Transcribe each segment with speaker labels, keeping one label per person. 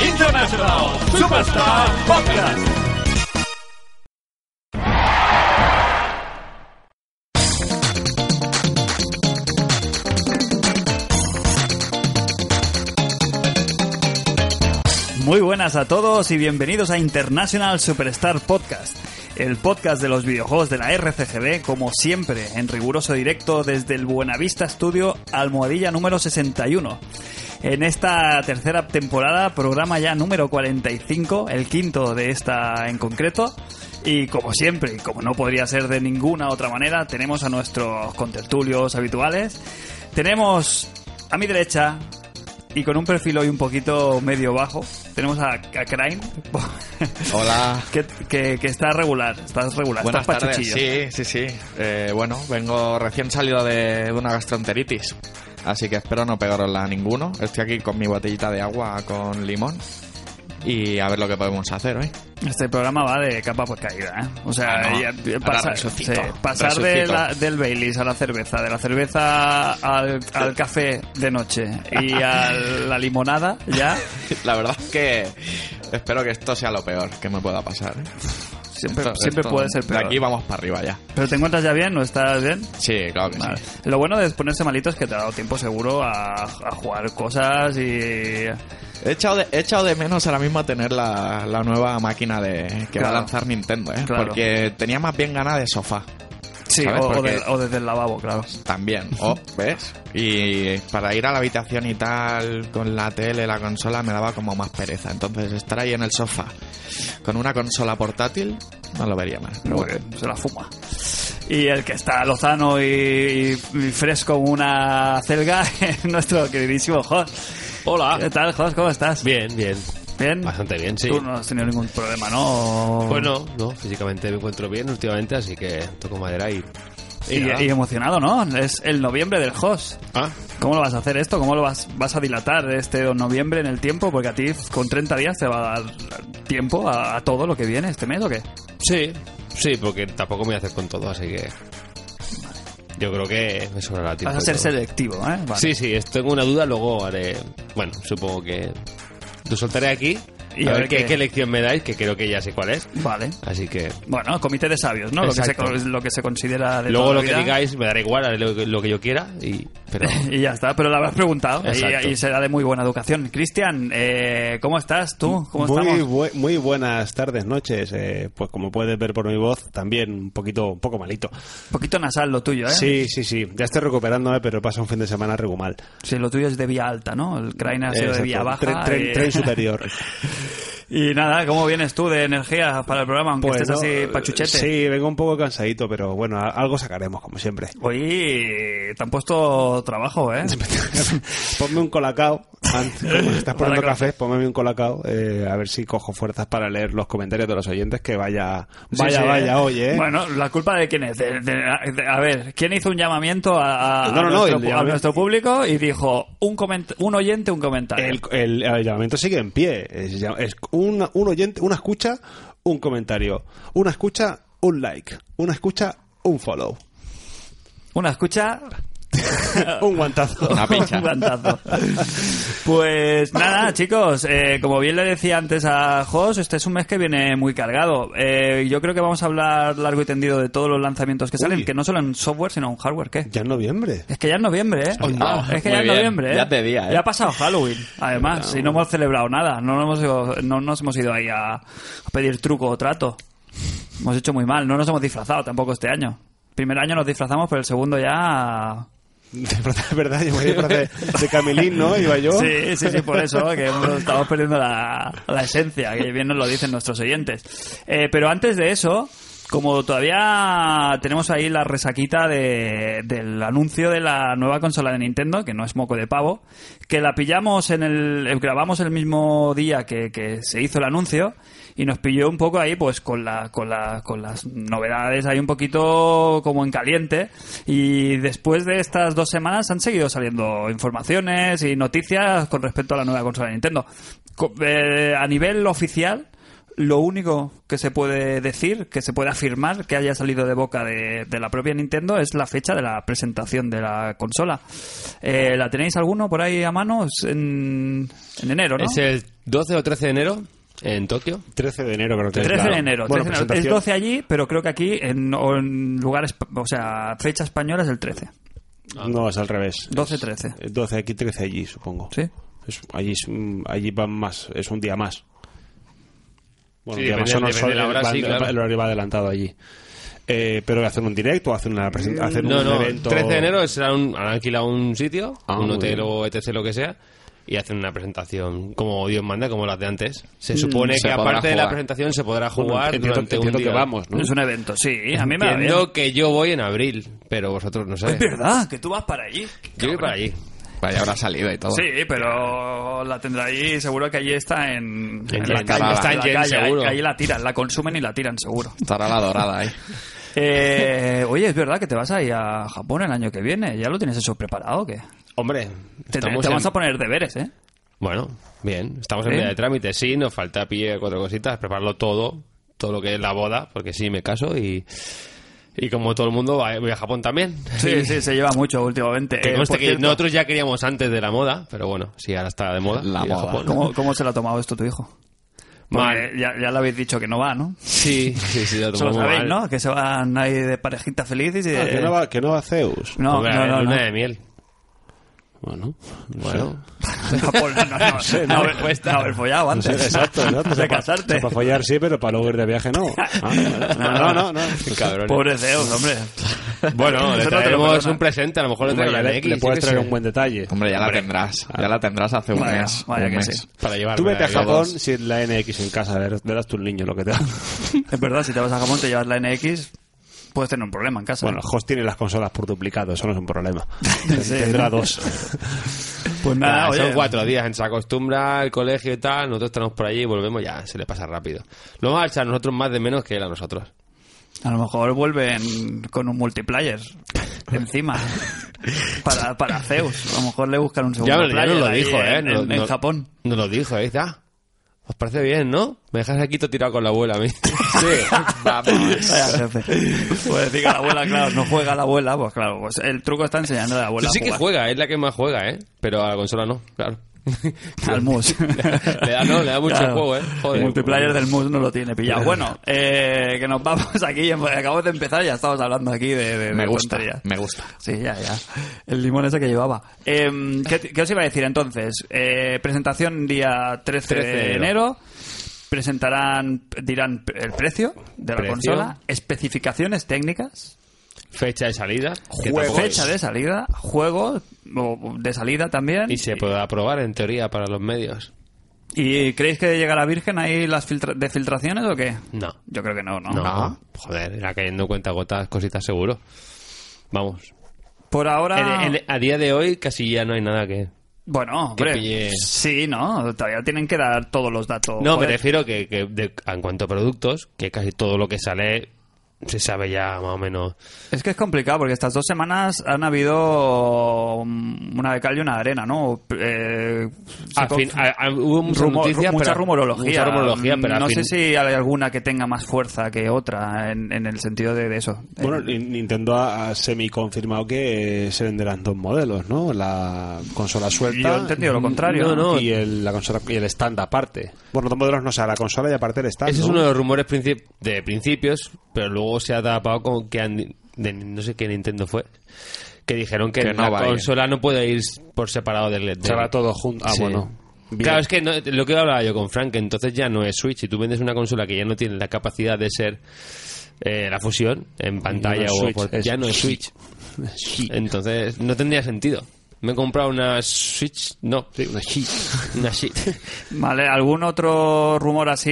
Speaker 1: International Superstar Podcast.
Speaker 2: Muy buenas a todos y bienvenidos a International Superstar Podcast, el podcast de los videojuegos de la RCGB, como siempre, en riguroso directo desde el Buenavista Studio, almohadilla número 61. En esta tercera temporada, programa ya número 45, el quinto de esta en concreto. Y como siempre, y como no podría ser de ninguna otra manera, tenemos a nuestros contertulios habituales. Tenemos a mi derecha, y con un perfil hoy un poquito medio bajo. Tenemos a, a Crane,
Speaker 3: Hola.
Speaker 2: que, que- que está regular, estás regular,
Speaker 3: Buenas
Speaker 2: estás
Speaker 3: tardes.
Speaker 2: pachuchillo.
Speaker 3: Sí, sí, sí. Eh, bueno, vengo recién salido de, de una gastroenteritis. Así que espero no pegarosla a ninguno. Estoy aquí con mi botellita de agua con limón. Y a ver lo que podemos hacer hoy.
Speaker 2: Este programa va de capa por caída, ¿eh? O sea,
Speaker 3: Ah, no.
Speaker 2: ya- ya
Speaker 3: Ahora
Speaker 2: pasa-
Speaker 3: resucito,
Speaker 2: pasar de
Speaker 3: resucito.
Speaker 2: la- del Baileys a la cerveza, de la cerveza al, al café de noche y a la limonada, ya
Speaker 3: La verdad es que espero que esto sea lo peor que me pueda pasar. ¿eh?
Speaker 2: siempre,
Speaker 3: Esto-
Speaker 2: siempre
Speaker 3: esto-
Speaker 2: puede ser
Speaker 3: De
Speaker 2: peor.
Speaker 3: aquí vamos para arriba ya.
Speaker 2: ¿Pero te encuentras ya bien? ¿No estás bien?
Speaker 3: Sí, claro que
Speaker 2: Vale.
Speaker 3: sí.
Speaker 2: Lo bueno de ponerse malito es que te ha dado tiempo seguro a, a jugar cosas y
Speaker 3: He echado, de, he echado de menos ahora mismo tener la, la nueva máquina de que va a
Speaker 2: Claro.
Speaker 3: lanzar Nintendo, ¿eh?
Speaker 2: Claro.
Speaker 3: Porque tenía más bien ganas de sofá.
Speaker 2: Sí,
Speaker 3: ¿Sabes?
Speaker 2: o, o
Speaker 3: Porque-
Speaker 2: del- o desde el lavabo, claro.
Speaker 3: También, oh, ¿ves? Y para ir a la habitación y tal, con la tele, la consola, me daba como más pereza. Entonces, estar ahí en el sofá con una consola portátil, no lo vería mal. Pero
Speaker 2: Muy
Speaker 3: bueno,
Speaker 2: bien, se la fuma. Y el que está lozano y, y fresco como una celga es nuestro queridísimo Jos. ¿Qué
Speaker 4: Hola.
Speaker 2: tal, Jos? ¿Cómo estás?
Speaker 4: Bien, bien.
Speaker 2: ¿Bien?
Speaker 4: Bastante bien, sí.
Speaker 2: Tú no has tenido ningún problema, ¿no?
Speaker 4: Pues no, no, físicamente me encuentro bien últimamente, así que toco madera y... y
Speaker 2: Y,
Speaker 4: nada.
Speaker 2: y emocionado, ¿no? Es el noviembre del Jos.
Speaker 4: Ah,
Speaker 2: ¿Cómo lo vas a hacer esto? ¿Cómo lo vas, vas a dilatar este noviembre en el tiempo? Porque a ti con 30 días te va a dar tiempo a, a todo lo que viene este mes, ¿o qué?
Speaker 4: sí, sí, porque tampoco me voy a hacer con todo, así que... Yo creo que me sobrará tiempo.
Speaker 2: Vas a
Speaker 4: de
Speaker 2: ser
Speaker 4: todo.
Speaker 2: selectivo, ¿eh? Vale.
Speaker 4: Sí, sí, es- tengo una duda, luego haré... Bueno, supongo que... Lo soltaré aquí y a, ver qué, qué lección me dais, que creo que ya sé cuál es.
Speaker 2: Vale.
Speaker 4: Así que...
Speaker 2: Bueno, comité de sabios, ¿no? Lo que, se,
Speaker 4: Exacto.
Speaker 2: lo que se considera de
Speaker 4: Luego
Speaker 2: toda
Speaker 4: lo
Speaker 2: la
Speaker 4: que
Speaker 2: vida.
Speaker 4: digáis me dará igual, haré lo, que- lo que yo quiera y... Pero...
Speaker 2: Y ya está, pero la habrás preguntado. Y,
Speaker 4: Exacto.
Speaker 2: y será de muy buena educación. Cristian, eh, ¿cómo estás tú? ¿Cómo
Speaker 5: muy,
Speaker 2: estamos?
Speaker 5: bu- muy buenas tardes, noches. Eh, pues como puedes ver por mi voz, también un poquito, un poco malito.
Speaker 2: Un poquito nasal lo tuyo, ¿eh?
Speaker 5: Sí, sí, sí. Ya estoy recuperándome, pero pasa un fin de semana regumal.
Speaker 2: Sí, lo tuyo es de vía alta, ¿no? El Crane ha sido de
Speaker 5: Exacto.
Speaker 2: vía baja. eh.
Speaker 5: Tren, tren-
Speaker 2: y...
Speaker 5: tren superior.
Speaker 2: y nada, ¿cómo vienes tú de energía para el programa? Aunque estés
Speaker 5: Pues no,
Speaker 2: así pachuchete.
Speaker 5: Sí, vengo un poco cansadito, pero bueno, a- algo sacaremos, como siempre.
Speaker 2: Hoy te han puesto trabajo, ¿eh?
Speaker 5: Ponme un colacao. Antes, como estás poniendo
Speaker 2: Colacao.
Speaker 5: café, ponme un colacao. eh, a ver si cojo fuerzas para leer los comentarios de los oyentes. Que vaya,
Speaker 2: Sí,
Speaker 5: vaya,
Speaker 2: sí,
Speaker 5: vaya,
Speaker 2: ¿eh?
Speaker 5: oye. ¿eh?
Speaker 2: Bueno, ¿la culpa de quién es? De- de- de- a ver, ¿quién hizo un llamamiento a, a-
Speaker 5: No, no,
Speaker 2: a
Speaker 5: no,
Speaker 2: nuestro,
Speaker 5: el
Speaker 2: a
Speaker 5: llamamiento-
Speaker 2: nuestro público y dijo un, coment- un oyente, un comentario?
Speaker 5: El, el- el llamamiento sigue en pie. Es, ya- es un, un oyente, una escucha, un comentario. Una escucha, un like. Una escucha, un follow.
Speaker 2: Una escucha,
Speaker 5: un guantazo.
Speaker 3: Una
Speaker 2: un
Speaker 3: pincha.
Speaker 2: guantazo. Pues nada, chicos, eh, como bien le decía antes a Jos, este es un mes que viene muy cargado. Eh, yo creo que vamos a hablar largo y tendido de todos los lanzamientos que salen,
Speaker 5: Uy.
Speaker 2: que no solo en software, sino en hardware, ¿qué?
Speaker 5: Ya en noviembre.
Speaker 2: Es que ya es noviembre, ¿eh?
Speaker 3: Onda.
Speaker 2: es que
Speaker 3: Ah, Muy
Speaker 2: ya es
Speaker 3: bien.
Speaker 2: noviembre, ¿eh?
Speaker 3: Ya es de día, ¿eh?
Speaker 2: Ya ha pasado Halloween, además, y no hemos celebrado nada. No nos hemos ido, no nos hemos ido ahí a, a pedir truco o trato. Hemos hecho muy mal, no nos hemos disfrazado tampoco este año. Primer año nos disfrazamos, pero el segundo ya...
Speaker 5: De verdad, de verdad, yo me voy a de, de Camilín, ¿no? Iba yo.
Speaker 2: Sí, sí, sí, por eso, que hemos- estamos perdiendo la, la esencia, que bien nos lo dicen nuestros oyentes. Eh, pero antes de eso, como todavía tenemos ahí la resaquita de- del anuncio de la nueva consola de Nintendo, que no es moco de pavo, que la pillamos en el. eh, grabamos el mismo día que, que se hizo el anuncio. Y nos pilló un poco ahí, pues, con, la, con, la- con las novedades ahí un poquito como en caliente. Y después de estas dos semanas han seguido saliendo informaciones y noticias con respecto a la nueva consola de Nintendo. Co- eh, a nivel oficial, Lo único que se puede decir, que se puede afirmar que haya salido de boca de, de la propia Nintendo es la fecha de la presentación de la consola. Eh, ¿La tenéis alguno por ahí a mano? Es En, en enero, ¿no?
Speaker 4: Es el 12 o 13 de enero en Tokio.
Speaker 5: 13 de enero, creo que es,
Speaker 2: 13 de
Speaker 5: claro.
Speaker 2: enero. 13 de
Speaker 5: Bueno,
Speaker 2: enero. Es
Speaker 5: presentación.
Speaker 2: 12 allí, pero creo que aquí en, o en lugares, o sea, fecha española es el 13.
Speaker 5: No, es al revés.
Speaker 2: 12,
Speaker 5: Es-
Speaker 2: 13.
Speaker 5: es 12 aquí, 13 allí, supongo.
Speaker 2: ¿Sí?
Speaker 5: Es- allí, es- mm, allí van más, es un día más. Bueno,
Speaker 4: Sí,
Speaker 5: un día
Speaker 4: depende-
Speaker 5: más son-
Speaker 4: depende
Speaker 5: son-
Speaker 4: de la hora,
Speaker 5: van-
Speaker 4: sí, claro.
Speaker 5: El horario va adelantado allí. Eh, pero hacen un directo, hacen, una presen- hacen
Speaker 4: Mm, No,
Speaker 5: un
Speaker 4: no, el
Speaker 5: evento.
Speaker 4: 13 de enero será un, han alquilado un sitio,
Speaker 5: Ah,
Speaker 4: un
Speaker 5: muy
Speaker 4: hotel
Speaker 5: bien.
Speaker 4: o etc, lo que sea, y hacen una presentación como Dios manda, como las de antes.
Speaker 5: Mm.
Speaker 4: Se supone
Speaker 3: Se
Speaker 4: que
Speaker 3: podrá
Speaker 4: aparte de la
Speaker 3: jugar.
Speaker 4: presentación se podrá
Speaker 5: Bueno,
Speaker 4: jugar
Speaker 5: entiendo,
Speaker 4: durante
Speaker 5: entiendo
Speaker 4: un día.
Speaker 5: que vamos, ¿no?
Speaker 2: Es un evento, sí. A mí me va bien.
Speaker 4: Entiendo que yo voy en abril, pero vosotros no
Speaker 2: Es
Speaker 4: sabéis.
Speaker 2: verdad, que tú vas para allí.
Speaker 4: Yo voy para allí.
Speaker 3: Vaya, habrá salido y todo.
Speaker 2: Sí, pero la tendrá allí, seguro que allí está en,
Speaker 4: En
Speaker 2: la
Speaker 4: Yen,
Speaker 2: calle.
Speaker 3: está
Speaker 4: en
Speaker 2: la
Speaker 4: Yen,
Speaker 2: calle,
Speaker 4: seguro.
Speaker 2: Allí la tiran, la consumen y la tiran, seguro.
Speaker 3: Estará la dorada ahí.
Speaker 2: Eh, oye, es verdad que te vas ahí a Japón el año que viene. ¿Ya lo tienes eso preparado o qué?
Speaker 4: Hombre,
Speaker 2: Te, te
Speaker 4: estamos en-
Speaker 2: vas a poner deberes, ¿eh?
Speaker 4: Bueno, bien, estamos en
Speaker 2: Bien.
Speaker 4: vía de trámite. Sí, nos falta pie cuatro cositas, prepararlo todo, todo lo que es la boda, porque sí, me caso y... Y como todo el mundo, va- voy a Japón también.
Speaker 2: Sí, sí, se lleva mucho últimamente.
Speaker 4: Que
Speaker 2: Eh,
Speaker 4: conste
Speaker 2: por
Speaker 4: que
Speaker 2: cierto,
Speaker 4: nosotros ya queríamos antes de la moda, pero bueno, sí, ahora está de moda.
Speaker 3: La
Speaker 4: ir a
Speaker 3: moda.
Speaker 4: Japón.
Speaker 2: ¿cómo, cómo se lo ha tomado esto tu hijo? Porque
Speaker 4: Mal.
Speaker 2: Ya, ya le habéis dicho que no va, ¿no?
Speaker 4: Sí, sí, sí,
Speaker 2: Eso
Speaker 4: lo
Speaker 2: lo
Speaker 4: tomamos
Speaker 2: sabéis,
Speaker 4: mal.
Speaker 2: ¿no? Que se van ahí de parejita felices y de...
Speaker 5: Ah, que, no va, que no va Zeus.
Speaker 2: No,
Speaker 4: Hombre, a
Speaker 2: no,
Speaker 4: ver,
Speaker 2: no,
Speaker 4: Pues luna
Speaker 2: no.
Speaker 4: de miel.
Speaker 5: Bueno, no sé.
Speaker 4: Bueno,
Speaker 2: Japón, no, no, no, no, haber-
Speaker 4: cuesta.
Speaker 2: no haber follado
Speaker 5: No pues sé,
Speaker 2: antes.
Speaker 5: exacto, exacto.
Speaker 2: De
Speaker 5: O sea, pa- o sea,
Speaker 2: casarte.
Speaker 5: Para follar sí, pero para luego ir de viaje no. Ah, vale. no, no, no. no.
Speaker 4: cabrón.
Speaker 2: Pobre Zeus, hombre.
Speaker 4: Bueno, le
Speaker 2: Eso no te lo
Speaker 4: traemos
Speaker 2: perdona.
Speaker 4: un presente, a lo mejor le
Speaker 5: Hombre,
Speaker 4: traigo
Speaker 5: ya
Speaker 4: la
Speaker 5: le,
Speaker 4: NX,
Speaker 5: le
Speaker 4: yo
Speaker 5: puedes
Speaker 4: qué
Speaker 5: traer
Speaker 4: sé,
Speaker 5: un buen detalle.
Speaker 3: Hombre, ya la tendrás. Ya la tendrás hace un
Speaker 2: Vaya,
Speaker 3: mes.
Speaker 2: vaya
Speaker 3: un
Speaker 2: que
Speaker 3: mes.
Speaker 2: sí.
Speaker 4: Para llevar.
Speaker 5: Tú vete a Japón sin la NX en casa, ver- verás tú el niño lo que te da.
Speaker 2: Es verdad, si te vas a Japón, te llevas la NX, puedes tener un problema en casa.
Speaker 5: Bueno, Host tiene las consolas por duplicado, eso no es un problema.
Speaker 2: Sí.
Speaker 5: Tendrá dos.
Speaker 2: pues nada, oye,
Speaker 4: son cuatro días, se acostumbra al colegio y tal, nosotros estamos por allí y volvemos ya, se le pasa rápido. Lo vamos a echar nosotros más de menos que él a nosotros.
Speaker 2: A lo mejor vuelven con un multiplayer encima para, para Zeus. A lo mejor le buscan un segundo
Speaker 4: Ya, ya nos
Speaker 2: player
Speaker 4: lo
Speaker 2: ahí
Speaker 4: dijo, ¿eh?
Speaker 2: En,
Speaker 4: No-
Speaker 2: en-
Speaker 4: no-
Speaker 2: en Japón.
Speaker 4: Nos lo dijo, ¿eh? Dice, ah, os parece bien, ¿no? Me dejas aquí todo tirado con la abuela a mí.
Speaker 3: Sí, vamos.
Speaker 2: Vaya jefe. Pues diga la abuela, claro, no juega la abuela, pues claro, pues el truco está enseñando a la abuela.
Speaker 4: sí
Speaker 2: a
Speaker 4: que
Speaker 2: jugar.
Speaker 4: juega, es la que más juega, ¿eh? Pero a la consola no, claro.
Speaker 2: Al mus.
Speaker 4: Le da- no, le da mucho juego, ¿eh? Joder.
Speaker 2: El multiplayer del mus no lo tiene pillado. Bueno, eh, que nos vamos aquí. Acabamos de empezar y ya estamos hablando aquí de, de-
Speaker 3: Me
Speaker 2: de
Speaker 3: gusta,
Speaker 2: tonterías.
Speaker 3: me gusta.
Speaker 2: Sí, ya, ya. El limón ese que llevaba. Em, ¿qué, qué os iba a decir entonces? Eh, presentación día 13,
Speaker 4: 13
Speaker 2: de
Speaker 4: de
Speaker 2: enero. Presentarán, dirán el precio de la
Speaker 4: Precio.
Speaker 2: consola, especificaciones técnicas,
Speaker 4: Fecha de salida. que tampoco es-
Speaker 2: fecha de salida, juegos o de salida también.
Speaker 4: Y se podrá probar, en teoría, para los medios.
Speaker 2: ¿Y creéis que llegará virgen ahí las filtra- de filtraciones o qué?
Speaker 4: No.
Speaker 2: Yo creo que no, ¿no?
Speaker 4: No. Joder, era cayendo cuenta gotas, cositas seguro. Vamos.
Speaker 2: Por ahora...
Speaker 4: En- en- a día de hoy casi ya no hay nada que...
Speaker 2: Bueno,
Speaker 4: Que
Speaker 2: hombre,
Speaker 4: pille-
Speaker 2: sí, ¿no? Todavía tienen que dar todos los datos.
Speaker 4: No, me
Speaker 2: Oh, Joder.
Speaker 4: refiero que, que de- en cuanto a productos, que casi todo lo que sale se sabe ya más o menos.
Speaker 2: Es que es complicado porque estas dos semanas han habido mm, una de cal y una de arena, ¿no? Eh, se
Speaker 4: Al fin,
Speaker 2: conf-
Speaker 4: a- a- hubo mucha
Speaker 2: rumor-
Speaker 4: noticia,
Speaker 2: mucha
Speaker 4: pero-
Speaker 2: rumorología.
Speaker 4: mucha rumorología, pero al
Speaker 2: no
Speaker 4: fin-
Speaker 2: sé si hay alguna que tenga más fuerza que otra en, en el sentido de, de eso.
Speaker 5: Bueno,
Speaker 2: Eh,
Speaker 5: ni- Nintendo ha ha semi-confirmado que eh, se venderán dos modelos, ¿no? La consola suelta.
Speaker 2: yo he entendido lo contrario.
Speaker 4: Mm, No, no.
Speaker 5: Y el, la consola y el stand aparte. Bueno, dos modelos no, o sea, la consola y aparte el stand.
Speaker 4: Ese es
Speaker 5: ¿no?
Speaker 4: uno de los rumores princip- de principios, pero luego se ha tapado con que han- de no sé qué Nintendo fue, que dijeron que,
Speaker 3: Que no
Speaker 4: la
Speaker 3: va a ir.
Speaker 4: consola no puede ir por separado del... del-
Speaker 5: Se va todo junto. Ah,
Speaker 4: Sí.
Speaker 5: bueno. Bien.
Speaker 4: Claro, es que no- lo que hablaba yo con Frank, que entonces ya no es Switch. Si tú vendes una consola que ya no tiene la capacidad de ser eh, la fusión en pantalla
Speaker 5: es
Speaker 4: o
Speaker 5: Switch,
Speaker 4: por-
Speaker 5: es-
Speaker 4: ya no es Switch. Entonces no tendría sentido. Me he comprado una Switch, no,
Speaker 5: Sí, una hit.
Speaker 4: una Switch.
Speaker 2: Vale, ¿algún otro rumor así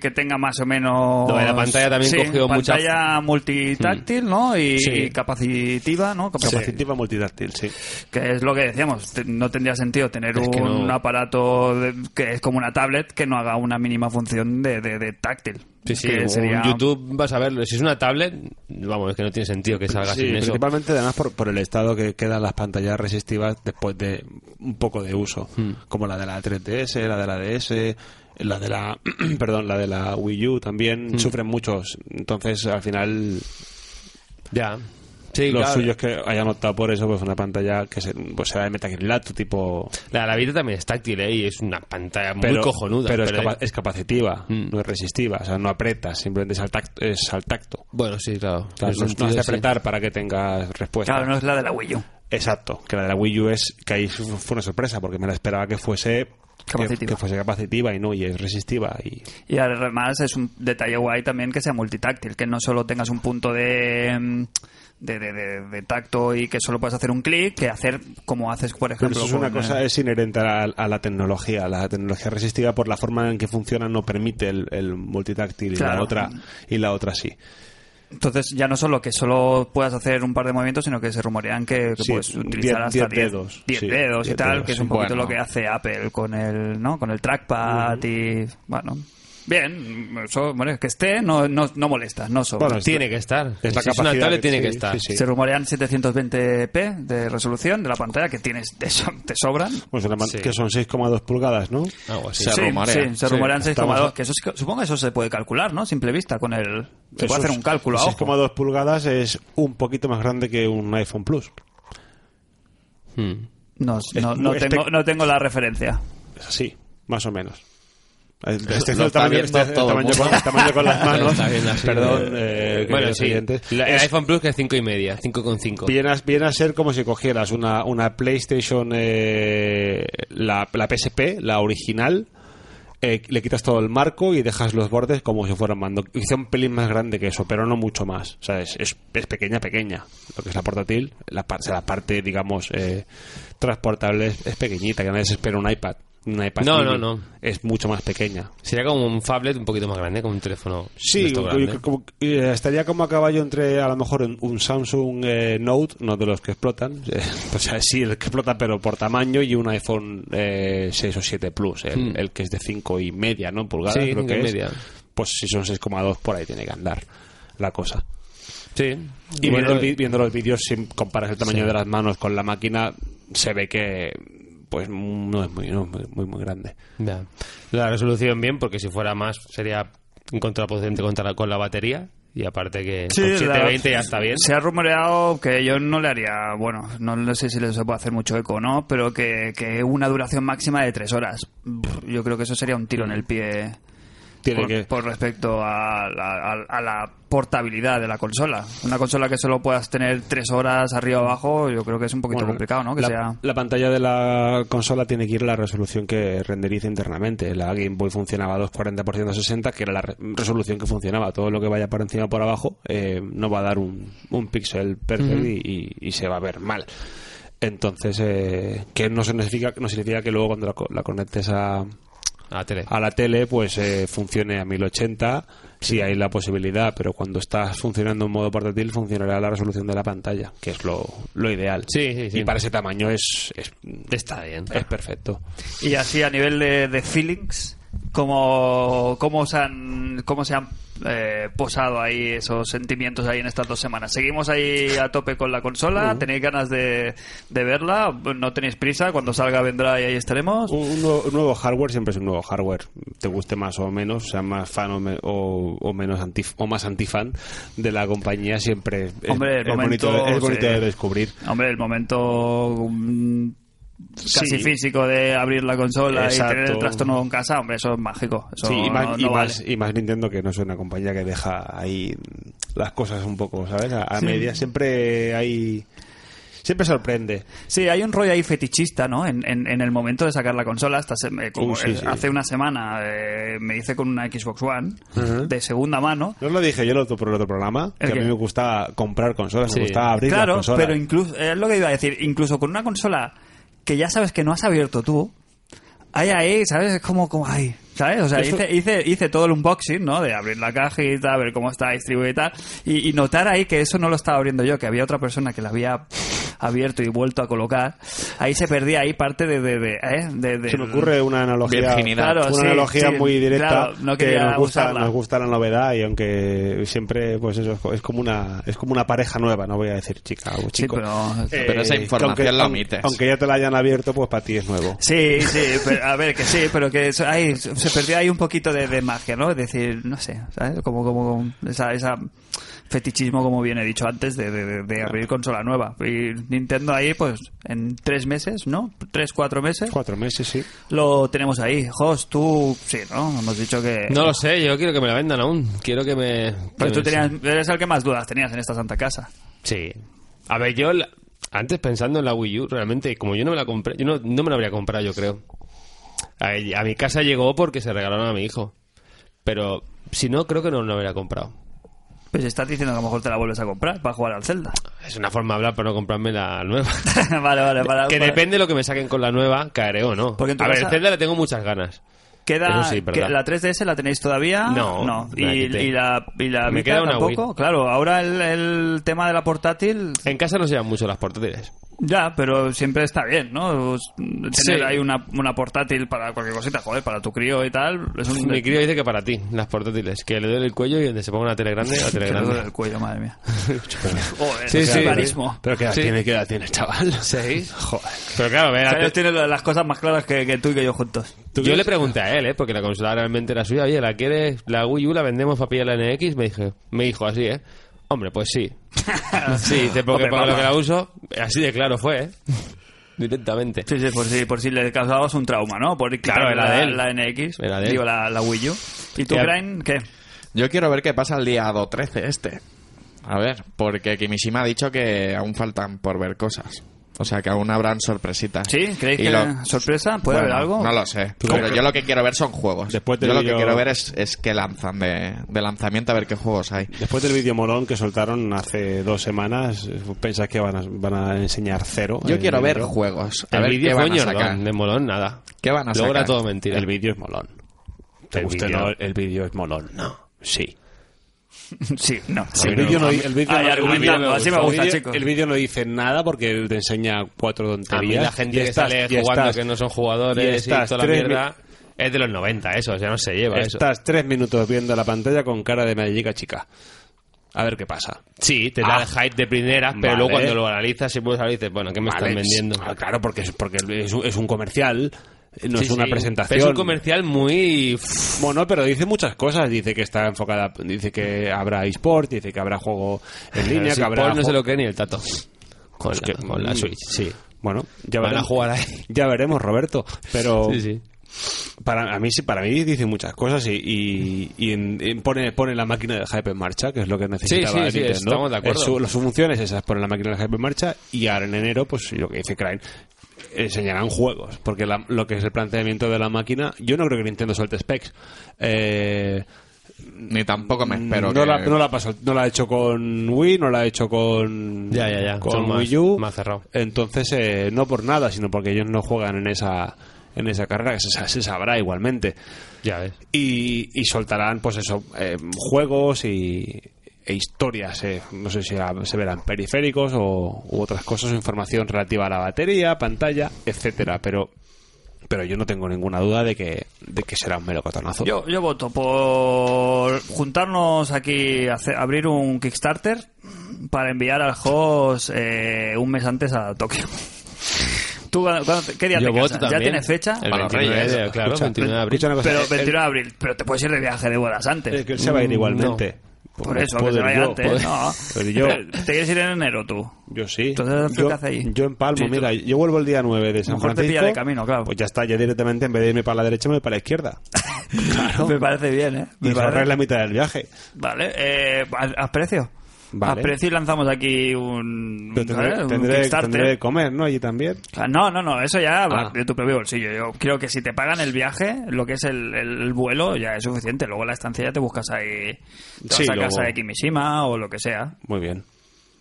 Speaker 2: que tenga más o menos...
Speaker 4: Lo de la pantalla también
Speaker 2: Sí,
Speaker 4: cogió mucha-
Speaker 2: pantalla multitáctil, ¿no? Y
Speaker 4: Sí.
Speaker 2: capacitiva, ¿no?
Speaker 5: Capacitiva pues multitáctil, sí.
Speaker 2: Que es lo que decíamos, te- no tendría sentido tener
Speaker 4: Es que
Speaker 2: un
Speaker 4: no.
Speaker 2: aparato de- que es como una tablet que no haga una mínima función de, de- de táctil.
Speaker 4: Sí, sí,
Speaker 2: Que
Speaker 4: en
Speaker 2: sería-
Speaker 4: YouTube vas a verlo. Si es una tablet, vamos, es que no tiene sentido que salga
Speaker 5: Sí,
Speaker 4: sin eso.
Speaker 5: principalmente además por, por el estado que quedan las pantallas
Speaker 4: Hmm.
Speaker 5: resistivas después de un poco de uso, como la de la 3DS, la de la DS, La de la, perdón, la de la Wii U también
Speaker 4: Hmm.
Speaker 5: sufren muchos. Entonces, al final,
Speaker 4: Ya. Sí,
Speaker 5: los
Speaker 4: claro.
Speaker 5: suyos que hayan optado por eso, pues una pantalla que se, pues será de metacrilato, tipo...
Speaker 4: La, la vida también es táctil, ¿eh? Y es una pantalla
Speaker 5: pero-
Speaker 4: muy cojonuda.
Speaker 5: Pero, es,
Speaker 4: pero-
Speaker 5: capa- es capacitiva,
Speaker 4: Mm.
Speaker 5: no es resistiva, o sea, no aprietas, simplemente es al tacto. Es al tacto.
Speaker 4: Bueno, sí, claro.
Speaker 5: O sea,
Speaker 4: En ese
Speaker 5: no, no has de
Speaker 4: sentido, sí.
Speaker 5: apretar para que tengas respuesta.
Speaker 2: Claro, no es la de la Wii U.
Speaker 5: Exacto, que la de la Wii U es que ahí fu- fue una sorpresa porque me la esperaba que fuese que-
Speaker 2: Capacitiva.
Speaker 5: que fuese capacitiva y no, y es resistiva y
Speaker 2: Y además es un detalle guay también que sea multitáctil, que no solo tengas un punto de, mm, de, de- de- de tacto y que solo puedas hacer un clic, que hacer como haces, por
Speaker 5: Pero
Speaker 2: ejemplo.
Speaker 5: eso es una
Speaker 2: con,
Speaker 5: cosa,
Speaker 2: eh,
Speaker 5: es inherente a, a la tecnología. La tecnología resistiva, por la forma en que funciona, no permite el, el multitáctil y la
Speaker 2: Claro.
Speaker 5: otra y la otra sí.
Speaker 2: Entonces ya no solo que solo puedas hacer un par de movimientos, sino que se rumorean que, que
Speaker 5: Sí,
Speaker 2: puedes utilizar
Speaker 5: diez-
Speaker 2: hasta
Speaker 5: diez
Speaker 2: 10
Speaker 5: dedos,
Speaker 2: diez
Speaker 5: sí,
Speaker 2: dedos y
Speaker 5: diez
Speaker 2: tal,
Speaker 5: dedos,
Speaker 2: que es
Speaker 5: sí.
Speaker 2: un poquito
Speaker 3: Bueno.
Speaker 2: lo que hace Apple con el, ¿no? con el trackpad y bueno. Bien, eso, bueno, que esté no, no, no molesta, no sobra.
Speaker 5: Bueno,
Speaker 4: Tiene que estar.
Speaker 5: Es la
Speaker 4: Si una
Speaker 5: capacidad
Speaker 4: tablet,
Speaker 5: que-
Speaker 4: tiene
Speaker 5: sí,
Speaker 4: que estar.
Speaker 5: sí, sí.
Speaker 2: Se rumorean 720p de resolución de la pantalla que tienes te, so- te sobran.
Speaker 5: Pues una man-
Speaker 4: Sí.
Speaker 5: que son 6,2 pulgadas, ¿no?
Speaker 4: Algo así.
Speaker 3: Se
Speaker 2: sí,
Speaker 3: rumorea.
Speaker 2: sí, se rumorean
Speaker 5: Sí,
Speaker 2: 6,2,
Speaker 5: estamos-
Speaker 2: que eso sí que- supongo que eso se puede calcular, ¿no? Simple vista con el se
Speaker 5: Eso
Speaker 2: puede hacer
Speaker 5: es-
Speaker 2: un cálculo a ojo.
Speaker 5: 6,2 pulgadas es un poquito más grande que un iPhone Plus.
Speaker 4: Hmm.
Speaker 2: No,
Speaker 5: es-
Speaker 2: no, no
Speaker 5: es este pe-
Speaker 2: tengo, no tengo la referencia.
Speaker 5: Es así, más o menos.
Speaker 3: Lo
Speaker 5: Este es
Speaker 3: está
Speaker 5: el tamaño,
Speaker 3: viendo
Speaker 5: este es el
Speaker 3: todo el
Speaker 5: tamaño con,
Speaker 3: mundo.
Speaker 5: el tamaño con las
Speaker 4: Lo
Speaker 5: manos.
Speaker 4: está viendo así.
Speaker 5: Ah, Perdón, eh,
Speaker 4: bueno,
Speaker 5: queridos
Speaker 4: sí.
Speaker 5: oyentes.
Speaker 4: La- el
Speaker 5: Es-
Speaker 4: iPhone Plus que es 5 y media, 5,5.
Speaker 5: Viene a, viene a ser como si cogieras una, una PlayStation, eh, la, la PSP, la original, eh, le quitas todo el marco y dejas los bordes como si fueran mando. Quizá un pelín más grande que eso, pero no mucho más. O sea, es, es, es pequeña, pequeña. Lo que es la portátil, la, par- o sea, la parte, digamos, eh, transportable es, es pequeñita, que nadie se espera un iPad. Un iPad
Speaker 4: No,
Speaker 5: mini.
Speaker 4: no, no.
Speaker 5: Es mucho más pequeña.
Speaker 4: Sería como un phablet un poquito más grande, como un teléfono. de
Speaker 5: Sí,
Speaker 4: esto
Speaker 5: como-
Speaker 4: grande.
Speaker 5: como- eh, estaría como a caballo entre a lo mejor un, un Samsung eh, Note, no de los que explotan, eh, o sea, sí, el que explota pero por tamaño, y un iPhone eh, 6 o 7 Plus, el,
Speaker 4: Mm.
Speaker 5: el que es de 5 y media, ¿no? Pulgadas,
Speaker 4: Sí,
Speaker 5: creo que
Speaker 4: cinco y
Speaker 5: es.
Speaker 4: media.
Speaker 5: Pues si son 6,2 por ahí tiene que andar la cosa.
Speaker 4: Sí.
Speaker 5: Y
Speaker 4: Bueno,
Speaker 5: viendo, el vi- viendo los vídeos, si comparas el tamaño
Speaker 4: Sí.
Speaker 5: de las manos con la máquina, se ve que pues no es muy, no es muy, muy, muy grande.
Speaker 4: ya. La resolución bien, porque si fuera más sería contraproducente contra la- con la batería. Y aparte que
Speaker 2: Sí,
Speaker 4: con
Speaker 2: la-
Speaker 4: 720 ya está bien.
Speaker 2: Se ha rumoreado que yo no le haría, bueno, no lo sé si les puede hacer mucho eco o no, pero que, que una duración máxima de tres horas. Pff, Yo creo que eso sería un tiro en el pie
Speaker 5: Tiene
Speaker 2: por,
Speaker 5: que...
Speaker 2: por respecto a la, a- a la portabilidad de la consola. Una consola que solo puedas tener tres horas arriba o abajo, yo creo que es un poquito
Speaker 5: Bueno,
Speaker 2: complicado, ¿no? Que
Speaker 5: la,
Speaker 2: sea...
Speaker 5: la pantalla de la consola tiene que ir a la resolución que renderiza internamente. La Game Boy funcionaba a 240 x 60, que era la re- resolución que funcionaba. Todo lo que vaya por encima o por abajo eh, no va a dar un, un pixel perfect y, y- y se va a ver mal. Entonces, eh, que no significa, no significa que luego cuando la, co- la conectes a,
Speaker 4: A la
Speaker 2: Ah.
Speaker 4: tele.
Speaker 5: a la tele pues eh, funcione a 1080 si hay la posibilidad, pero cuando estás funcionando en modo portátil funcionará la resolución de la pantalla, que es lo, lo ideal.
Speaker 4: Sí, sí, sí.
Speaker 5: Y para ese tamaño es, es,
Speaker 4: Está bien.
Speaker 2: Eh,
Speaker 5: es perfecto.
Speaker 2: Y así a nivel de, de feelings, ¿cómo, cómo se han, cómo se han eh, posado ahí esos sentimientos ahí en estas dos semanas? ¿Seguimos ahí a tope con la consola?
Speaker 5: Uh.
Speaker 2: ¿Tenéis ganas de, de verla? ¿No tenéis prisa? Cuando salga vendrá y ahí estaremos.
Speaker 5: Un, un nuevo, un nuevo hardware siempre es un nuevo hardware, te guste más o menos, sea más fan o, me- o- o menos anti, o más antifan de la compañía, siempre es,
Speaker 2: Hombre, el
Speaker 5: es bonito,
Speaker 2: momento,
Speaker 5: es bonito
Speaker 2: sí.
Speaker 5: de descubrir.
Speaker 2: Hombre, el momento mm, casi
Speaker 5: Sí.
Speaker 2: físico de abrir la consola y tener el
Speaker 5: Exacto.
Speaker 2: trastorno en casa, hombre, eso es mágico. Eso
Speaker 5: Sí, y más,
Speaker 2: no-
Speaker 5: y,
Speaker 2: no vale.
Speaker 5: más, y más Nintendo, que no es una compañía que deja ahí las cosas un poco, ¿sabes? A, a
Speaker 2: Sí.
Speaker 5: medias. Siempre hay. Siempre sorprende.
Speaker 2: Sí, hay un rollo ahí fetichista, ¿no? En, en- en el momento de sacar la consola, hasta se- eh, como,
Speaker 5: Uh, sí,
Speaker 2: eh,
Speaker 5: sí.
Speaker 2: hace una semana eh, me hice con una Xbox One de segunda mano.
Speaker 5: No os lo dije yo en el otro, por el otro programa, que
Speaker 2: ¿El
Speaker 5: a
Speaker 2: qué?
Speaker 5: mí me gustaba comprar consolas,
Speaker 4: Sí.
Speaker 5: me gustaba abrir
Speaker 2: claro,
Speaker 5: las consolas.
Speaker 2: pero incluso es lo que iba a decir, incluso con una consola que ya sabes que no has abierto tú, hay ahí, ¿sabes? Es como, como ahí, ¿sabes? O sea,
Speaker 5: Esto-
Speaker 2: hice, hice, hice todo el unboxing, ¿no? De abrir la cajita, ver cómo está distribuida y tal, y, y notar ahí que eso no lo estaba abriendo yo, que había otra persona que la había abierto y vuelto a colocar, ahí se perdía ahí parte de... de, de, ¿eh? de- de-
Speaker 5: Se me ocurre una analogía,
Speaker 3: Virginidad.
Speaker 2: Claro,
Speaker 5: una
Speaker 2: sí,
Speaker 5: analogía
Speaker 2: sí,
Speaker 5: muy directa
Speaker 2: claro, no
Speaker 5: que
Speaker 2: quería
Speaker 5: nos gusta,
Speaker 2: usarla.
Speaker 5: nos gusta la novedad y aunque siempre pues eso es co- es como una es como una pareja nueva, no voy a decir chica o
Speaker 2: Sí,
Speaker 5: chico.
Speaker 2: pero...
Speaker 5: Eh,
Speaker 3: Pero esa
Speaker 5: que
Speaker 3: información la
Speaker 5: aun-
Speaker 3: omites.
Speaker 5: Aunque ya te la hayan abierto, pues para ti es nuevo.
Speaker 2: Sí, sí, pero, a ver, que sí, pero que eso- ahí se perdió ahí un poquito de, de magia, ¿no? Es decir, no sé, ¿sabes? Como, como esa, esa fetichismo, como bien he dicho antes, de, de- de- de abrir consola nueva. Y Nintendo ahí, pues, en tres meses, ¿no? Tres, cuatro meses,
Speaker 5: Cuatro meses, sí.
Speaker 2: lo tenemos ahí. Jos, tú, sí, ¿no? Hemos dicho que...
Speaker 4: No lo sé, yo quiero que me la vendan aún. Quiero que me.
Speaker 2: Pues
Speaker 4: que
Speaker 2: tú
Speaker 4: me-
Speaker 2: tenías, eres el que más dudas tenías en esta santa casa.
Speaker 4: Sí. A ver, yo la- antes pensando en la Wii U, realmente, como yo no me la compré, yo no, no me la habría comprado, yo creo. A, a mi casa llegó porque se regalaron a mi hijo. Pero si no, creo que no la hubiera comprado.
Speaker 2: Pues estás diciendo que a lo mejor te la vuelves a comprar para jugar al Zelda.
Speaker 4: Es una forma de hablar para no comprarme la nueva.
Speaker 2: vale, vale, para...
Speaker 4: que
Speaker 2: para-
Speaker 4: depende de lo que me saquen con la nueva, caeré o no.
Speaker 2: Porque en tu
Speaker 4: a ver,
Speaker 2: casa-
Speaker 4: el Zelda le tengo muchas ganas.
Speaker 2: Queda
Speaker 4: Eso sí,
Speaker 2: que
Speaker 4: ¿verdad?
Speaker 2: la 3DS la tenéis todavía?
Speaker 4: No,
Speaker 2: Y,
Speaker 4: la quité.
Speaker 2: y la y la
Speaker 4: Me
Speaker 2: Vita
Speaker 4: queda una
Speaker 2: tampoco,
Speaker 4: Wii.
Speaker 2: claro, ahora el, el tema de la portátil
Speaker 4: En casa no se llevan mucho las portátiles.
Speaker 2: ya, pero siempre está bien, ¿no? Pues, Tener
Speaker 4: Sí.
Speaker 2: ahí una, una portátil para cualquier cosita, joder, para tu crío y tal, es un
Speaker 4: Mi crío dice que para ti, las portátiles. Que le duele el cuello y donde se ponga una tele grande, la tele
Speaker 2: Que le duele el
Speaker 4: grande.
Speaker 2: cuello, madre mía. Joder,
Speaker 4: Sí,
Speaker 2: o sea,
Speaker 4: sí.
Speaker 2: clarísimo.
Speaker 5: Pero que
Speaker 4: Sí.
Speaker 5: tiene, que edad tiene, chaval.
Speaker 4: ¿Seis? Joder. Pero claro, a
Speaker 2: O
Speaker 4: ver,
Speaker 2: sea,
Speaker 4: antes-
Speaker 2: ellos tienen las cosas más claras que, que tú y que yo juntos.
Speaker 4: Yo le pregunté a él, ¿eh? Porque la consola realmente era suya. Oye, ¿la quieres? ¿La Wii U la vendemos para pillar la NX? Me, dije, me dijo así, ¿eh? Hombre, pues sí. Sí, te pongo
Speaker 2: Hombre,
Speaker 4: que para lo
Speaker 2: papá.
Speaker 4: que la uso. Así de claro fue, ¿eh? Directamente.
Speaker 2: Sí, sí, por si, por si le causabas un trauma, ¿no? Por
Speaker 4: Claro,
Speaker 2: quitarle
Speaker 4: era de él.
Speaker 2: la, la NX,
Speaker 4: Era de él.
Speaker 2: digo, la, la Wii U. ¿Y tú,
Speaker 4: Ya.
Speaker 2: Brian, qué?
Speaker 3: Yo quiero ver qué pasa el día 13 este. A ver, porque Kimishima ha dicho que aún faltan por ver cosas. O sea, que aún habrán sorpresitas.
Speaker 2: ¿Sí? ¿Creéis
Speaker 3: Y
Speaker 2: que
Speaker 3: lo-
Speaker 2: sorpresa? ¿Puede
Speaker 3: Bueno,
Speaker 2: haber algo?
Speaker 3: No lo sé.
Speaker 5: ¿Tú
Speaker 3: Pero
Speaker 5: crees que-
Speaker 3: yo lo que quiero ver son juegos.
Speaker 5: Después del
Speaker 3: yo lo que
Speaker 5: vídeo-
Speaker 3: quiero ver es, es qué lanzan de, de lanzamiento, a ver qué juegos hay.
Speaker 5: Después del vídeo molón que soltaron hace dos semanas, eh, pensás que van a, van a enseñar cero.
Speaker 3: Yo
Speaker 5: en
Speaker 3: quiero ver
Speaker 5: enero.
Speaker 3: juegos. A
Speaker 4: El
Speaker 3: ver
Speaker 4: vídeo
Speaker 3: qué
Speaker 4: fue
Speaker 3: van a
Speaker 4: ñordón,
Speaker 3: sacar.
Speaker 4: de molón, nada.
Speaker 3: ¿Qué van a
Speaker 4: Luego
Speaker 3: sacar?
Speaker 4: era todo mentira.
Speaker 5: El vídeo es molón. ¿Te
Speaker 4: El
Speaker 5: guste o
Speaker 4: vídeo.
Speaker 5: no? El vídeo es molón. No. Sí.
Speaker 2: Sí, no. Sí.
Speaker 5: El vídeo no, di- el vídeo
Speaker 2: Ay,
Speaker 5: no-
Speaker 2: argumentando,
Speaker 5: el vídeo-
Speaker 2: así me gusta,
Speaker 5: el vídeo-
Speaker 2: chicos.
Speaker 5: El vídeo no dice nada porque te enseña cuatro
Speaker 4: A mí
Speaker 5: tonterías.
Speaker 4: la gente
Speaker 5: Y
Speaker 4: que
Speaker 5: estás-
Speaker 4: sale
Speaker 5: y
Speaker 4: jugando
Speaker 5: estás-
Speaker 4: que no son
Speaker 5: y
Speaker 4: jugadores y,
Speaker 5: estás
Speaker 4: toda la
Speaker 5: tres
Speaker 4: mierda... Es de los 90 eso, ya no se lleva eso.
Speaker 5: Estás tres minutos viendo la pantalla con cara de me llega chica. A ver qué pasa.
Speaker 4: Sí, te da
Speaker 5: Ah.
Speaker 4: el hype de primeras, pero
Speaker 5: Vale.
Speaker 4: luego cuando lo analizas, si puedes analizar, bueno, ¿qué me
Speaker 5: Vale,
Speaker 4: están vendiendo?
Speaker 5: ah, Claro, porque es, porque es, un, es un comercial, eh, no
Speaker 4: Sí,
Speaker 5: es una
Speaker 4: sí.
Speaker 5: presentación.
Speaker 4: Pero es un comercial muy...
Speaker 5: Bueno, pero dice muchas cosas. Dice que está enfocada, dice que habrá eSport, dice que habrá juego en línea,
Speaker 4: Si
Speaker 5: que habrá.
Speaker 4: Paul no
Speaker 5: ju-
Speaker 4: se lo cree ni el tato. Con,
Speaker 5: Es
Speaker 4: la,
Speaker 5: que- mm,
Speaker 4: con la Switch, sí.
Speaker 5: Bueno, ya
Speaker 4: Van a
Speaker 5: veremos.
Speaker 4: jugar ahí.
Speaker 5: Ya veremos, Roberto. Pero
Speaker 4: Sí, sí.
Speaker 5: para a mí sí- para mí dice muchas cosas y, y- y en- en pone pone la máquina del hype en marcha, que es lo que necesitaba
Speaker 4: sí, sí,
Speaker 5: Nintendo.
Speaker 4: estamos de acuerdo.
Speaker 5: Es su, su función es esa, es poner la máquina del hype en marcha y ahora en enero, pues lo que dice Crane, enseñarán juegos, porque la- lo que es el planteamiento de la máquina, yo no creo que Nintendo suelte specs. Eh,
Speaker 3: Ni tampoco me espero
Speaker 5: no,
Speaker 3: que...
Speaker 5: la, no, la pasó- no la ha hecho con Wii, no la ha hecho con,
Speaker 4: Ya, ya, ya.
Speaker 5: con
Speaker 4: Son más-
Speaker 5: Wii U.
Speaker 4: más cerrado.
Speaker 5: Entonces, eh, no por nada, sino porque ellos no juegan en esa, en esa carrera, que se, sa- se sabrá igualmente.
Speaker 4: Ya ves.
Speaker 5: Y, y soltarán, pues eso, eh, juegos y, e historias. eh. No sé si a- se verán periféricos o u otras cosas, o información relativa a la batería, pantalla, etcétera Pero pero yo no tengo ninguna duda de que, de que será un melocotonazo.
Speaker 2: Yo, yo voto por juntarnos aquí, hacer- abrir un Kickstarter para enviar al host eh, un mes antes a Tokio. ¿Tú cuándo- cuándo te- qué día
Speaker 4: Yo
Speaker 2: te
Speaker 4: voto
Speaker 2: casas? ¿Ya
Speaker 4: también.
Speaker 2: tienes fecha?
Speaker 4: El
Speaker 3: Para los
Speaker 4: 29 de,
Speaker 3: Reyes.
Speaker 4: claro,
Speaker 5: Escucha,
Speaker 4: 29 de abril.
Speaker 5: escucha una cosa,
Speaker 2: pero
Speaker 5: el-
Speaker 2: 29 de abril, pero te puedes ir de viaje de bodas antes.
Speaker 5: Es que él se va a ir
Speaker 4: Mm,
Speaker 5: igualmente.
Speaker 2: Por eso, que
Speaker 5: Puedo
Speaker 2: se
Speaker 5: ir
Speaker 2: vaya
Speaker 5: yo,
Speaker 2: antes.
Speaker 5: puedo-
Speaker 2: No.
Speaker 5: Pero yo,
Speaker 2: Pero Te quieres ir en enero tú.
Speaker 5: yo sí.
Speaker 2: Entonces, ¿qué
Speaker 5: yo,
Speaker 2: hace ahí?
Speaker 5: yo empalmo,
Speaker 2: Sí, tú-
Speaker 5: mira, yo vuelvo el día 9 de San
Speaker 2: mejor te
Speaker 5: Francisco.
Speaker 2: pilla de camino, claro.
Speaker 5: Pues ya está, ya directamente en vez de irme para la derecha me voy para la izquierda. claro.
Speaker 2: Me parece bien, ¿eh?
Speaker 5: Y
Speaker 2: Me
Speaker 5: se
Speaker 2: parece-
Speaker 5: ahorra la mitad del viaje.
Speaker 2: Vale, eh, a, a precio. A
Speaker 5: Vale.
Speaker 2: precio y lanzamos aquí un,
Speaker 5: Pero tendré,
Speaker 2: ¿eh? un
Speaker 5: tendré,
Speaker 2: Kickstarter.
Speaker 5: tendré que comer, ¿no? Allí también.
Speaker 2: Ah, No, no, no, eso ya va
Speaker 5: Ah.
Speaker 2: de tu propio bolsillo. Yo creo que si te pagan el viaje, lo que es el, el vuelo, ya es suficiente. Luego la estancia ya te buscas ahí, te
Speaker 5: Sí,
Speaker 2: vas a
Speaker 5: luego.
Speaker 2: casa de Kimishima o lo que sea.
Speaker 5: Muy bien.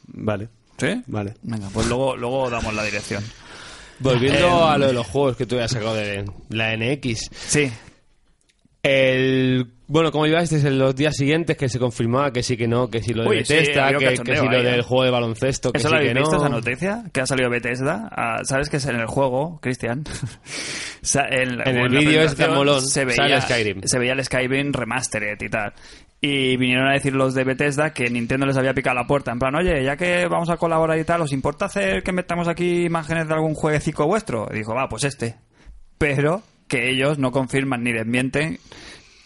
Speaker 5: Vale.
Speaker 2: ¿Sí?
Speaker 5: Vale.
Speaker 2: Venga, pues luego, luego damos la dirección.
Speaker 4: Volviendo
Speaker 2: Eh,
Speaker 4: a lo de los juegos que tú habías sacado de la NX.
Speaker 2: Sí,
Speaker 4: El, bueno, como iba este es en los días siguientes que se confirmaba que sí que no, que si lo de
Speaker 2: Uy, sí,
Speaker 4: Bethesda,
Speaker 2: había
Speaker 4: que, que
Speaker 2: cachondeo
Speaker 4: si lo
Speaker 2: ahí, ¿eh?
Speaker 4: del juego de baloncesto, que
Speaker 2: ¿Eso
Speaker 4: sí
Speaker 2: lo
Speaker 4: que
Speaker 2: habéis
Speaker 4: no.
Speaker 2: visto, esa noticia? Que ha salido Bethesda. Ah, ¿Sabes que es en el juego, Cristian? O sea, en
Speaker 4: En el
Speaker 2: la
Speaker 4: vídeo
Speaker 2: presentación
Speaker 4: este molón,
Speaker 2: Se veía,
Speaker 4: sale Skyrim.
Speaker 2: se veía el Skyrim Remastered y tal. Y vinieron a decir los de Bethesda que Nintendo les había picado la puerta. En plan, oye, ya que vamos a colaborar y tal, ¿os importa hacer que metamos aquí imágenes de algún jueguecito vuestro? Y dijo, va, pues este. Pero que ellos no confirman ni desmienten.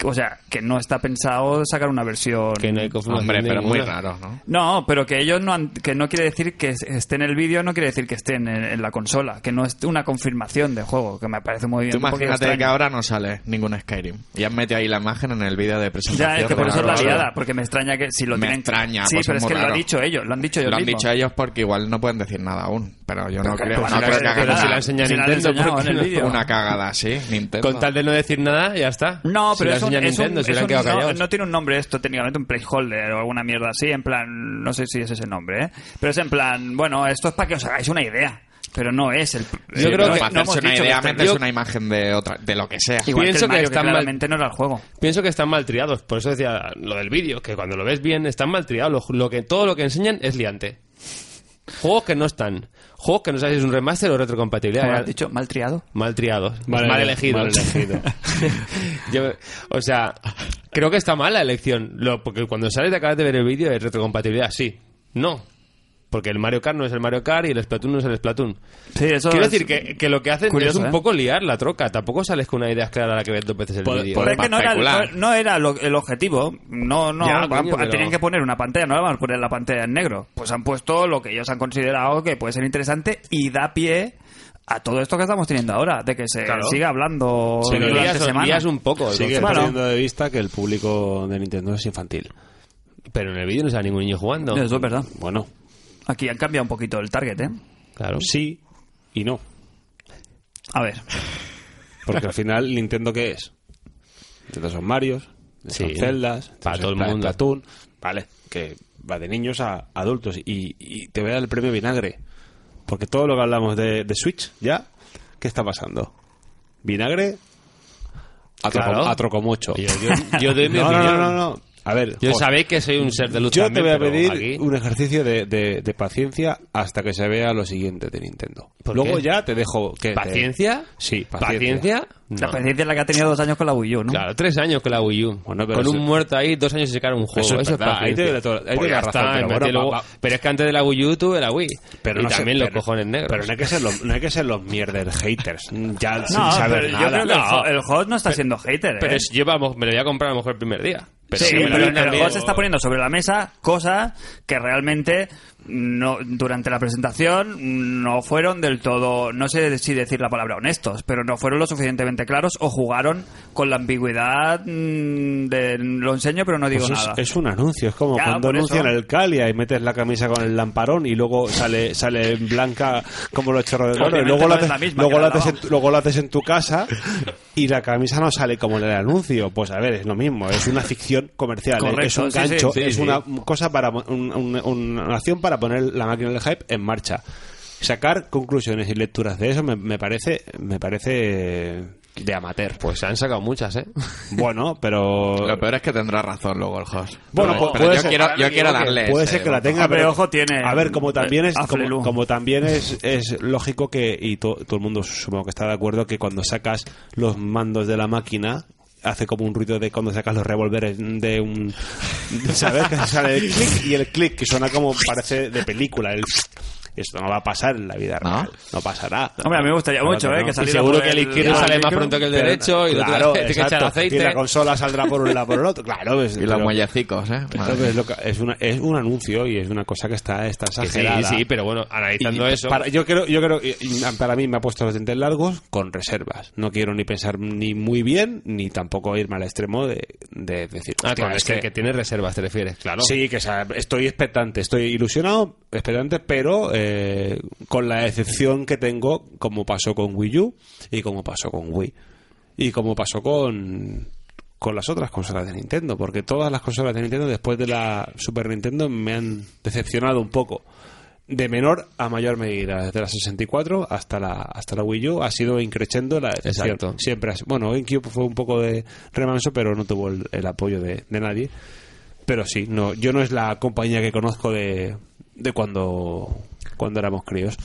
Speaker 2: O sea, que no está pensado sacar una versión.
Speaker 4: Que no hay confirmación
Speaker 3: Hombre,
Speaker 4: de
Speaker 3: pero muy
Speaker 4: ninguna.
Speaker 3: raro, ¿no?
Speaker 2: No, pero que ellos no han- que no quiere decir que es- esté en el vídeo, no quiere decir que esté en, en la consola, que no es una confirmación de juego, que me parece muy bien.
Speaker 3: Tú
Speaker 2: un poquito
Speaker 3: imagínate que
Speaker 2: extraño.
Speaker 3: ahora no sale ningún Skyrim. Y han metido ahí la imagen en el vídeo de presentación.
Speaker 2: Ya, es que por
Speaker 3: de
Speaker 2: eso es la
Speaker 3: consola.
Speaker 2: liada, porque me extraña que si lo
Speaker 3: Me
Speaker 2: tienen.
Speaker 3: extraña,
Speaker 2: Sí,
Speaker 3: pues
Speaker 2: pero
Speaker 3: es
Speaker 2: es que
Speaker 3: muy
Speaker 2: lo
Speaker 3: raro.
Speaker 2: han dicho ellos, lo han dicho ellos
Speaker 3: Lo han
Speaker 2: mismos.
Speaker 3: dicho ellos porque igual no pueden decir nada aún. Pero yo
Speaker 2: Pero
Speaker 3: no creo,
Speaker 2: pues
Speaker 3: no
Speaker 2: no
Speaker 3: creo que
Speaker 2: creo que
Speaker 3: hagan
Speaker 2: nada.
Speaker 4: si
Speaker 3: una-
Speaker 4: la enseña
Speaker 2: Si la pues, han
Speaker 4: Nintendo,
Speaker 2: enseñado
Speaker 4: ¿por
Speaker 2: en
Speaker 4: qué
Speaker 2: el
Speaker 4: no?
Speaker 2: vídeo.
Speaker 3: una cagada así, Nintendo.
Speaker 4: Con tal de no decir nada, ya está.
Speaker 2: No,
Speaker 4: Si
Speaker 2: pero
Speaker 4: la
Speaker 2: es un-
Speaker 4: enseña
Speaker 2: es un-
Speaker 4: Nintendo, si
Speaker 2: es
Speaker 4: la han
Speaker 2: un-
Speaker 4: quedado
Speaker 2: no,
Speaker 4: callados.
Speaker 2: no tiene un nombre esto técnicamente, un placeholder o alguna mierda así, en plan, no sé si es ese nombre, ¿eh? Pero es en plan, bueno, esto es para que os hagáis una idea, pero no es el... eh,
Speaker 4: Yo creo
Speaker 3: Pero
Speaker 2: no-
Speaker 4: que-
Speaker 3: para
Speaker 2: no hemos
Speaker 3: hacerse una
Speaker 2: dicho que
Speaker 3: idea,
Speaker 2: esté-
Speaker 3: metes
Speaker 4: yo-
Speaker 3: una imagen de otra, de lo que sea.
Speaker 2: Igual
Speaker 4: Pienso
Speaker 2: que, el
Speaker 4: que
Speaker 2: Mario, que
Speaker 4: están mal-
Speaker 2: claramente no era el juego.
Speaker 4: Pienso que están mal triados, por eso decía lo del vídeo, que cuando lo ves bien están mal triados. Lo, lo que, todo lo que enseñan es liante. Juegos que no están. Juegos que no sabes si es un remaster o retrocompatibilidad.
Speaker 2: Como
Speaker 4: Mal-
Speaker 2: has dicho, mal triado.
Speaker 4: Mal triados.
Speaker 5: Mal
Speaker 4: Mal,
Speaker 5: ele-
Speaker 4: elegidos.
Speaker 5: mal elegido.
Speaker 4: Yo- o sea, creo que está mal la elección. Lo, porque cuando sales te acabas de ver el vídeo de retrocompatibilidad, sí. No. Porque el Mario Kart no es el Mario Kart y el Splatoon no es el Splatoon.
Speaker 2: Sí, eso
Speaker 4: Quiero
Speaker 2: es-
Speaker 4: decir que, que lo que hacen
Speaker 2: curioso,
Speaker 4: es un
Speaker 2: ¿eh?
Speaker 4: poco liar la troca. Tampoco sales con una idea clara a la que ves dos veces el
Speaker 3: Pod-
Speaker 4: vídeo.
Speaker 2: Pero es que no era, el,
Speaker 3: particular.
Speaker 2: no- no era lo- el objetivo. No, no.
Speaker 4: Ya,
Speaker 2: han-
Speaker 4: coño, pero-
Speaker 2: Tenían que poner una pantalla, no la van a poner la pantalla en negro. Pues han puesto lo que ellos han considerado que puede ser interesante y da pie a todo esto que estamos teniendo ahora, de que se
Speaker 4: Claro.
Speaker 2: siga hablando
Speaker 4: Sí, pero
Speaker 2: durante
Speaker 4: lías-
Speaker 2: semana.
Speaker 4: lías un poco. el
Speaker 5: Sigue
Speaker 4: concepto.
Speaker 5: perdiendo de vista que el público de Nintendo es infantil.
Speaker 4: Pero en el vídeo no sale ningún niño jugando.
Speaker 2: Eso es verdad.
Speaker 5: Bueno,
Speaker 2: Aquí han cambiado un poquito el target, ¿eh?
Speaker 4: Claro.
Speaker 5: sí y no.
Speaker 2: A ver.
Speaker 5: Porque al final, ¿Nintendo qué es? Nintendo son Marios, son
Speaker 4: Sí.
Speaker 5: Zeldas,
Speaker 4: Pa'
Speaker 5: son
Speaker 4: todo el
Speaker 5: Spla-
Speaker 4: mundo.
Speaker 5: Splatoon, vale, que va de niños a adultos. Y, y te voy a dar el premio Vinagre. Porque todo lo que hablamos de, de Switch, ¿ya? ¿Qué está pasando? Vinagre a, troco-
Speaker 4: Claro.
Speaker 5: a trocomocho.
Speaker 4: Yo, yo- yo doy mi
Speaker 5: no, no,
Speaker 4: opinión.
Speaker 5: no, no, no. A ver,
Speaker 4: Yo
Speaker 5: joder.
Speaker 4: sabéis que soy un ser de luz
Speaker 5: Yo te
Speaker 4: también,
Speaker 5: voy
Speaker 4: pero
Speaker 5: a pedir
Speaker 4: aquí-
Speaker 5: un ejercicio de, de- de paciencia hasta que se vea lo siguiente de Nintendo.
Speaker 4: ¿Por
Speaker 5: Luego
Speaker 4: qué?
Speaker 5: ya te dejo que... te-
Speaker 4: ¿Paciencia?
Speaker 5: Sí, paciencia.
Speaker 4: paciencia.
Speaker 2: La
Speaker 4: No.
Speaker 2: paciencia es la que ha tenido dos años con la Wii U, ¿no?
Speaker 4: Claro, tres años con la Wii U.
Speaker 5: Bueno, pero
Speaker 4: con
Speaker 5: eso-
Speaker 4: un muerto ahí, dos años y sacar un juego.
Speaker 5: Eso
Speaker 4: Eso
Speaker 5: es
Speaker 4: es,
Speaker 5: verdad, ahí te
Speaker 4: paciencia.
Speaker 5: doy la- ahí te doy
Speaker 4: Pues
Speaker 5: la
Speaker 4: ya
Speaker 5: razón,
Speaker 4: está,
Speaker 5: pero
Speaker 4: y
Speaker 5: bueno,
Speaker 4: metí luego-
Speaker 5: pa- pa-
Speaker 4: pero es que antes de la Wii U tuve la Wii.
Speaker 5: Pero
Speaker 4: y
Speaker 5: no sé-
Speaker 4: también los
Speaker 5: pero-
Speaker 4: cojones negros.
Speaker 5: Pero no hay que ser los, no hay que ser los mierder haters. Ya sin
Speaker 2: No,
Speaker 5: saber
Speaker 2: pero yo
Speaker 5: nada.
Speaker 2: creo que el
Speaker 4: No.
Speaker 2: ho- el, host no está siendo hater, ¿eh?
Speaker 4: Pero es- yo vamos, me lo voy a comprar a lo mejor el primer día. Pero
Speaker 2: sí,
Speaker 4: me lo
Speaker 2: pero
Speaker 4: venden
Speaker 2: el
Speaker 4: bien.
Speaker 2: juego se está poniendo sobre la mesa cosas que realmente no durante la presentación no fueron del todo, no sé si decir la palabra honestos, pero no fueron lo suficientemente claros o jugaron con la ambigüedad mm, de lo enseño pero no digo
Speaker 5: Pues es,
Speaker 2: nada.
Speaker 5: es un anuncio, es como
Speaker 2: Ya,
Speaker 5: cuando
Speaker 2: por eso.
Speaker 5: anuncian el Calia y metes la camisa con el lamparón y luego sale sale en blanca como los chorros de oro.
Speaker 2: Obviamente
Speaker 5: Luego,
Speaker 2: no
Speaker 5: lo
Speaker 2: es
Speaker 5: haces-
Speaker 2: la misma
Speaker 5: luego,
Speaker 2: que
Speaker 5: lo
Speaker 2: la
Speaker 5: haces en,
Speaker 2: lavamos.
Speaker 5: tu- luego lo haces en tu casa y la camisa no sale como en el anuncio. Pues a ver, es lo mismo, es una ficción comercial, ¿eh?
Speaker 2: Correcto,
Speaker 5: es un
Speaker 2: sí,
Speaker 5: gancho,
Speaker 2: sí, sí,
Speaker 5: es
Speaker 2: sí.
Speaker 5: una cosa para mo- un- un- una acción para poner la máquina del hype en marcha. Sacar conclusiones y lecturas de eso me, me parece me parece de amateur.
Speaker 4: Pues se han sacado muchas, ¿eh?
Speaker 5: Bueno, pero
Speaker 3: Lo peor es que tendrá razón luego el host.
Speaker 5: Bueno,
Speaker 3: pero,
Speaker 5: pues
Speaker 3: pero
Speaker 5: puede
Speaker 3: yo
Speaker 5: ser.
Speaker 3: quiero, yo
Speaker 4: Ojalá me
Speaker 3: quiero
Speaker 4: equivoque.
Speaker 3: darle.
Speaker 5: Puede
Speaker 3: ese
Speaker 5: ser que la
Speaker 3: voto.
Speaker 5: tenga,
Speaker 2: Hombre,
Speaker 5: pero
Speaker 2: ojo, tiene-
Speaker 5: A ver, como también es,
Speaker 2: a
Speaker 5: como,
Speaker 2: Flelu.
Speaker 5: como también es, es lógico que y to- todo el mundo supongo que está de acuerdo que cuando sacas los mandos de la máquina hace como un ruido de cuando sacas los revólveres de un sabes que sale el clic y el clic que suena como parece de película el esto no va a pasar en la vida
Speaker 4: Ah.
Speaker 3: ¿No?
Speaker 5: real no pasará
Speaker 2: Hombre, a mí me gustaría
Speaker 5: Claro
Speaker 2: mucho,
Speaker 5: que
Speaker 2: eh,
Speaker 5: no.
Speaker 2: que
Speaker 5: Y
Speaker 2: saliera
Speaker 4: seguro
Speaker 2: por
Speaker 4: que el izquierdo
Speaker 2: ah,
Speaker 4: sale más pronto que el
Speaker 5: Pero-
Speaker 4: derecho y el otro
Speaker 5: claro,
Speaker 4: tiene que echar
Speaker 5: exacto.
Speaker 4: aceite.
Speaker 5: y la consola saldrá por un lado por el otro claro es-
Speaker 3: Y los
Speaker 5: pero-
Speaker 3: muellecicos, ¿eh? Madre
Speaker 5: Entonces, lo que- es, una- es un anuncio y es una cosa que está, está
Speaker 4: Que sí,
Speaker 5: exagerada.
Speaker 4: sí, pero bueno, analizando
Speaker 5: Y
Speaker 4: eso.
Speaker 5: Para, yo creo, yo creo, y- y para mí me ha puesto los dientes largos con reservas. No quiero ni pensar ni muy bien, ni tampoco irme al extremo de, de decir.
Speaker 4: Ah,
Speaker 5: "Hostia,
Speaker 4: claro, es que, que tiene reservas, te refieres, claro.
Speaker 5: Sí, que o sea, estoy expectante, estoy ilusionado, expectante, pero eh, con la excepción que tengo, como pasó con Wii U y como pasó con Wii. Y como pasó con, con las otras consolas de Nintendo, porque todas las consolas de Nintendo después de la Super Nintendo me han decepcionado un poco. de menor a mayor medida, desde la 64 hasta la hasta la Wii U ha sido increciendo la decepción.
Speaker 4: Exacto.
Speaker 5: Siempre has- bueno, GameCube fue un poco de remanso, pero no tuvo el, el apoyo de, de nadie. Pero sí, no, yo no es la compañía que conozco de, de cuando cuando éramos críos.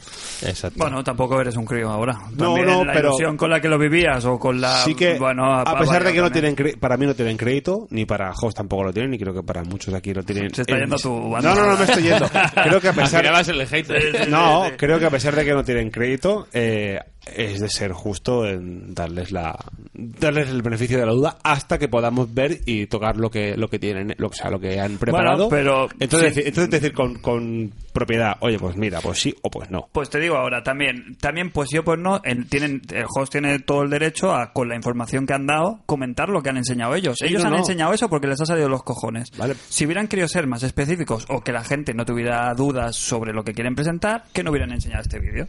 Speaker 4: Exacto.
Speaker 2: Bueno, tampoco eres un crío ahora.
Speaker 5: No,
Speaker 2: También
Speaker 5: no,
Speaker 2: la
Speaker 5: pero-
Speaker 2: ilusión con la que lo vivías o con la...
Speaker 5: sí que
Speaker 2: Ah, bueno,
Speaker 5: a
Speaker 2: ha
Speaker 5: pesar de que no
Speaker 2: variado también.
Speaker 5: tienen cre- para mí no tienen crédito ni para Host tampoco lo tienen y creo que para muchos de aquí lo tienen
Speaker 2: Se está
Speaker 5: en-
Speaker 2: yendo tu
Speaker 5: no
Speaker 2: banda.
Speaker 5: no no me estoy yendo creo que a pesar
Speaker 4: Aspirabas el hater.
Speaker 5: no creo que a pesar de que no tienen crédito eh, es de ser justo en darles la darles el beneficio de la duda hasta que podamos ver y tocar lo que lo que tienen lo, o sea lo que han preparado
Speaker 2: pero-
Speaker 5: entonces
Speaker 2: sí.
Speaker 5: entonces decir con, con propiedad oye pues mira pues sí o pues no
Speaker 2: Pues te digo ahora, también, también pues yo pues no, en- tienen, el host tiene todo el derecho a, con la información que han dado, comentar lo que han enseñado ellos.
Speaker 5: Sí,
Speaker 2: ellos
Speaker 5: no,
Speaker 2: han
Speaker 5: no.
Speaker 2: enseñado eso porque les ha salido los cojones.
Speaker 5: Vale.
Speaker 2: Si hubieran querido ser más específicos o que la gente no tuviera dudas sobre lo que quieren presentar, que no hubieran enseñado este vídeo.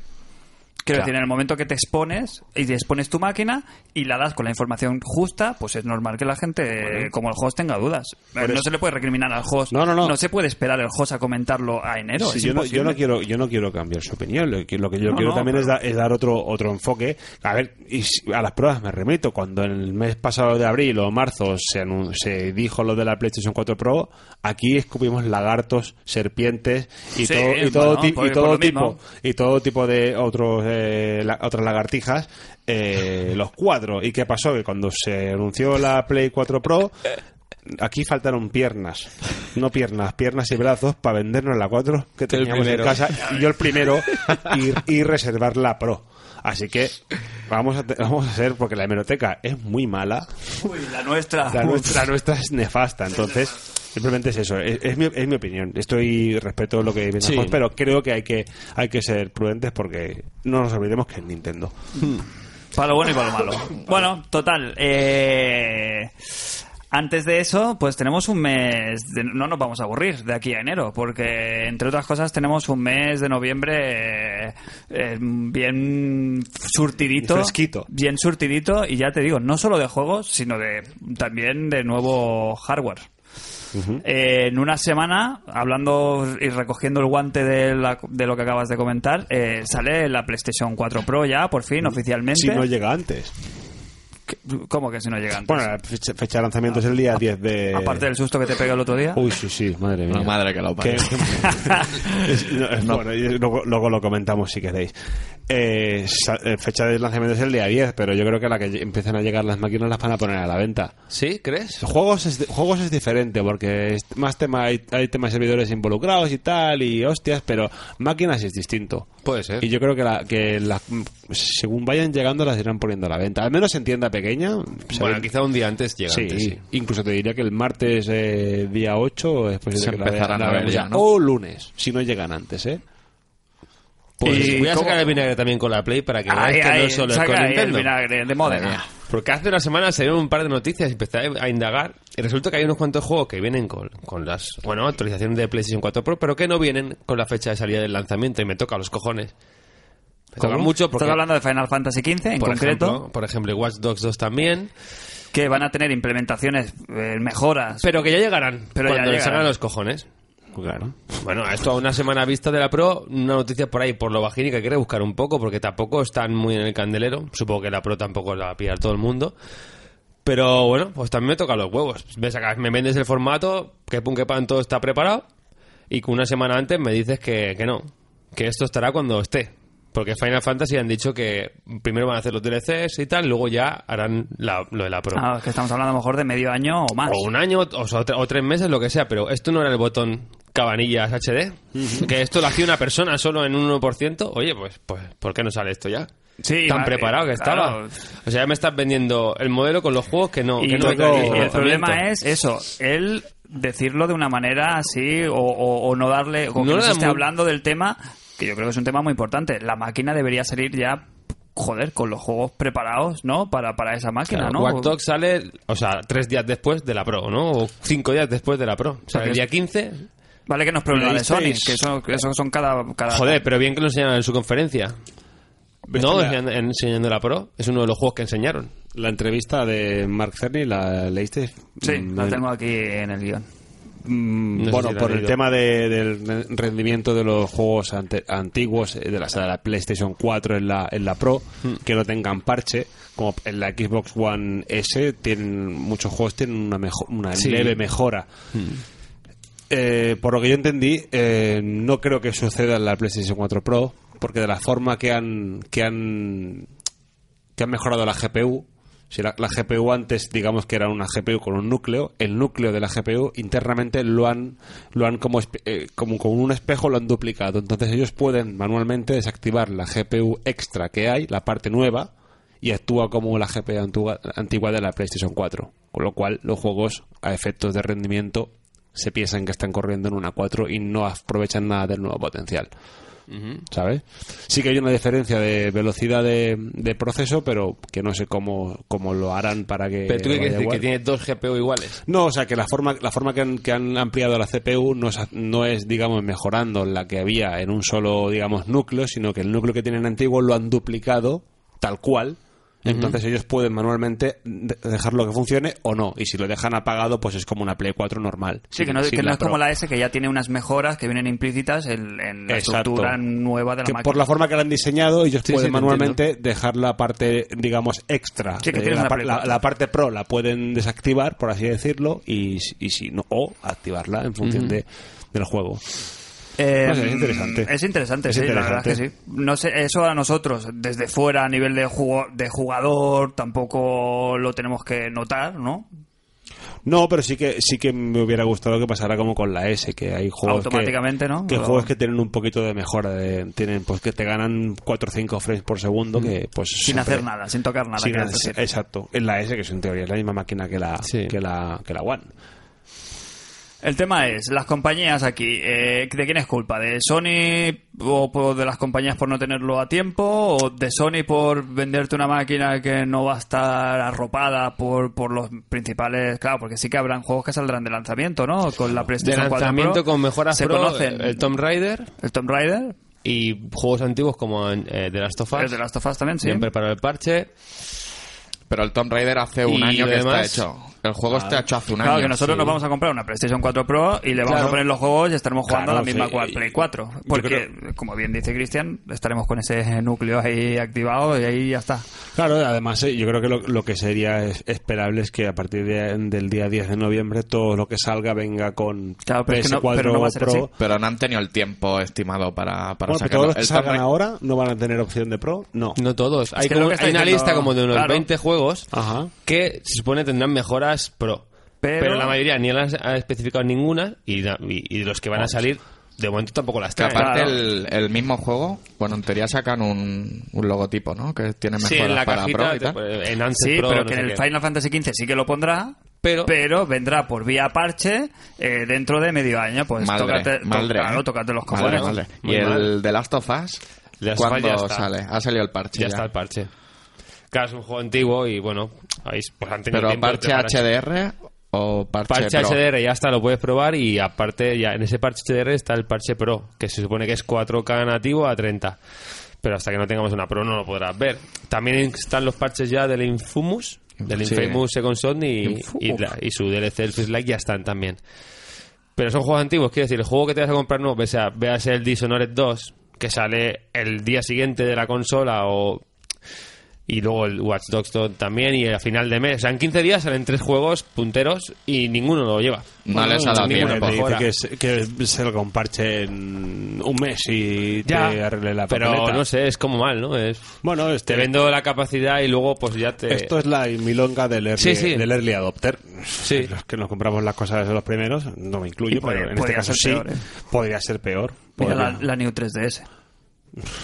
Speaker 2: Quiero
Speaker 5: Claro.
Speaker 2: decir, en el momento que te expones y te expones tu máquina y la das con la información justa, pues es normal que la gente, como el host, tenga dudas. Eh, No
Speaker 5: eso-
Speaker 2: se le puede recriminar al host.
Speaker 5: No, no, no.
Speaker 2: se puede esperar el host a comentarlo a enero.
Speaker 5: Sí,
Speaker 2: es
Speaker 5: yo, no, yo
Speaker 2: imposible.
Speaker 5: no quiero yo no quiero cambiar su opinión lo que, lo que yo
Speaker 2: No,
Speaker 5: quiero
Speaker 2: no,
Speaker 5: también es,
Speaker 2: pero-
Speaker 5: da- es dar otro otro enfoque a ver y si- a las pruebas me remito cuando en el mes pasado de abril o marzo se anun- se dijo lo de la PlayStation 4 Pro aquí escupimos lagartos serpientes y
Speaker 2: Sí,
Speaker 5: todo y todo,
Speaker 2: bueno,
Speaker 5: ti-
Speaker 2: por-
Speaker 5: y
Speaker 2: por
Speaker 5: todo
Speaker 2: lo
Speaker 5: tipo
Speaker 2: mismo.
Speaker 5: y todo tipo de otros eh, la- otras lagartijas eh, los cuatro y qué pasó que cuando se anunció la Play 4 Pro Aquí faltaron piernas, no piernas, piernas y brazos para vendernos la 4 que teníamos en
Speaker 3: primero.
Speaker 5: casa y yo el primero y, y reservar la Pro. Así que vamos a, te- vamos a hacer, porque la hemeroteca es muy mala,
Speaker 2: Uy, la nuestra.
Speaker 5: la nuestra, la nuestra es nefasta, entonces simplemente es eso, es, es mi, es mi opinión. Estoy respeto lo que
Speaker 3: Sí.
Speaker 5: pensamos, pero creo que hay que hay que ser prudentes porque no nos olvidemos que es Nintendo.
Speaker 2: Para lo bueno y para lo malo. Bueno, total. eh, Antes de eso, pues tenemos un mes. de- No nos vamos a aburrir de aquí a enero, porque entre otras cosas tenemos un mes de noviembre eh, eh, bien surtidito.
Speaker 5: Y fresquito.
Speaker 2: Bien surtidito, y ya te digo, no solo de juegos, sino de también de nuevo hardware. Eh, en una semana, hablando y recogiendo el guante de, la- de lo que acabas de comentar, eh, sale la PlayStation 4 Pro ya, por fin, oficialmente.
Speaker 5: Si no llega antes.
Speaker 2: ¿Qué- ¿Cómo que si no llega antes?
Speaker 5: Bueno, la fecha, fecha de lanzamiento es el día 10
Speaker 4: eh,
Speaker 5: de...
Speaker 2: Aparte del susto que te pegó el otro día.
Speaker 5: Uy, sí, sí, madre mía.
Speaker 3: La madre que lo
Speaker 5: Que-
Speaker 3: parió.
Speaker 5: Es- no, es- bueno, y luego, luego lo comentamos si queréis. Eh, sa- eh, fecha de lanzamiento es el día 10, pero yo creo que a la que lle- empiecen a llegar las máquinas las van a poner a la venta.
Speaker 4: ¿Sí? ¿Crees?
Speaker 5: Juegos es, juegos es diferente porque es más tema, hay, hay temas de servidores involucrados y tal, y hostias, pero máquinas es distinto.
Speaker 4: Puede ser.
Speaker 5: Y yo creo que, la, que las- según vayan llegando las irán poniendo a la venta. Al menos en tienda pequeña.
Speaker 4: Bueno,
Speaker 5: saben-
Speaker 4: quizá un día antes llega.
Speaker 5: Sí,
Speaker 4: antes, sí.
Speaker 5: incluso te diría que el martes eh, día 8 después
Speaker 3: Se
Speaker 5: de que la
Speaker 3: empezarán
Speaker 5: vea-
Speaker 3: a
Speaker 5: la
Speaker 3: ver
Speaker 5: veamos
Speaker 3: ya, ¿no?
Speaker 5: O lunes, si no llegan antes, ¿eh?
Speaker 4: Pues
Speaker 2: ¿Y
Speaker 4: voy a
Speaker 2: cómo?
Speaker 4: sacar el vinagre también con la Play para que
Speaker 2: Ay,
Speaker 4: veáis que
Speaker 2: ay,
Speaker 4: no solo es
Speaker 2: saca
Speaker 4: con
Speaker 2: ahí el
Speaker 4: Nintendo.
Speaker 2: vinagre de moda.
Speaker 3: Madre mía.
Speaker 4: Porque hace una semana se dieron un par de noticias y empecé a indagar. Y resulta que hay unos cuantos juegos que vienen con, con las. Bueno, actualizaciones de PlayStation 4 Pro, pero que no vienen con la fecha de salida del lanzamiento. Y me toca los cojones. Me toca mucho porque.
Speaker 2: Estás hablando de Final Fantasy XV en
Speaker 4: por
Speaker 2: concreto,
Speaker 4: Ejemplo, por ejemplo, Watch Dogs 2 también.
Speaker 2: que van a tener implementaciones, eh, mejoras.
Speaker 4: Pero que ya llegarán.
Speaker 2: Pero ya
Speaker 4: cuando les
Speaker 2: llegarán.
Speaker 4: salgan los cojones.
Speaker 5: Claro.
Speaker 4: Bueno, esto a una semana vista de la Pro, una noticia por ahí, por lo bajín y que hay que buscar un poco, porque tampoco están muy en el candelero. Supongo que la Pro tampoco la va a pillar todo el mundo. Pero bueno, pues también me toca los huevos. Me, sacas- me vendes el formato, que pum, que pan, todo está preparado. Y que una semana antes me dices que, que no, que esto estará cuando esté. Porque Final Fantasy han dicho que primero van a hacer los DLCs y tal, luego ya harán la- lo de la Pro.
Speaker 2: Ah, es que estamos hablando a lo mejor de medio año o más.
Speaker 4: O un año, o, sea, tre- o tres meses, lo que sea, pero esto no era el botón cabanillas HD. que esto lo hacía una persona solo en un 1%. Oye, pues, pues ¿por qué no sale esto ya?
Speaker 2: Sí,
Speaker 4: Tan
Speaker 2: va-
Speaker 4: preparado que
Speaker 2: claro.
Speaker 4: estaba. O sea, ya me estás vendiendo el modelo con los juegos que no.
Speaker 2: Y,
Speaker 4: que no
Speaker 2: luego-
Speaker 4: hay
Speaker 2: y el
Speaker 4: lanzamiento.
Speaker 2: problema es eso, él decirlo de una manera así o, o- o no darle, o que
Speaker 4: No
Speaker 2: no
Speaker 4: le
Speaker 2: se
Speaker 4: da
Speaker 2: esté
Speaker 4: mu-
Speaker 2: hablando del tema, que yo creo que es un tema muy importante. La máquina debería salir ya, joder, con los juegos preparados, ¿no? Para, para esa máquina,
Speaker 4: Claro,
Speaker 2: ¿no?
Speaker 4: Watch Dogs sale, o sea, tres días después de la Pro, ¿no? O cinco días después de la Pro. O sea,
Speaker 2: Porque
Speaker 4: el día 15.
Speaker 2: Vale que no es problema de Sony,
Speaker 5: PlayStation.
Speaker 2: que eso, que eso son cada, cada...
Speaker 4: Joder, pero bien que lo enseñaron en su conferencia. No,
Speaker 5: la,
Speaker 4: enseñando, enseñando la Pro. Es uno de los juegos que enseñaron.
Speaker 5: la entrevista de Mark Cerny, ¿la leíste?
Speaker 2: Sí,
Speaker 5: Mm,
Speaker 2: la tengo aquí en el guión.
Speaker 5: Mm,
Speaker 4: No sé
Speaker 5: bueno,
Speaker 4: si la
Speaker 5: por
Speaker 4: he
Speaker 5: el
Speaker 4: leído.
Speaker 5: tema de- del rendimiento de los juegos ante- antiguos, eh, de la, de la PlayStation 4 en la, en la Pro,
Speaker 4: Hmm.
Speaker 5: que no tengan parche, como en la Xbox One S, tienen, muchos juegos tienen una, mejo- una
Speaker 4: Sí. Hmm.
Speaker 5: leve mejora. Eh, por lo que yo entendí, eh, no creo que suceda en la PlayStation 4 Pro, porque de la forma que han, que han que han mejorado la GPU. Si la, la GPU antes, digamos que era una GPU con un núcleo, el núcleo de la GPU internamente lo han, lo han como, espe- eh, como con un espejo lo han duplicado. Entonces ellos pueden manualmente desactivar la GPU extra que hay, la parte nueva, y actúa como la GPU antigua, antigua de la PlayStation 4. Con lo cual los juegos a efectos de rendimiento se piensan que están corriendo en una 4 y no aprovechan nada del nuevo potencial. ¿sabes? Sí que hay una diferencia de velocidad de, de proceso, pero que no sé cómo, cómo lo harán para
Speaker 2: Eh,
Speaker 5: que.
Speaker 4: Pero tú qué
Speaker 5: vaya
Speaker 4: quieres decir,
Speaker 5: igual.
Speaker 4: que tienes dos GPU iguales.
Speaker 5: No, o sea, que la forma, la forma que, han, que han ampliado la CPU no es, no es, digamos, mejorando la que había en un solo, digamos, núcleo, sino que el núcleo que tienen antiguo lo han duplicado tal cual. Entonces ellos pueden manualmente de- dejarlo que funcione o no. Y si lo dejan apagado, pues es como una Play 4 normal.
Speaker 2: Sí, que no, que no es como la S, que ya tiene unas mejoras que vienen implícitas en, en la
Speaker 5: Exacto.
Speaker 2: estructura nueva de la
Speaker 5: que
Speaker 2: máquina.
Speaker 5: por la forma que la han diseñado ellos
Speaker 4: Sí,
Speaker 5: pueden
Speaker 4: sí, te
Speaker 5: manualmente dejar la parte digamos extra
Speaker 2: Sí, que
Speaker 5: Eh,
Speaker 2: tienes
Speaker 5: la,
Speaker 2: una
Speaker 5: par-
Speaker 2: Play
Speaker 5: la-
Speaker 2: cuatro.
Speaker 5: la parte pro la pueden desactivar por así decirlo y, s- y si no o activarla en función de, del juego
Speaker 2: Eh,
Speaker 5: No sé, es interesante.
Speaker 2: Es interesante,
Speaker 5: Es
Speaker 2: sí, la
Speaker 5: interesante.
Speaker 2: verdad es que sí. No sé, eso a nosotros, desde fuera, a nivel de, jugo- de jugador, tampoco lo tenemos que notar, ¿no?
Speaker 5: no pero sí que sí que me hubiera gustado que pasara como con la S que hay juegos
Speaker 2: Automáticamente,
Speaker 5: que,
Speaker 2: ¿no?
Speaker 5: que
Speaker 2: Pero-
Speaker 5: juegos que tienen un poquito de mejora de- tienen pues que te ganan 4 o 5 frames por segundo
Speaker 2: Mm.
Speaker 5: que pues
Speaker 2: Sin
Speaker 5: siempre-
Speaker 2: hacer nada, sin tocar nada.
Speaker 5: sin
Speaker 2: quiero
Speaker 5: hacer-
Speaker 2: decir.
Speaker 5: exacto en la S que es en teoría es la misma máquina que la
Speaker 4: Sí.
Speaker 5: que la que la One
Speaker 2: El tema es, las compañías aquí, eh, ¿de quién es culpa? ¿De Sony o por- de las compañías por no tenerlo a tiempo? ¿O de Sony por venderte una máquina que no va a estar arropada por, por los principales? Claro, porque sí que habrán juegos que saldrán de lanzamiento, ¿no? Con la
Speaker 4: De
Speaker 2: PlayStation 4 Pro,
Speaker 4: lanzamiento con mejoras
Speaker 2: se
Speaker 4: pro,
Speaker 2: conocen
Speaker 4: el Tomb Raider
Speaker 2: el Tomb Raider,
Speaker 4: y juegos antiguos como eh, The Last of Us.
Speaker 2: el de Last of Us también, sí.
Speaker 4: Siempre para el parche.
Speaker 3: Pero el Tomb Raider hace un
Speaker 4: Y
Speaker 3: año que
Speaker 4: además-
Speaker 3: está hecho. El juego está hecho hace un año.
Speaker 2: Claro, que nosotros nos vamos a comprar una PlayStation 4 Pro y le vamos
Speaker 4: Claro.
Speaker 2: a poner los juegos y estaremos jugando a la
Speaker 5: Claro,
Speaker 2: misma
Speaker 5: sí.
Speaker 2: cua- Play 4. Porque, como bien dice Cristian, estaremos con ese núcleo ahí activado y ahí ya está.
Speaker 5: Claro, además eh, yo creo que lo, lo que sería es- esperable es que a partir de- del día 10 de noviembre todo lo que salga venga con
Speaker 2: Claro, pero es que no-
Speaker 5: PS4
Speaker 2: pero no va a ser
Speaker 5: Pro.
Speaker 2: así.
Speaker 3: Pero no han tenido el tiempo estimado para, para
Speaker 5: Bueno, pero
Speaker 3: sacarlo.
Speaker 5: pues todos los que
Speaker 3: El Tomb
Speaker 5: salgan
Speaker 3: Ra-
Speaker 5: ahora no van a tener opción de Pro, no.
Speaker 4: No todos. Hay,
Speaker 2: que es lo
Speaker 4: como-
Speaker 2: que está
Speaker 4: hay una
Speaker 2: diciendo-
Speaker 4: lista como de unos
Speaker 2: claro.
Speaker 4: 20 juegos
Speaker 5: Ajá.
Speaker 4: que se supone tendrán mejoras pro.
Speaker 2: Pero-
Speaker 4: Pero, la mayoría ni las ha especificado ninguna y, la- y- y los que van a salir de momento tampoco las
Speaker 3: Que
Speaker 4: traen.
Speaker 3: aparte
Speaker 2: Claro.
Speaker 3: el, el mismo juego, bueno, en teoría sacan un, un logotipo, ¿no? Que tiene mejoras
Speaker 4: Sí, en la
Speaker 3: para Pro
Speaker 4: cajita,
Speaker 3: y tal.
Speaker 4: te- en Answer
Speaker 2: Sí,
Speaker 4: Pro,
Speaker 2: pero
Speaker 4: no
Speaker 2: que
Speaker 4: sé
Speaker 2: en el
Speaker 4: qué.
Speaker 2: Final Fantasy XV sí que lo pondrá.
Speaker 4: Pero-
Speaker 2: vendrá por vía parche eh, dentro de medio año. Pues
Speaker 3: Madre,
Speaker 2: tócate, to-
Speaker 3: madre,
Speaker 2: claro,
Speaker 3: ¿eh?
Speaker 2: tócate los
Speaker 3: Madre,
Speaker 2: cojones.
Speaker 3: madre.
Speaker 4: Muy
Speaker 3: Y el
Speaker 4: mal.
Speaker 3: de Last of Us,
Speaker 4: The Last of Us
Speaker 3: ¿cuándo
Speaker 4: ya está.
Speaker 3: sale? Ha salido el parche.
Speaker 4: Ya está el parche. Claro, es un juego antiguo y bueno, ahí pues han tenido
Speaker 3: Pero
Speaker 4: tiempo de
Speaker 3: parche
Speaker 4: prepararse.
Speaker 3: HDR o parche,
Speaker 4: Parche
Speaker 3: Pro.
Speaker 4: HDR ya está, lo puedes probar y aparte ya en ese parche HDR está el parche Pro, que se supone que es 4K nativo a 30. Pero hasta que no tengamos una Pro no lo podrás ver. También están los parches ya del Infamous, del
Speaker 3: Sí.
Speaker 4: Infamous Second Son y, y, la- y su DLC el First Light ya están también. Pero son juegos antiguos, quiero decir, el juego que te vas a comprar nuevo, o sea, veas el Dishonored 2, que sale el día siguiente de la consola o y luego el Watch Dogs 2 también y a final de mes. O sea, en 15 días salen tres juegos punteros y ninguno lo lleva.
Speaker 3: No les ha dado
Speaker 4: ninguna
Speaker 3: tiempo.
Speaker 5: Bueno, te dice
Speaker 4: mejora.
Speaker 5: que, se- que salga un parche en un mes y te
Speaker 4: Ya,
Speaker 5: arregle la
Speaker 4: pero
Speaker 5: papeleta.
Speaker 4: no sé, es como mal, ¿no? Es,
Speaker 5: Bueno, este,
Speaker 4: te vendo la capacidad y luego pues ya te...
Speaker 5: esto es la milonga del early,
Speaker 4: Sí, sí.
Speaker 5: del early adopter.
Speaker 4: Sí.
Speaker 5: Los que nos compramos las cosas de los primeros, no me
Speaker 2: Y
Speaker 5: incluyo, pero
Speaker 2: podría-
Speaker 5: en este
Speaker 2: podría
Speaker 5: caso
Speaker 2: ser
Speaker 5: sí,
Speaker 2: peor, ¿eh?
Speaker 5: podría ser peor.
Speaker 2: Mira
Speaker 5: Podría-
Speaker 2: la, la New 3DS.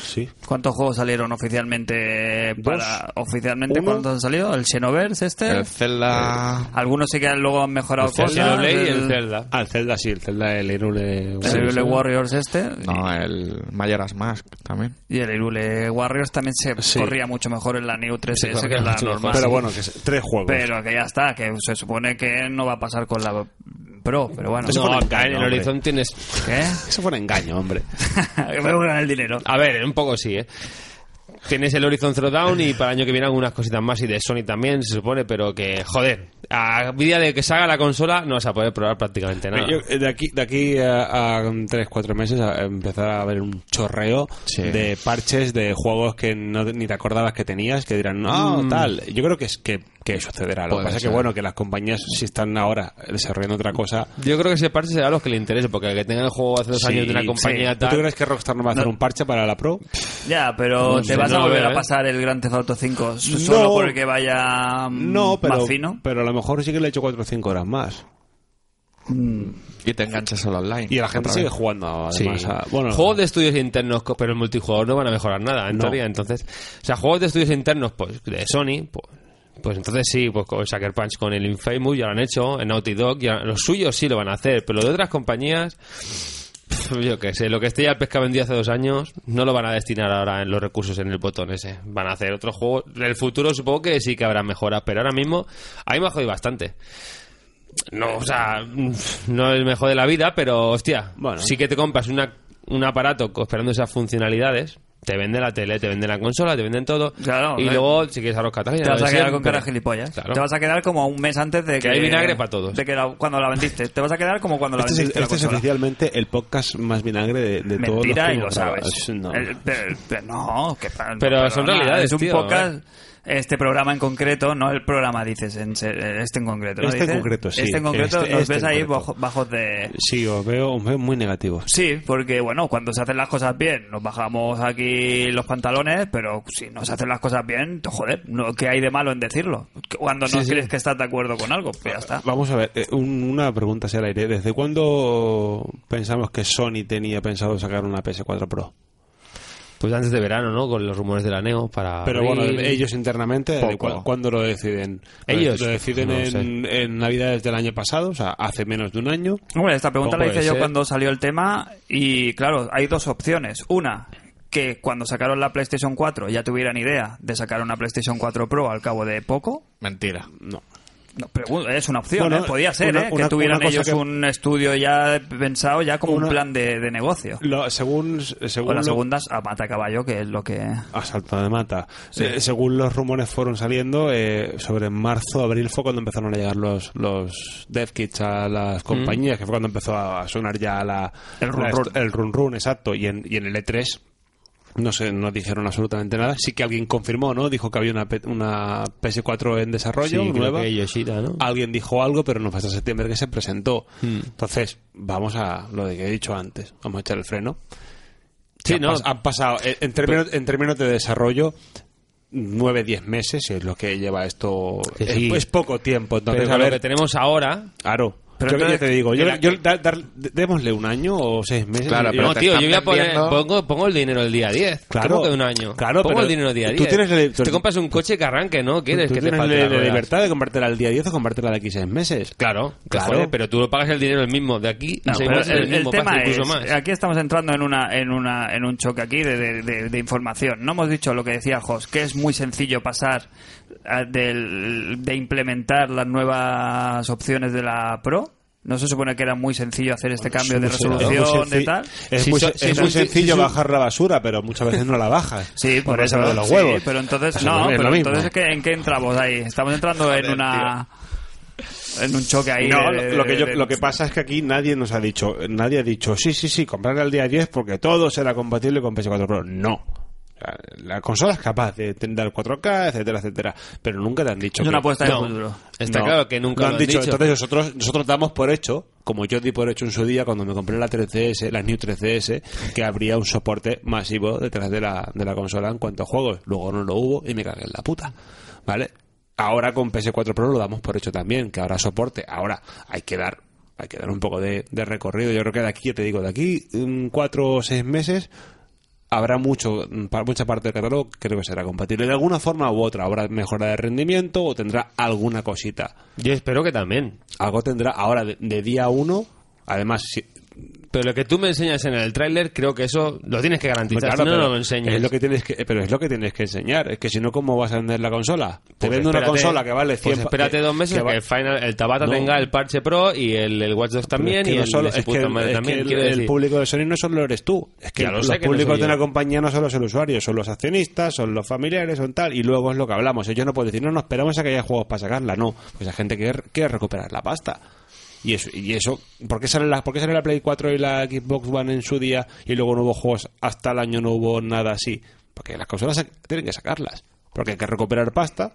Speaker 5: sí.
Speaker 2: ¿Cuántos juegos salieron oficialmente?
Speaker 5: Dos.
Speaker 2: Para, ¿Oficialmente
Speaker 5: Uno.
Speaker 2: cuántos han salido? ¿El Xenoverse este?
Speaker 3: El Zelda...
Speaker 2: Algunos sí que luego han mejorado
Speaker 4: el Xenoblade y el Zelda.
Speaker 5: Ah, el Zelda sí, el Zelda, el eh, Irule...
Speaker 2: El Irule Warriors este
Speaker 4: Eh.
Speaker 3: No, el Majora's Mask también.
Speaker 2: y el Irule Warriors también se
Speaker 5: Sí.
Speaker 2: corría mucho mejor en la New 3DS que
Speaker 4: corría
Speaker 2: en la
Speaker 4: mucho mejor.
Speaker 2: normal.
Speaker 5: Pero bueno, que es- tres juegos.
Speaker 2: Pero que ya está, que se supone que no va a pasar con la Pro, pero bueno.
Speaker 5: Eso
Speaker 4: No,
Speaker 5: fue
Speaker 4: acá
Speaker 5: un
Speaker 4: en
Speaker 5: engaño,
Speaker 4: el
Speaker 5: hombre.
Speaker 4: horizonte tienes...
Speaker 2: ¿Qué?
Speaker 5: Eso fue un engaño, hombre.
Speaker 2: Me voy a ganar el dinero.
Speaker 4: A ver, un poco sí, ¿eh? Tienes el Horizon Zero Dawn y para el año que viene algunas cositas más y de Sony también, se supone, pero que, joder, a medida de que salga la consola no vas a poder probar prácticamente nada.
Speaker 5: Yo, eh, de aquí, de aquí a, a tres, cuatro meses a- a empezar a haber un chorreo
Speaker 3: Sí.
Speaker 5: de parches de juegos que no, te- ni te acordabas que tenías, que dirán, no, tal. Yo creo que, es, que, que sucederá. Lo que
Speaker 3: Puede
Speaker 5: pasa es que,
Speaker 3: ser.
Speaker 5: bueno, que las compañías, si están ahora desarrollando otra cosa...
Speaker 4: Yo creo que ese parche será a los que le interese, porque al que tenga el juego hace dos años de una compañía
Speaker 5: ¿Tú
Speaker 4: tal.
Speaker 5: crees que Rockstar no va a hacer
Speaker 2: No.
Speaker 5: un parche para la Pro?
Speaker 2: Ya, pero
Speaker 4: No
Speaker 2: te
Speaker 4: sé,
Speaker 2: vas
Speaker 4: no
Speaker 2: a
Speaker 4: lo
Speaker 2: volver
Speaker 4: veo,
Speaker 2: a
Speaker 4: ¿eh?
Speaker 2: pasar el Grand Theft Auto 5 solo
Speaker 5: No.
Speaker 2: porque vaya mm,
Speaker 5: No, pero,
Speaker 2: más fino.
Speaker 5: pero a lo mejor sí que le he hecho 4 o 5 horas más.
Speaker 3: Y te enganchas solo online.
Speaker 5: Y la gente
Speaker 3: Otra
Speaker 5: sigue
Speaker 3: vez.
Speaker 5: jugando
Speaker 3: Sí.
Speaker 5: además. a- bueno,
Speaker 4: pues Juegos de estudios internos, co- pero el multijugador no van a mejorar nada, en
Speaker 5: No.
Speaker 4: teoría. Entonces, o sea, juegos de estudios internos, pues, de Sony, pues, pues entonces sí, pues con Sucker Punch con el Infamous ya lo han hecho, en Naughty Dog, ya, los suyos sí lo van a hacer, pero lo de otras compañías, pf, Pues yo qué sé, lo que esté ya el pesca vendido hace dos años, no lo van a destinar ahora en los recursos en el botón ese. Van a hacer otro juego. En el futuro supongo que sí que habrá mejoras, pero ahora mismo, a mí me ha jodido bastante. No, o sea, no es mejor de la vida, pero hostia,
Speaker 5: Bueno.
Speaker 4: sí que te compras una, un aparato co- esperando esas funcionalidades. Te vende la tele, te vende la consola, te venden todo.
Speaker 2: Claro,
Speaker 4: y
Speaker 2: ¿no?
Speaker 4: luego, si quieres a los catalanes,
Speaker 2: Te vas
Speaker 4: lo
Speaker 2: a
Speaker 4: de
Speaker 2: quedar con
Speaker 4: siempre.
Speaker 2: cara de gilipollas.
Speaker 4: Claro.
Speaker 2: Te vas a quedar como un mes antes de que...
Speaker 4: hay vinagre pa' todos.
Speaker 2: De que la- cuando la vendiste. Te vas a quedar como cuando la
Speaker 5: Este, es,
Speaker 2: vendiste la
Speaker 5: este es
Speaker 2: consola.
Speaker 5: oficialmente el podcast más vinagre de, de todos los
Speaker 2: Mentira
Speaker 5: que
Speaker 2: y lo
Speaker 5: hemos
Speaker 2: sabes. Eh,
Speaker 5: grabado. Es- no.
Speaker 2: El- pero, pero no, que pa- no,
Speaker 4: Pero
Speaker 2: perdona,
Speaker 4: son realidades,
Speaker 2: Es un
Speaker 4: tío,
Speaker 2: podcast,
Speaker 5: eh.
Speaker 2: este programa en concreto, no el programa, dices, en se- este en concreto. ¿no?
Speaker 5: Este en
Speaker 2: Dices,
Speaker 5: concreto, sí.
Speaker 2: Este en concreto,
Speaker 5: Este-
Speaker 2: nos
Speaker 5: este
Speaker 2: ves
Speaker 5: en
Speaker 2: ahí
Speaker 5: concreto.
Speaker 2: bajo- bajos de...
Speaker 5: Sí, os veo, os veo muy negativos.
Speaker 2: Sí, porque bueno, cuando se hacen las cosas bien, nos bajamos aquí los pantalones, pero si no se hacen las cosas bien, joder, no, ¿qué hay de malo en decirlo? Cuando no crees que estás de acuerdo con algo, pues ya está.
Speaker 5: Vamos a ver, eh, un- una pregunta hacia el aire. ¿Desde cuándo pensamos que Sony tenía pensado sacar una PS4 Pro?
Speaker 4: Pues antes de verano, ¿no? Con los rumores de la Neo para.
Speaker 5: Pero bueno,
Speaker 4: abril.
Speaker 5: ellos internamente, ¿desde
Speaker 3: Poco.
Speaker 5: cu- ¿cuándo lo deciden? Lo
Speaker 4: Ellos.
Speaker 5: dec- Lo deciden
Speaker 4: No
Speaker 5: en, en Navidades del año pasado, o sea, hace menos de un año.
Speaker 2: Hombre, esta pregunta
Speaker 4: ¿Cómo
Speaker 2: la hice
Speaker 4: puede
Speaker 2: yo
Speaker 4: ser?
Speaker 2: cuando salió el tema y claro, hay dos opciones. Una, que cuando sacaron la PlayStation 4 ya tuvieran idea de sacar una PlayStation 4 Pro al cabo de poco.
Speaker 3: Mentira.
Speaker 5: No.
Speaker 2: No, pero es una opción,
Speaker 5: Bueno,
Speaker 2: ¿eh? podía ser,
Speaker 5: una-
Speaker 2: ¿eh?
Speaker 5: una-
Speaker 2: que tuvieran
Speaker 5: una cosa
Speaker 2: ellos
Speaker 5: que-
Speaker 2: un estudio ya pensado ya como
Speaker 5: Una-
Speaker 2: un plan de, de negocio.
Speaker 5: Lo- según, según
Speaker 2: O la
Speaker 5: lo-
Speaker 2: segunda es a mata caballo, que es lo que...
Speaker 5: Asalto de mata. Eh, según los rumores fueron saliendo, eh, sobre marzo, abril fue cuando empezaron a llegar los, los dev kits a
Speaker 4: Mm.
Speaker 5: las compañías, que fue cuando empezó a sonar ya la,
Speaker 2: El run
Speaker 5: la
Speaker 2: run.
Speaker 5: est- el run run, exacto. Y en, y en el E3 no sé, no dijeron absolutamente nada. Sí que alguien confirmó, ¿no? Dijo que había una, P- una PS4 en
Speaker 4: Sí,
Speaker 5: desarrollo
Speaker 4: creo
Speaker 5: nueva.
Speaker 4: que Yoshida, ¿no?
Speaker 5: Alguien dijo algo, pero no fue hasta septiembre que se presentó.
Speaker 4: Hmm.
Speaker 5: Entonces, vamos a lo de que he dicho antes. Vamos a echar el freno.
Speaker 4: Sí,
Speaker 5: han,
Speaker 4: no.
Speaker 5: pas- han pasado, eh, en términos, en términos de desarrollo, 9-10 meses es lo que lleva esto.
Speaker 4: Que
Speaker 5: es,
Speaker 4: sí.
Speaker 5: es poco tiempo. Entonces,
Speaker 4: Pero
Speaker 5: a
Speaker 4: con lo que
Speaker 5: ver,
Speaker 4: tenemos ahora,
Speaker 5: claro.
Speaker 2: Pero
Speaker 5: yo que ya
Speaker 2: entonces-
Speaker 5: te digo, yo,
Speaker 4: Mira,
Speaker 5: yo da- dar- démosle un año o seis meses.
Speaker 3: Claro,
Speaker 5: y-
Speaker 3: pero
Speaker 4: no,
Speaker 3: te
Speaker 4: tío,
Speaker 3: están
Speaker 4: yo voy a poner,
Speaker 3: vendiendo-
Speaker 4: pongo, pongo el dinero el día 10.
Speaker 5: Claro.
Speaker 4: ¿Cómo que un año?
Speaker 5: Claro,
Speaker 4: pongo
Speaker 5: pero
Speaker 4: el dinero el día
Speaker 5: tú
Speaker 4: 10.
Speaker 5: tienes el- tú-
Speaker 4: Te compras un coche carranque, ¿no? ¿Quieres
Speaker 5: tú
Speaker 4: que te
Speaker 5: tienes
Speaker 4: falte
Speaker 5: la,
Speaker 4: las
Speaker 5: la
Speaker 4: ruedas?
Speaker 5: libertad de convertirla al día 10 o convertirla de aquí seis meses.
Speaker 4: Claro,
Speaker 5: Claro.
Speaker 4: claro. pero tú lo pagas el dinero el mismo. De aquí,
Speaker 2: No,
Speaker 4: seis
Speaker 2: pero
Speaker 4: meses el,
Speaker 2: el, el
Speaker 4: mismo,
Speaker 2: tema
Speaker 4: pasa
Speaker 2: es,
Speaker 4: incluso más.
Speaker 2: aquí estamos entrando en una en una en un choque aquí de, de- de- de información. No hemos dicho lo que decía Jos, que es muy sencillo pasar a- del- de implementar las nuevas opciones de la Pro. No se supone que era muy sencillo hacer este cambio de
Speaker 5: Es muy sencillo.
Speaker 2: resolución de
Speaker 5: Es muy
Speaker 2: tal.
Speaker 5: senci- Es
Speaker 4: Si
Speaker 5: muy,
Speaker 4: so-
Speaker 5: se-
Speaker 4: si
Speaker 5: es
Speaker 4: so-
Speaker 5: muy
Speaker 4: si-
Speaker 5: sencillo
Speaker 4: si so-
Speaker 5: bajar la basura, pero muchas veces no la bajas.
Speaker 2: Sí, por
Speaker 5: Bueno,
Speaker 2: eso.
Speaker 5: lo de los
Speaker 2: sí,
Speaker 5: huevos.
Speaker 2: pero entonces
Speaker 5: Eso
Speaker 2: no,
Speaker 5: es lo
Speaker 2: pero
Speaker 5: mismo.
Speaker 2: entonces ¿qué- en qué entramos ahí. Estamos entrando en una en un choque ahí.
Speaker 5: No,
Speaker 2: de-
Speaker 5: lo- lo que, yo-
Speaker 2: eh, de-
Speaker 5: lo que pasa es que aquí nadie nos ha dicho, nadie ha dicho, sí, sí, sí, comprar al día 10 porque todo será compatible con PS4 Pro. No. O sea, La consola es capaz de tener 4K, etcétera, etcétera, pero nunca te han dicho.
Speaker 2: Es
Speaker 5: que-
Speaker 2: una apuesta de
Speaker 4: No.
Speaker 2: futuro.
Speaker 4: Está
Speaker 5: No,
Speaker 4: claro que nunca
Speaker 5: no
Speaker 4: lo han dicho.
Speaker 5: Entonces nosotros, nosotros damos por hecho, como yo di por hecho en su día cuando me compré la 3DS, la New 3DS, que habría un soporte masivo detrás de la, de la consola en cuanto a juegos. Luego no lo hubo y me cagué en la puta. ¿Vale? Ahora con PS4 Pro lo damos por hecho también, que habrá soporte. Ahora hay que dar hay que dar un poco de, de recorrido. Yo creo que de aquí, ya te digo, de aquí mm, cuatro o seis meses habrá mucho mm, pa- mucha parte del catálogo que creo que será compatible de alguna forma u otra habrá mejora de rendimiento o tendrá alguna cosita
Speaker 4: Yo espero que también.
Speaker 5: algo tendrá ahora de, de día uno además si-
Speaker 4: Pero lo que tú me enseñas en el tráiler, creo que eso lo tienes que garantizar.
Speaker 5: Pues Claro,
Speaker 4: si no,
Speaker 5: pero
Speaker 4: no lo enseñas.
Speaker 5: Es lo que tienes que, pero es lo que tienes que enseñar. Es que si no, ¿cómo vas a vender la consola? Te
Speaker 4: Pues
Speaker 5: vendo una
Speaker 4: espérate-
Speaker 5: consola que vale 100
Speaker 4: pues espérate dos meses que,
Speaker 5: va-
Speaker 4: el, Final, el Tabata
Speaker 5: No.
Speaker 4: tenga el parche Pro y el, el Watch Dogs también
Speaker 5: es que
Speaker 4: y
Speaker 5: no
Speaker 4: el
Speaker 5: solo-
Speaker 4: de su
Speaker 5: es que
Speaker 4: puta
Speaker 5: el-
Speaker 4: madre
Speaker 5: es que
Speaker 4: también.
Speaker 5: el-
Speaker 4: quiero
Speaker 5: el
Speaker 4: decir,
Speaker 5: público de Sony no solo eres tú. Es que
Speaker 4: Ya lo
Speaker 5: los
Speaker 4: sé que no
Speaker 5: públicos
Speaker 4: soy
Speaker 5: de
Speaker 4: yo.
Speaker 5: una compañía no solo son los usuarios, son los accionistas, son los familiares, son tal. Y luego es lo que hablamos. Ellos no pueden decir, no, no, esperamos a que haya juegos para sacarla. No, pues la gente quiere, quiere recuperar la pasta. Y eso, y eso ¿por, qué sale la, ¿por qué sale la Play 4 y la Xbox One en su día y luego no hubo juegos? Hasta el año no hubo nada así. Porque las consolas sa- tienen que sacarlas. Porque hay que recuperar pasta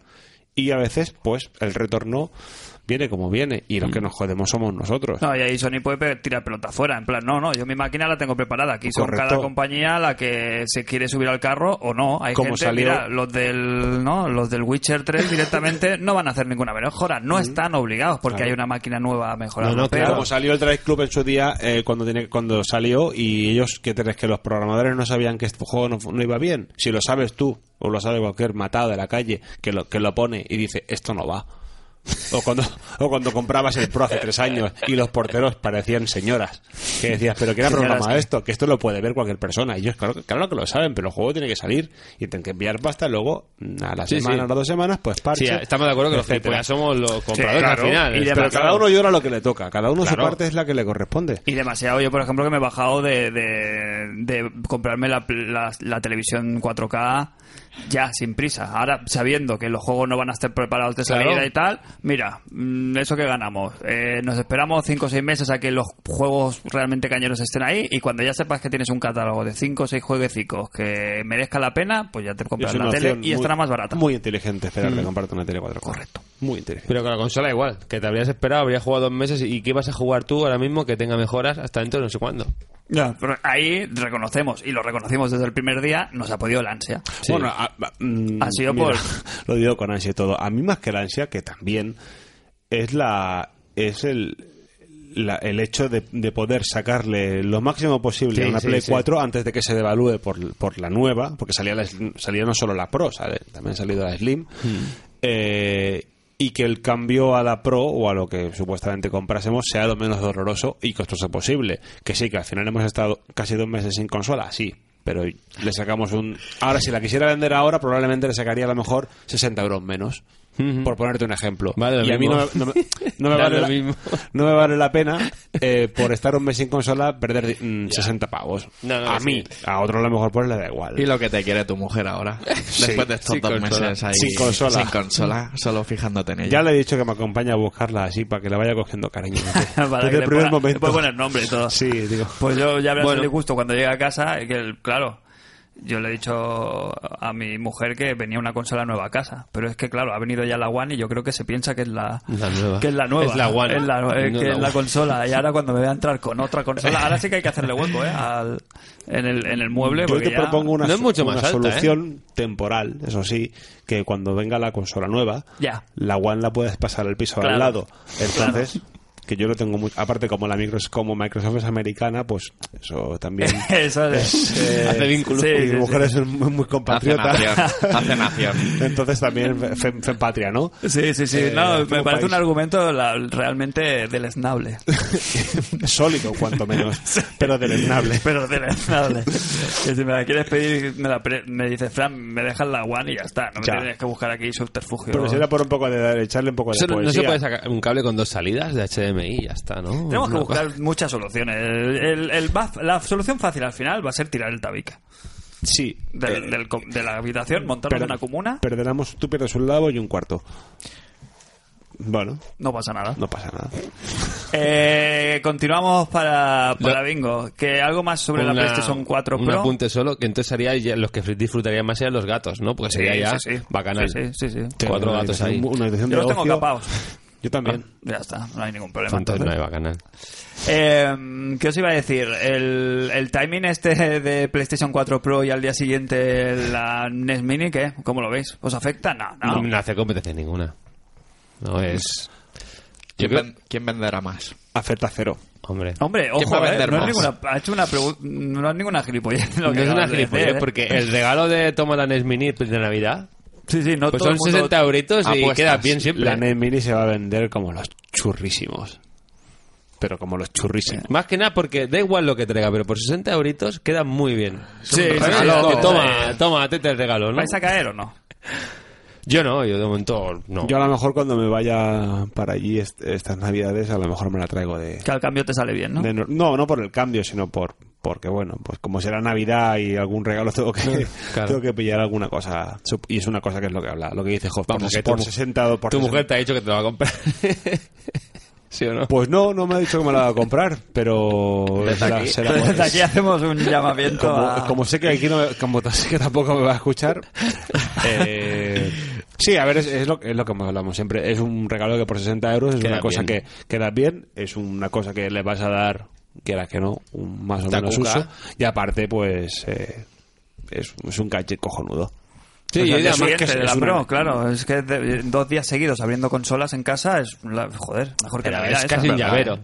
Speaker 5: y a veces, pues, el retorno viene como viene. Y los que nos jodemos somos nosotros.
Speaker 2: No, y ahí Sony puede pe- tirar pelota fuera. En plan, no, no, yo mi máquina la tengo preparada. Aquí son
Speaker 5: Correcto.
Speaker 2: cada compañía la que se quiere subir al carro o no. Hay
Speaker 5: Como
Speaker 2: gente,
Speaker 5: salió-
Speaker 2: mira, los del, ¿no? los del Witcher 3 directamente no van a hacer ninguna mejora.
Speaker 5: Mm.
Speaker 2: No están obligados porque hay una máquina nueva a mejorar.
Speaker 4: No, no,
Speaker 2: Pero-
Speaker 5: Como salió el Drive Club en su día, eh, cuando, tenía- cuando salió, y ellos, que crees? Que los programadores no sabían que este juego no, fu- no iba bien. Si lo sabes tú, o lo sabe cualquier matado de la calle, que lo, que lo pone y dice, esto no va. O cuando, o cuando comprabas el Pro hace tres años y los porteros parecían señoras. Que decías, pero que era
Speaker 2: Señoras
Speaker 5: programado
Speaker 2: que-
Speaker 5: esto, que esto lo puede ver cualquier persona. Y ellos, claro, que- claro que lo saben, pero el juego tiene que salir y tienen que enviar pasta. Luego, a la
Speaker 4: Sí,
Speaker 5: semana,
Speaker 4: sí.
Speaker 5: a las dos semanas, pues parche.
Speaker 4: Sí, estamos de acuerdo que los
Speaker 5: etcétera.
Speaker 4: gilipollas somos los compradores
Speaker 2: claro,
Speaker 4: al final.
Speaker 2: y
Speaker 4: Esto-
Speaker 2: además-
Speaker 5: Pero cada uno llora lo que le toca, cada uno su
Speaker 4: Claro.
Speaker 5: parte es la que le corresponde.
Speaker 2: Y demasiado, yo por ejemplo que me he bajado de, de, de comprarme la, pl- la- la televisión 4K ya sin prisa. Ahora sabiendo que los juegos no van a estar preparados de
Speaker 4: Claro.
Speaker 2: salida y tal, mira, mm, eso que ganamos. Eh, nos esperamos 5 o 6 meses a que los juegos realmente cañeros estén ahí y cuando ya sepas que tienes un catálogo de 5 o 6 jueguecicos que merezca la pena, pues ya te compras
Speaker 5: Es una
Speaker 2: la tele
Speaker 5: opción
Speaker 2: y estará
Speaker 5: muy-
Speaker 2: más barata. Mm.
Speaker 5: Muy inteligente esperar de comprarte una tele 4 Correcto. Muy inteligente.
Speaker 4: Pero con la consola igual, que te habrías esperado, habrías jugado dos meses y ¿qué vas a jugar tú ahora mismo que tenga mejoras hasta dentro de no sé cuándo?
Speaker 2: Ya, pero ahí reconocemos, y lo reconocimos desde el primer día, nos ha podido el ansia.
Speaker 5: Bueno, a- a- mm,
Speaker 2: Ha sido
Speaker 5: mira,
Speaker 2: por-
Speaker 5: Lo digo con ansia y todo. A mí más que la ansia, que también es la... Es el... la- el hecho de, de poder sacarle lo máximo posible
Speaker 4: Sí,
Speaker 5: a una
Speaker 4: sí,
Speaker 5: Play
Speaker 4: sí.
Speaker 5: 4 antes de que se devalúe por, por la nueva, porque salía, la Slim- salía no solo la Pro, sale- también ha salido la Slim,
Speaker 4: Hmm.
Speaker 5: Eh, y que el cambio a la Pro o a lo que supuestamente comprásemos sea lo menos doloroso y costoso posible. Que sí, que al final hemos estado casi dos meses sin consola, sí, pero le sacamos un... Ahora, si la quisiera vender ahora, probablemente le sacaría a lo mejor 60 euros menos. Por ponerte un ejemplo.
Speaker 4: Hmm. Vale, lo
Speaker 5: y a mí no,
Speaker 4: mismo.
Speaker 5: me- no me, no me
Speaker 4: Da
Speaker 5: vale
Speaker 4: lo
Speaker 5: la,
Speaker 4: mismo.
Speaker 5: no me vale la pena eh, por estar un mes sin consola perder mm, 60 pavos.
Speaker 4: No, no,
Speaker 5: a
Speaker 4: sí.
Speaker 5: mí, a otro a lo mejor pues le da igual.
Speaker 3: Y lo que te quiere tu mujer ahora. Después de estos
Speaker 4: sin
Speaker 3: dos
Speaker 4: consola.
Speaker 3: meses ahí.
Speaker 5: Sin consola.
Speaker 3: Sin consola, solo fijándote en ella.
Speaker 5: Ya le he dicho que me acompañe a buscarla así para que la vaya cogiendo cariño.
Speaker 2: Para que le
Speaker 5: Desde el primer
Speaker 2: ponga- pues
Speaker 5: momento.
Speaker 2: le puede poner nombre y todo.
Speaker 5: Sí, digo.
Speaker 2: Pues yo ya hablé
Speaker 4: Bueno.
Speaker 2: de gusto cuando llegue a casa, y que el- claro, yo le he dicho a mi mujer que venía una consola nueva a casa, pero es que claro, ha venido ya la One y yo creo que se piensa que es la,
Speaker 4: La nueva.
Speaker 2: que es la nueva,
Speaker 4: Es la One,
Speaker 2: es la, eh,
Speaker 4: no
Speaker 2: que
Speaker 4: la
Speaker 2: es la
Speaker 4: One.
Speaker 2: consola y ahora cuando me voy a entrar con otra consola, ahora sí que hay que hacerle hueco, eh, al- en el en el mueble
Speaker 5: Yo
Speaker 2: porque
Speaker 5: te
Speaker 2: ya-
Speaker 5: propongo una,
Speaker 4: no es mucho
Speaker 5: una
Speaker 4: más alta, ¿eh?
Speaker 5: solución temporal, eso sí, que cuando venga la consola nueva,
Speaker 2: Ya.
Speaker 5: la One la puedes pasar al piso
Speaker 2: Claro.
Speaker 5: al lado. Entonces, que yo no tengo mucho... Aparte, como la Microsoft, como Microsoft es americana, pues eso también...
Speaker 2: Eso es.
Speaker 5: eh,
Speaker 4: Hace vínculo.
Speaker 2: Sí,
Speaker 5: mi
Speaker 2: sí,
Speaker 5: mujer
Speaker 2: sí.
Speaker 5: es muy, muy
Speaker 3: Hace
Speaker 5: compatriota.
Speaker 3: nación. Hace nación.
Speaker 5: Entonces también fem, fem patria, ¿no?
Speaker 2: Sí, sí, sí.
Speaker 5: Eh,
Speaker 2: no, me
Speaker 5: como
Speaker 2: parece un
Speaker 5: país.
Speaker 2: argumento la- realmente deleznable.
Speaker 5: Sólido, cuanto menos, pero deleznable.
Speaker 2: Pero deleznable. que si me la quieres pedir, me, la pre- me dices, Fran, me dejas la one y ya está. No me
Speaker 5: Ya.
Speaker 2: tienes que buscar aquí subterfugio.
Speaker 5: Pero si era por un poco de echarle un poco de
Speaker 4: Eso no, no se
Speaker 5: poesía.
Speaker 4: puede sacar un cable con dos salidas de HDMI y ya está, ¿no?
Speaker 2: Tenemos que
Speaker 4: Una
Speaker 2: buscar muchas soluciones. El- el- el más- la solución fácil al final va a ser tirar el tabique.
Speaker 5: Sí.
Speaker 2: Del, del com- de la habitación, montarlo en
Speaker 5: Eh, Pero-
Speaker 2: una comuna,
Speaker 5: Perderamos, tú pierdes un lado y un cuarto. Bueno,
Speaker 2: no pasa nada.
Speaker 5: no pasa nada.
Speaker 2: Eh, continuamos para, para
Speaker 4: Lo-
Speaker 2: Bingo. Que algo más sobre la
Speaker 4: una-
Speaker 2: PlayStation 4
Speaker 4: Un
Speaker 2: Pro.
Speaker 4: apunte solo, que entonces sería ya- los que disfrutarían más serían los gatos, ¿no? Porque
Speaker 2: Sí,
Speaker 4: sería ya
Speaker 2: sí, sí.
Speaker 4: bacanal.
Speaker 2: Sí, sí, sí, sí.
Speaker 4: Cuatro
Speaker 5: Una
Speaker 4: gatos
Speaker 5: habitación-
Speaker 4: ahí.
Speaker 5: Una habitación
Speaker 2: Yo
Speaker 5: de
Speaker 2: los tengo
Speaker 5: ocio.
Speaker 2: capados.
Speaker 5: Yo también.
Speaker 2: Ya está, no hay ningún problema.
Speaker 4: Entonces no hay bacanal.
Speaker 2: Eh, ¿Qué os iba a decir? El, el timing este de PlayStation 4 Pro y al día siguiente la NES Mini, ¿qué? ¿Cómo lo veis? ¿Os afecta? No,
Speaker 4: No,
Speaker 2: no.
Speaker 4: no hace competencia ninguna. No es... Yo
Speaker 3: ¿Quién,
Speaker 4: creo-
Speaker 3: ven- quién venderá más?
Speaker 4: Ah.
Speaker 5: Afecta cero.
Speaker 4: Hombre.
Speaker 2: Hombre,
Speaker 3: ¿Quién va
Speaker 2: ojo,
Speaker 3: a
Speaker 2: eh,
Speaker 3: vender
Speaker 2: no, es
Speaker 3: más?
Speaker 2: ninguna, ha hecho una pregu- no es ninguna gilipollez. lo
Speaker 4: No
Speaker 2: que
Speaker 4: es una
Speaker 2: acabas de
Speaker 4: gilipollez,
Speaker 2: decir, ¿eh?
Speaker 4: porque el regalo de Toma la NES Mini de Navidad,
Speaker 2: Sí, sí, no
Speaker 4: pues
Speaker 2: todo
Speaker 4: son
Speaker 2: el mundo-
Speaker 4: 60 euritos y
Speaker 3: Apuestas.
Speaker 4: queda bien siempre.
Speaker 5: La NES Mini se va a vender como los churrísimos. Pero como los churris.
Speaker 4: Más que nada porque da igual lo que traiga, pero por 60 euritos queda muy bien.
Speaker 2: Sí,
Speaker 4: Es un
Speaker 2: sí,
Speaker 4: regalo
Speaker 2: sí,
Speaker 4: que
Speaker 2: sí.
Speaker 4: toma, toma, tete el regalo, ¿no?
Speaker 2: ¿Vais a caer o no?
Speaker 4: Yo no, yo de momento no.
Speaker 5: Yo a lo mejor cuando me vaya para allí est- estas navidades, a lo mejor me la traigo de...
Speaker 2: Que al cambio te sale bien, ¿no?
Speaker 5: de nor- no, no por el cambio, sino por porque, bueno, pues como será Navidad y algún regalo tengo que,
Speaker 4: Claro.
Speaker 5: tengo que pillar alguna cosa. Sup- Y es una cosa que es lo que habla, lo que dice Hoff.
Speaker 4: Vamos,
Speaker 5: por,
Speaker 4: que
Speaker 5: por
Speaker 4: tu mu-
Speaker 5: 60 o por
Speaker 4: tu
Speaker 5: 60.
Speaker 4: mujer te ha dicho que te lo va a comprar. ¿Sí o no?
Speaker 5: Pues no, no me ha dicho que me la va a comprar, pero será- será por-
Speaker 2: Desde aquí hacemos un llamamiento
Speaker 5: como,
Speaker 2: a...
Speaker 5: como sé que aquí no me- como sé que tampoco me va a escuchar eh, sí a ver es, es lo, es lo que más hablamos siempre es un regalo que por 60 euros es
Speaker 4: Queda
Speaker 5: una cosa
Speaker 4: bien.
Speaker 5: que queda bien es una cosa que le vas a dar quieras que no un más o
Speaker 4: Te
Speaker 5: menos
Speaker 4: acuca.
Speaker 5: uso y aparte pues eh, es, es un gadget cojonudo
Speaker 4: Sí,
Speaker 2: O sea,
Speaker 4: y
Speaker 2: pues al día
Speaker 4: además
Speaker 2: siguiente
Speaker 4: que es-
Speaker 2: de la
Speaker 4: es una-
Speaker 2: Pro, claro. Es que de- dos días seguidos abriendo consolas en casa es... la- joder, mejor que
Speaker 4: Pero
Speaker 2: la
Speaker 4: es casi un
Speaker 2: ¿eh?
Speaker 4: llavero.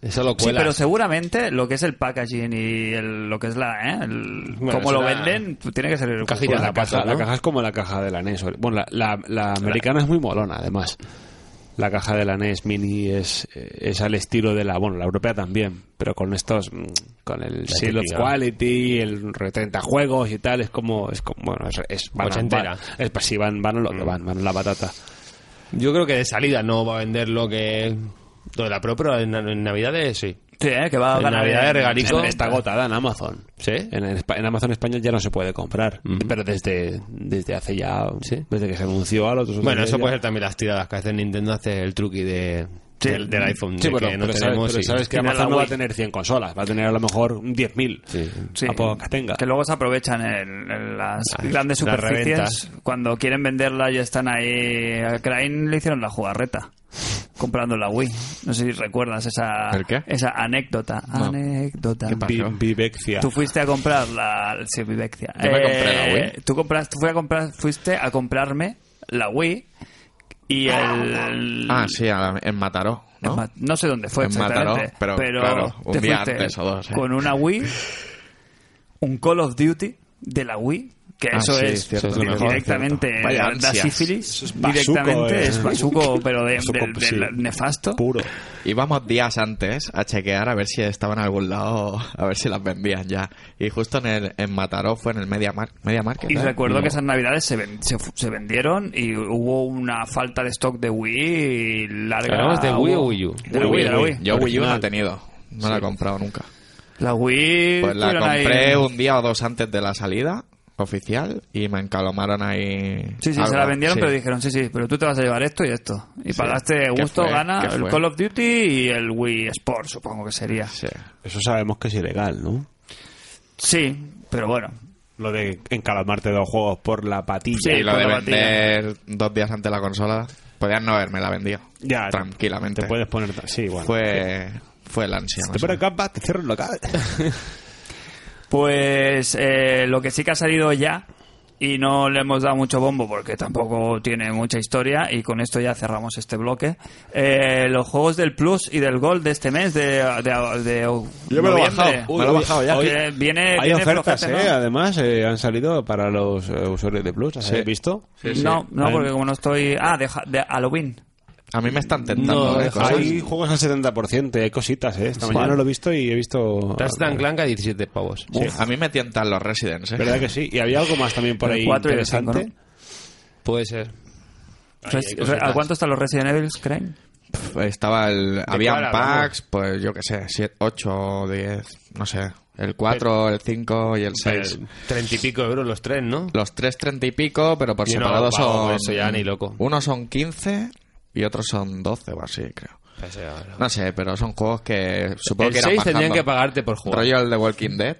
Speaker 4: Eso lo
Speaker 2: Sí,
Speaker 4: cuela.
Speaker 2: pero seguramente lo que es el packaging y el- lo que es la... ¿eh? El-
Speaker 4: Bueno,
Speaker 2: cómo
Speaker 4: es
Speaker 2: lo
Speaker 4: una-
Speaker 2: venden, pues tiene que ser...
Speaker 4: Cajita.
Speaker 5: Pues la,
Speaker 4: la caja,
Speaker 5: caja, la
Speaker 4: ¿no?
Speaker 5: caja es como la caja de la NES bueno la, la- la americana es muy molona además la caja de la NES Mini es, eh, es al estilo de la, bueno, la europea también, pero con estos, mm, con el Seal of
Speaker 4: típica.
Speaker 5: Quality, el re- 30 juegos y tal, es como, es como bueno, es, es van, a,
Speaker 4: Ochentera. Mm.
Speaker 5: van, es, pues sí, van, van a lo que van, van a la batata.
Speaker 4: Yo creo que de salida no va a vender lo que... Lo de la Pro, pero en, en Navidades sí.
Speaker 2: Sí, ¿eh? que va a
Speaker 4: En
Speaker 2: ganar...
Speaker 4: Navidad de
Speaker 2: en-
Speaker 4: regalico.
Speaker 2: en-
Speaker 5: Está agotada en Amazon.
Speaker 4: ¿Sí?
Speaker 5: En, el Espa- en Amazon España ya no se puede comprar, pero desde, desde hace ya,
Speaker 4: Mm. Sí.
Speaker 5: desde que se anunció a los otros
Speaker 4: Bueno,
Speaker 5: días
Speaker 4: eso
Speaker 5: ya-
Speaker 4: puede ser también las tiradas que hace Nintendo, hace el truqui de,
Speaker 2: Sí.
Speaker 4: del, del iPhone.
Speaker 5: Sí,
Speaker 4: de
Speaker 5: bueno,
Speaker 4: que no
Speaker 5: pero,
Speaker 4: tenemos
Speaker 5: sabes, pero
Speaker 4: y-
Speaker 5: sabes que
Speaker 2: Tiene la
Speaker 5: Amazon no va a
Speaker 2: Wii.
Speaker 5: tener 100 consolas, va a tener a lo mejor 10.000.
Speaker 4: Sí.
Speaker 2: Sí.
Speaker 5: A poco que tenga.
Speaker 2: Que luego se aprovechan en, en las
Speaker 4: Las-
Speaker 2: grandes
Speaker 4: las
Speaker 2: superficies.
Speaker 4: reventas.
Speaker 2: Cuando quieren venderla y están ahí. A Crane le hicieron la jugarreta. Comprando la Wii. No sé si recuerdas esa,
Speaker 3: ¿El qué?
Speaker 2: esa anécdota. Anécdota.
Speaker 3: ¿Qué pasó?
Speaker 5: Vi- Vivexia.
Speaker 2: Tú fuiste a comprar la sí, Vivexia.
Speaker 3: Yo me compré la Wii.
Speaker 2: Tú, compras, tú fui a comprar, fuiste a comprarme la Wii y el...
Speaker 3: Ah, sí, a la- en Mataró,
Speaker 2: Es
Speaker 3: ¿no?
Speaker 2: más, ¿no? sé dónde fue
Speaker 3: En
Speaker 2: exactamente.
Speaker 3: Mataró, pero, claro, un
Speaker 2: te
Speaker 3: día
Speaker 2: fuiste
Speaker 3: antes o dos, ¿eh?
Speaker 2: Con una Wii, un Call of Duty de la Wii, que
Speaker 3: Ah,
Speaker 2: eso
Speaker 3: sí,
Speaker 2: es
Speaker 3: cierto,
Speaker 2: dir-
Speaker 3: es lo mejor,
Speaker 2: directamente
Speaker 3: cierto. Vaya
Speaker 2: da
Speaker 3: ansias.
Speaker 2: sífilis,
Speaker 5: es bazuco,
Speaker 2: directamente
Speaker 5: eh.
Speaker 2: es basuco, pero de,
Speaker 5: Bazuco,
Speaker 2: del- del
Speaker 5: sí.
Speaker 2: nefasto.
Speaker 5: Puro.
Speaker 3: Íbamos días antes a chequear a ver si estaban en algún lado, a ver si las vendían ya. Y justo en, el, en Mataró fue en el Media, Mar Media Market.
Speaker 2: Y
Speaker 3: ¿eh?
Speaker 2: recuerdo que esas navidades se, ven- se, fu- se vendieron y hubo una falta de stock de Wii larga.
Speaker 4: ¿Hablamos de Wii o
Speaker 2: Hubo-
Speaker 4: Wii U?
Speaker 2: De la Wii, de la Wii.
Speaker 3: Yo Wii U no
Speaker 5: Original.
Speaker 3: he tenido, no la he comprado nunca.
Speaker 2: La Wii...
Speaker 3: Pues la
Speaker 2: tuvieron ahí-
Speaker 3: compré un día o dos antes de la salida oficial y me encalomaron ahí.
Speaker 2: Sí, sí,
Speaker 3: algo.
Speaker 2: se la vendieron,
Speaker 3: Sí.
Speaker 2: pero dijeron, sí, sí, pero tú te vas a llevar esto y esto. Y
Speaker 3: Sí.
Speaker 2: pagaste
Speaker 3: ¿Qué
Speaker 2: gusto,
Speaker 3: fue?
Speaker 2: gana,
Speaker 3: ¿Qué
Speaker 2: el
Speaker 3: fue?
Speaker 2: Call of Duty y el Wii Sport, supongo que sería.
Speaker 3: Sí.
Speaker 5: Eso sabemos que es ilegal, ¿no?
Speaker 2: Sí, pero bueno.
Speaker 5: Lo de encalamarse dos juegos por la patilla.
Speaker 2: Sí,
Speaker 3: Y lo de
Speaker 2: con "Eh, la batida.
Speaker 3: vender dos días antes la consola, podían no haberme la vendido.
Speaker 5: Ya,
Speaker 3: tranquilamente.
Speaker 5: Te puedes poner... Sí, bueno.
Speaker 3: Fue, fue el ansia.
Speaker 5: Te
Speaker 3: más o
Speaker 5: pones gambas, te cierro el local.
Speaker 2: Pues eh, lo que sí que ha salido ya, y no le hemos dado mucho bombo porque tampoco tiene mucha historia, y con esto ya cerramos este bloque, eh, los juegos del Plus y del Gold de este mes, de... de, de
Speaker 5: Yo me lo he
Speaker 2: noviembre.
Speaker 5: bajado, me lo he bajado ya.
Speaker 2: Oye, viene,
Speaker 5: Hay
Speaker 2: viene
Speaker 5: ofertas,
Speaker 2: flojete,
Speaker 5: ¿eh?
Speaker 2: ¿no?
Speaker 5: Además, eh, han salido para los eh, usuarios de Plus. ¿Has
Speaker 3: Sí.
Speaker 5: visto?
Speaker 2: No, no, porque como no estoy... Ah, de, Ja- de Halloween.
Speaker 3: A mí me están tentando
Speaker 4: No,
Speaker 3: eh,
Speaker 4: deja
Speaker 3: cosas.
Speaker 5: Hay juegos al 70%, hay cositas, ¿eh? Esta
Speaker 4: Sí.
Speaker 5: mañana lo he visto y he visto...
Speaker 4: Ratchet and Clank a 17 pavos.
Speaker 3: Uf, A mí me tientan los Residents, eh.
Speaker 5: ¿Verdad que sí? Y había algo más también por
Speaker 2: El
Speaker 5: ahí
Speaker 2: cuatro y el
Speaker 5: interesante.
Speaker 2: cinco, ¿no?
Speaker 4: Puede ser.
Speaker 2: Res- ¿A cuánto están los Resident Evil, Crane?
Speaker 3: Pff, Estaba el... Había
Speaker 4: cuál
Speaker 3: packs, pues yo qué sé, 8, 10, no sé. El 4, el 5 y el 6.
Speaker 4: Eh, 30 y pico euros los tres, ¿no?
Speaker 3: Los 3, 30 y pico, pero por
Speaker 4: Yo no
Speaker 3: separado
Speaker 4: pago
Speaker 3: son...
Speaker 4: eso ya, ni loco.
Speaker 3: Uno son 15 y otros son 12 o así, creo.
Speaker 4: Pues, eh, no.
Speaker 3: No sé, pero son juegos que supongo
Speaker 4: El
Speaker 3: que eran
Speaker 4: 6 tendrían
Speaker 3: bajando.
Speaker 4: que pagarte por jugar.
Speaker 3: Rollo el de Walking Dead,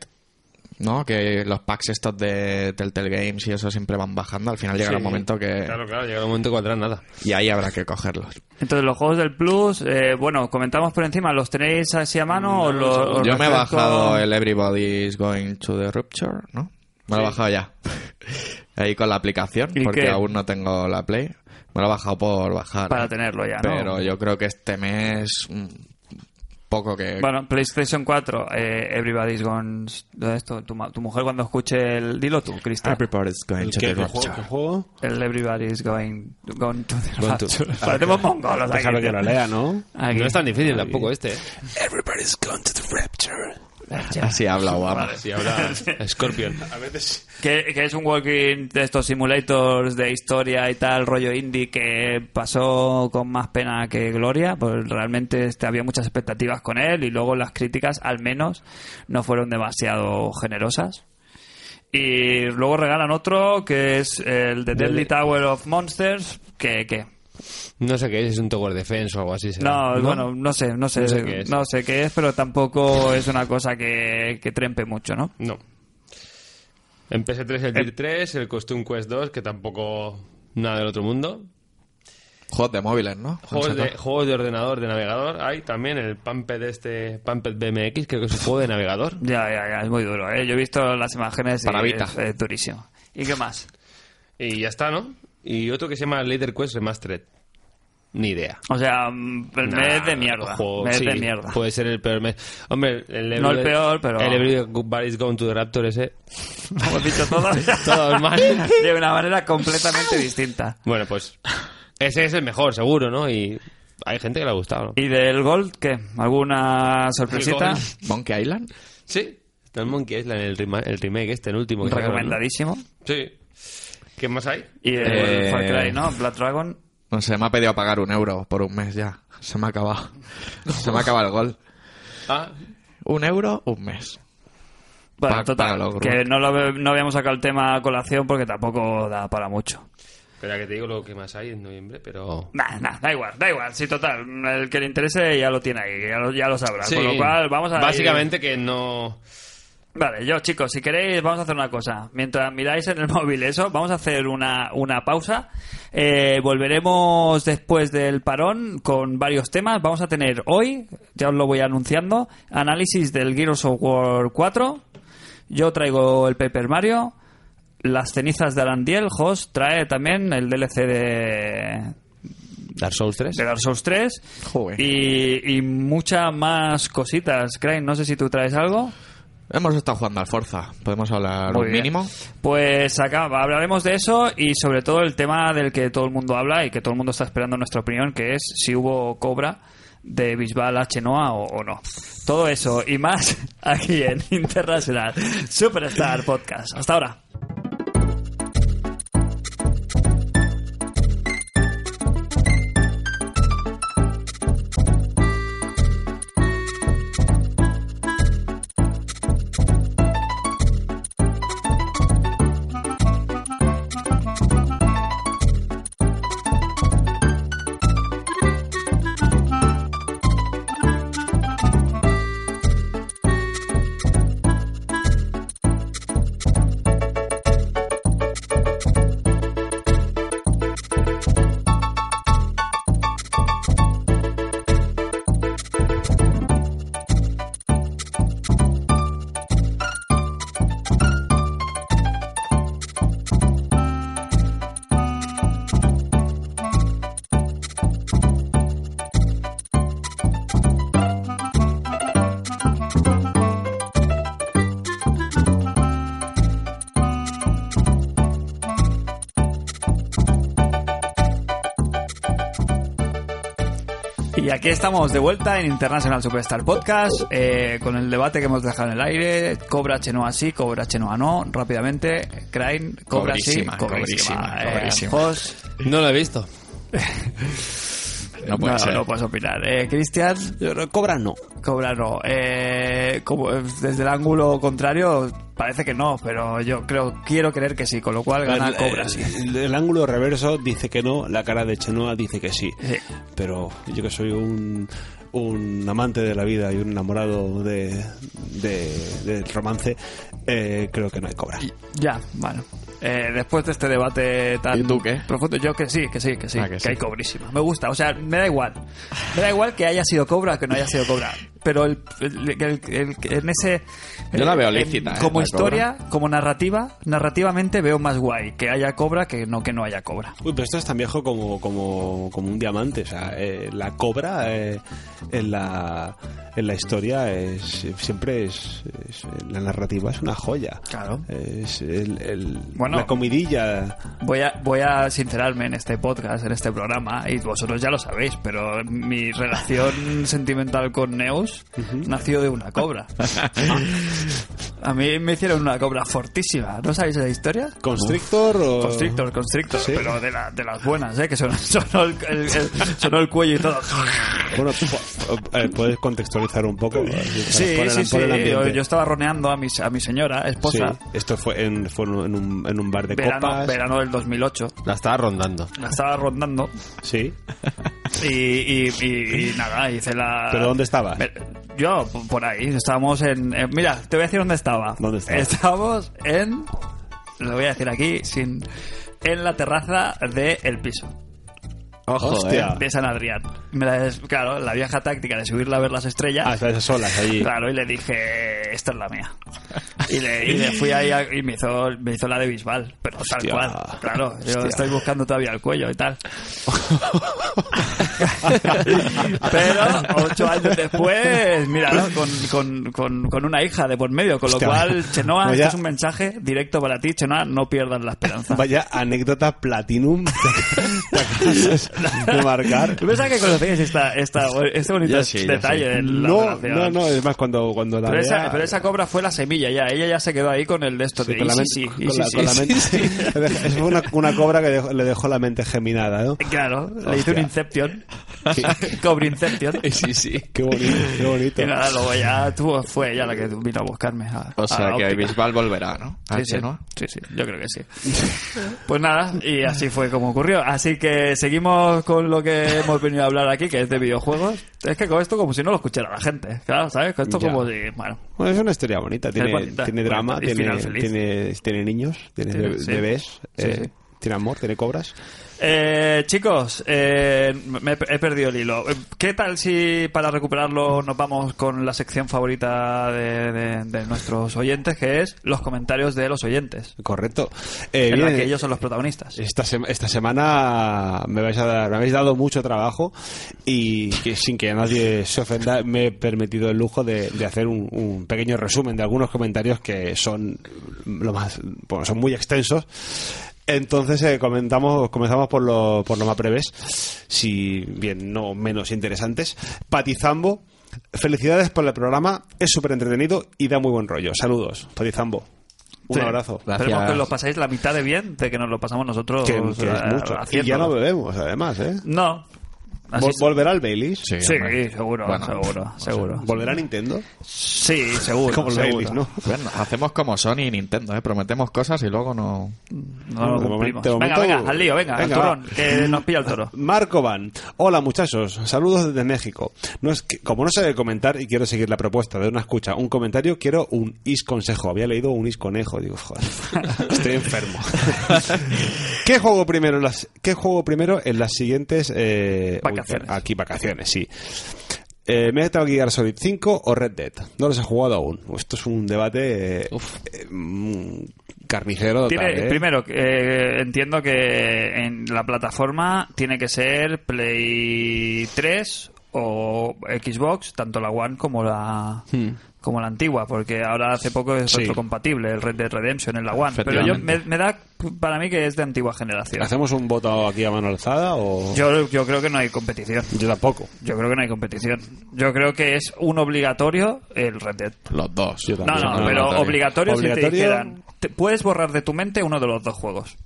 Speaker 3: ¿no? Que los packs estos de Telltale Games y eso siempre van bajando. Al final llegará un
Speaker 4: Sí.
Speaker 3: momento que...
Speaker 4: Claro, claro, llega un momento que valdrá nada.
Speaker 3: Y ahí habrá que cogerlos.
Speaker 2: Entonces, los juegos del Plus, eh, bueno, comentamos por encima, ¿los tenéis así a mano o los.? os
Speaker 3: Yo me he
Speaker 2: refresco?
Speaker 3: bajado el Everybody's Going to the Rupture, ¿no? Me lo he bajado ya. Ahí con la aplicación,
Speaker 2: ¿Y
Speaker 3: porque
Speaker 2: qué?
Speaker 3: aún no tengo la Play. Me lo he bajado por bajar.
Speaker 2: Para
Speaker 3: ¿eh?
Speaker 2: tenerlo ya, ¿no?
Speaker 3: Pero yo creo que este mes mm, poco
Speaker 5: Eh,
Speaker 3: que...
Speaker 2: Bueno, PlayStation 4, eh, Everybody's Gone. todo Esto, tu, ma- tu mujer cuando escuche el. Dilo tú,
Speaker 5: Ah,
Speaker 2: Cristian.
Speaker 3: Everybody's going to the
Speaker 5: ¿Qué- qué juego? ¿Qué
Speaker 3: rapture.
Speaker 5: juego?
Speaker 2: El Everybody's Going, going to the
Speaker 3: Going to-
Speaker 2: rapture. Parecemos mongolos aquí.
Speaker 5: Déjalo que
Speaker 2: tío.
Speaker 5: lo lea, ¿no?
Speaker 2: Aquí.
Speaker 4: No es tan difícil tampoco este, ¿eh?
Speaker 3: Everybody's going to the rapture. Así habla Obama.
Speaker 4: Si habla Scorpion.
Speaker 2: Que, que es un walking de estos simulators de historia y tal, rollo indie, que pasó con más pena que gloria, pues realmente este, había muchas expectativas con él y luego las críticas, al menos, no fueron demasiado generosas. Y luego regalan otro, que es el de Deadly Tower of Monsters, que... que
Speaker 4: No sé qué es, es un Tower Defense o algo así. será.
Speaker 2: no, bueno, no sé, no sé,
Speaker 4: No sé qué es.
Speaker 2: no sé qué es, pero tampoco es una cosa que, que trempe mucho, ¿no?
Speaker 4: No. En PS3 el Gear 3, el Costume Quest 2, que tampoco nada del otro mundo.
Speaker 3: Juegos de móviles, ¿no?
Speaker 4: Juegos de,
Speaker 3: Saca.
Speaker 4: juegos de ordenador, de navegador. Hay también el Pumped este, Pumped BMX, creo que es un juego de navegador.
Speaker 2: Ya, ya, ya, es muy duro, ¿eh? Yo he visto las imágenes
Speaker 3: Para
Speaker 2: y
Speaker 3: Vita.
Speaker 2: es, es durísimo. ¿Y qué más? Y
Speaker 4: Y ya está, ¿no? Y otro que se llama Leader Quest Remastered. Ni idea.
Speaker 2: O sea, mm, el mes de mierda.
Speaker 4: Juego-
Speaker 2: mes
Speaker 4: sí, pues-
Speaker 2: de mierda.
Speaker 4: Puede ser el peor mes. Hombre, el
Speaker 2: No
Speaker 4: Every-
Speaker 2: el peor, pero-
Speaker 4: El Everybody's Gone to the Raptor ese.
Speaker 2: Hemos dicho todo,
Speaker 4: Todos mal.
Speaker 2: de una manera completamente distinta.
Speaker 4: Bueno, pues ese es el mejor, seguro, ¿no? Y hay gente que le ha gustado. ¿no?
Speaker 2: ¿Y del Gold qué? ¿Alguna sorpresita?
Speaker 4: El
Speaker 3: Monkey Island.
Speaker 4: Sí. Está el Monkey Island, el, rema- el remake este, el último. que sacaron, ¿no?
Speaker 2: Recomendadísimo.
Speaker 4: Sí. ¿Qué más hay?
Speaker 2: Y el
Speaker 3: Eh,
Speaker 2: Far Cry, ¿no? Black Dragon.
Speaker 3: No sé, me ha pedido pagar un euro por un mes ya. Se me ha acabado. Se me ha acabado el gol.
Speaker 4: Ah,
Speaker 3: Un euro, un mes.
Speaker 2: Bueno,
Speaker 3: Pa-
Speaker 2: total,
Speaker 3: págalo, bro.
Speaker 2: que no, lo, ve- no habíamos sacado el tema a colación porque tampoco da para mucho.
Speaker 4: espera que te digo lo que más hay en noviembre, pero...
Speaker 2: Nah, nah, da igual, da igual. Sí, total, el que le interese ya lo tiene ahí, ya lo, ya lo sabrá.
Speaker 4: Sí.
Speaker 2: Con lo cual, vamos a... ir-
Speaker 4: Básicamente que no...
Speaker 2: Vale, yo chicos, si queréis vamos a hacer una cosa. Mientras miráis en el móvil eso, vamos a hacer una, una pausa. Eh, volveremos después del parón con varios temas. Vamos a tener hoy, ya os lo voy anunciando, análisis del Gears of War 4. Yo traigo el Paper Mario. Las cenizas de Arandiel, Host trae también el DLC de,
Speaker 4: Dark Souls 3.
Speaker 2: de Dark Souls 3.
Speaker 3: Joder.
Speaker 2: Y, y muchas más cositas. Crane, no sé si tú traes algo.
Speaker 3: Hemos estado jugando al Forza. Podemos hablar
Speaker 2: Muy
Speaker 3: un
Speaker 2: bien.
Speaker 3: mínimo.
Speaker 2: Pues acaba, hablaremos de eso y sobre todo el tema del que todo el mundo habla y que todo el mundo está esperando nuestra opinión, que es si hubo cobra de Bisbal a Chenoa o, o no. Todo eso y más aquí en Internacional Superstar Podcast. Hasta ahora. Y aquí estamos de vuelta en International Superstar Podcast eh, con el debate que hemos dejado en el aire. Cobra Chenoa sí, cobra Chenoa no. Rápidamente, Crane, cobra
Speaker 3: Cobrísima,
Speaker 2: sí, cobrísima.
Speaker 3: cobrísima,
Speaker 2: Eh,
Speaker 3: cobrísima.
Speaker 2: Jos,
Speaker 4: No lo he visto.
Speaker 3: No puede
Speaker 2: no,
Speaker 3: ser.
Speaker 2: no puedes opinar. Eh, Cristian,
Speaker 5: Cobra no.
Speaker 2: Cobra no. Eh, como, eh, desde el ángulo contrario parece que no, pero yo creo quiero creer que sí, con lo cual gana
Speaker 3: eh,
Speaker 5: El-
Speaker 2: Cobra
Speaker 5: el-
Speaker 2: sí.
Speaker 5: El, el ángulo reverso dice que no, la cara de Chenoa dice que sí.
Speaker 2: Sí.
Speaker 5: Pero yo que soy un, un amante de la vida y un enamorado de, de- del romance, eh, creo que no hay cobra.
Speaker 2: Ya, bueno. Eh, después de este debate
Speaker 3: ¿Y
Speaker 2: tan
Speaker 3: tú qué?
Speaker 2: profundo, yo que sí, que sí, que sí,
Speaker 3: Ah, que
Speaker 2: que,
Speaker 3: sí.
Speaker 2: hay cobrísima. Me gusta, o sea, me da igual. Me da igual que haya sido cobra o que no haya sido cobra. pero el, el- el- el- en ese...
Speaker 3: Yo la
Speaker 2: eh,
Speaker 3: veo
Speaker 2: en-
Speaker 3: lícita, eh,
Speaker 2: Como
Speaker 3: la
Speaker 2: historia, como narrativa, narrativamente veo más guay que haya cobra que no que no haya cobra.
Speaker 5: Uy, pero esto es tan viejo como, como, como un diamante. O sea, eh, la cobra eh, en, la, en la historia es, siempre es, es- La narrativa es una joya.
Speaker 2: Claro.
Speaker 5: Es el, el-
Speaker 2: Bueno.
Speaker 5: la comidilla.
Speaker 2: Voy a, voy a sincerarme en este podcast, en este programa, y vosotros ya lo sabéis, pero mi relación sentimental con Neus nació de una cobra. A mí me hicieron una cobra fortísima. ¿No sabéis esa historia?
Speaker 5: ¿Constrictor o.?
Speaker 2: Constrictor, constrictor,
Speaker 5: Sí.
Speaker 2: pero de, la- de las buenas, ¿eh? que sonó, sonó el, el- el- sonó el cuello y todo.
Speaker 5: Bueno, po- eh, puedes contextualizar un poco.
Speaker 2: Sí,
Speaker 5: Por el-
Speaker 2: sí, sí.
Speaker 5: por el
Speaker 2: Yo,
Speaker 5: ambiente.
Speaker 2: yo estaba roneando a mi, a mi señora,
Speaker 5: Sí,
Speaker 2: esposa,
Speaker 5: esto fue en, fue en un, en un bar de
Speaker 2: verano,
Speaker 5: copas.
Speaker 2: verano del 2008.
Speaker 4: La estaba rondando.
Speaker 2: La estaba rondando
Speaker 5: Sí.
Speaker 2: y, y- y- y nada, hice la...
Speaker 5: ¿Pero dónde estabas?
Speaker 2: Me- Yo, p- por ahí, estábamos en, en- Mira, te voy a decir dónde estaba.
Speaker 5: ¿Dónde estaba?
Speaker 2: Estábamos en... Lo voy a decir aquí, sin... En la terraza del el piso.
Speaker 3: Ojo,
Speaker 5: Hostia.
Speaker 3: eh.
Speaker 2: de San Adrián. Me la des- claro, la vieja táctica de subirla a ver las estrellas.
Speaker 5: Ah, estabas a solas allí.
Speaker 2: Claro, y le dije, esta es la mía. Y le, y le fui ahí a- y me hizo, me hizo la de Bisbal, pero
Speaker 5: Hostia.
Speaker 2: tal cual. Claro, yo
Speaker 5: Hostia.
Speaker 2: estoy buscando todavía el cuello y tal. pero ocho años después, mira, ¿no? con, con- con- con una hija de por medio, con lo
Speaker 5: Hostia.
Speaker 2: cual, Chenoa,
Speaker 5: Vaya-
Speaker 2: este es un mensaje directo para ti, Chenoa, no pierdas la esperanza.
Speaker 5: Vaya anécdota platinum que acabas de marcar.
Speaker 2: Yo pensaba que conocíais esta, esta, este bonito
Speaker 3: Yo sí, yo
Speaker 2: detalle de la
Speaker 5: No,
Speaker 2: relación.
Speaker 5: no, no, es más cuando, cuando la
Speaker 2: Pero
Speaker 5: vea- eh,
Speaker 2: esa, pero esa cobra fue la semilla ya. Ella ya se quedó ahí con el de esto
Speaker 5: Sí,
Speaker 2: de
Speaker 5: con la
Speaker 2: "Y
Speaker 5: mente-
Speaker 2: sí, sí, y
Speaker 5: con
Speaker 2: sí,
Speaker 5: la-
Speaker 2: sí,
Speaker 5: con la
Speaker 2: sí,
Speaker 5: mente-
Speaker 2: sí".
Speaker 5: Es una, una cobra que dejó- le dejó la mente geminada, ¿no?
Speaker 2: Claro, le hice
Speaker 5: Hostia.
Speaker 2: un Inception. Cobra Inception.
Speaker 3: Sí, sí.
Speaker 5: Qué bonito, qué bonito.
Speaker 2: Y nada, luego ya tuvo, fue ella la que vino a buscarme. a-
Speaker 3: O
Speaker 2: a
Speaker 3: sea
Speaker 2: la
Speaker 3: que
Speaker 2: óptica.
Speaker 3: Bisbal volverá, ¿no? ¿A
Speaker 2: Ah, Sí, sí,
Speaker 3: Chenoa?
Speaker 2: sí, sí, yo creo que sí. Pues nada, y así fue como ocurrió. Así que seguimos con lo que hemos venido a hablar aquí, que es de videojuegos. Es que con esto como si no lo escuchara la gente, claro, ¿sabes? Con esto
Speaker 5: Ya.
Speaker 2: como si, bueno,
Speaker 5: Bueno, es una historia bonita, tiene,
Speaker 2: bonita,
Speaker 5: tiene
Speaker 2: bonita,
Speaker 5: drama,
Speaker 2: y
Speaker 5: tiene,
Speaker 2: final feliz.
Speaker 5: tiene, tiene niños, tiene,
Speaker 2: Tiene-
Speaker 5: be-
Speaker 2: sí.
Speaker 5: bebés,
Speaker 2: Sí,
Speaker 5: eh,
Speaker 2: sí.
Speaker 5: tiene amor, tiene cobras.
Speaker 2: Eh, chicos, eh, me he he perdido el hilo. Eh, ¿Qué tal si para recuperarlo nos vamos con la sección favorita de, de- de nuestros oyentes, que es los comentarios de los oyentes?
Speaker 5: Correcto. Eh,
Speaker 2: en la
Speaker 5: bien, Eh,
Speaker 2: que ellos son los protagonistas.
Speaker 5: Esta, sema- esta semana me, vais a dar- me habéis dado mucho trabajo y que sin que nadie se ofenda me he permitido el lujo de, de hacer un, un pequeño resumen de algunos comentarios que son lo más bueno, son muy extensos. Entonces eh, comentamos, comenzamos por lo, por lo más breves, si bien no menos interesantes. Patizambo, felicidades por el programa, es súper entretenido y da muy buen rollo. Saludos, Patizambo. Un
Speaker 2: Sí.
Speaker 5: abrazo.
Speaker 2: Esperemos que os lo pasáis la mitad de bien de que nos lo pasamos nosotros
Speaker 5: Que, que
Speaker 2: eh,
Speaker 5: es mucho. Y ya
Speaker 2: haciéndolo.
Speaker 5: no bebemos, además, ¿eh?
Speaker 2: No. Así
Speaker 5: Vol-
Speaker 2: es.
Speaker 5: ¿Volverá al Baileys?
Speaker 2: sí,
Speaker 3: hombre.
Speaker 2: seguro,
Speaker 3: Bueno,
Speaker 2: seguro, seguro.
Speaker 5: ¿Volverá a Nintendo?
Speaker 2: Sí, seguro.
Speaker 5: Como el
Speaker 2: seguro.
Speaker 5: Baileys, ¿no?
Speaker 3: Bueno, hacemos como Sony y Nintendo, ¿eh? Prometemos cosas y luego no...
Speaker 2: No lo
Speaker 5: De
Speaker 2: cumplimos.
Speaker 5: momento-
Speaker 2: venga,
Speaker 5: de momento-
Speaker 2: venga, al lío, venga, al
Speaker 5: Venga,
Speaker 2: turrón,
Speaker 5: va.
Speaker 2: que nos pilla el toro.
Speaker 5: Marco Van. Hola, muchachos. Saludos desde México. No es que- como no sé de comentar y quiero seguir la propuesta de una escucha, un comentario, quiero un is consejo. Había leído un is conejo. Digo, joder, estoy enfermo. ¿Qué juego primero en las, qué juego primero en las siguientes... eh, uy,
Speaker 2: Vacaciones.
Speaker 5: aquí vacaciones, sí. Eh, Metal Gear Solid 5 o Red Dead. No los he jugado aún. Esto es un debate eh, eh, mm, carnicero.
Speaker 2: Tiene-
Speaker 5: total, ¿eh?
Speaker 2: Primero, eh, entiendo que en la plataforma tiene que ser Play 3 o Xbox, tanto la One como la como la antigua, porque ahora hace poco es
Speaker 5: Hmm. Sí.
Speaker 2: retrocompatible el Red Dead Redemption en la One. Pero yo me,
Speaker 3: Efectivamente.
Speaker 2: me da para mí que es de antigua generación.
Speaker 5: ¿Hacemos un voto aquí a mano alzada o...?
Speaker 2: Yo, yo creo que no hay competición.
Speaker 5: Yo tampoco.
Speaker 2: Yo creo que no hay competición. Yo creo que es un obligatorio el Red Dead.
Speaker 3: Los dos.
Speaker 5: Yo
Speaker 2: No,
Speaker 5: también.
Speaker 2: no,
Speaker 5: No,
Speaker 2: pero
Speaker 5: obligatorio.
Speaker 2: obligatorio, si te
Speaker 5: Obligatorio.
Speaker 2: dijeran, te- puedes borrar de tu mente uno de los dos juegos.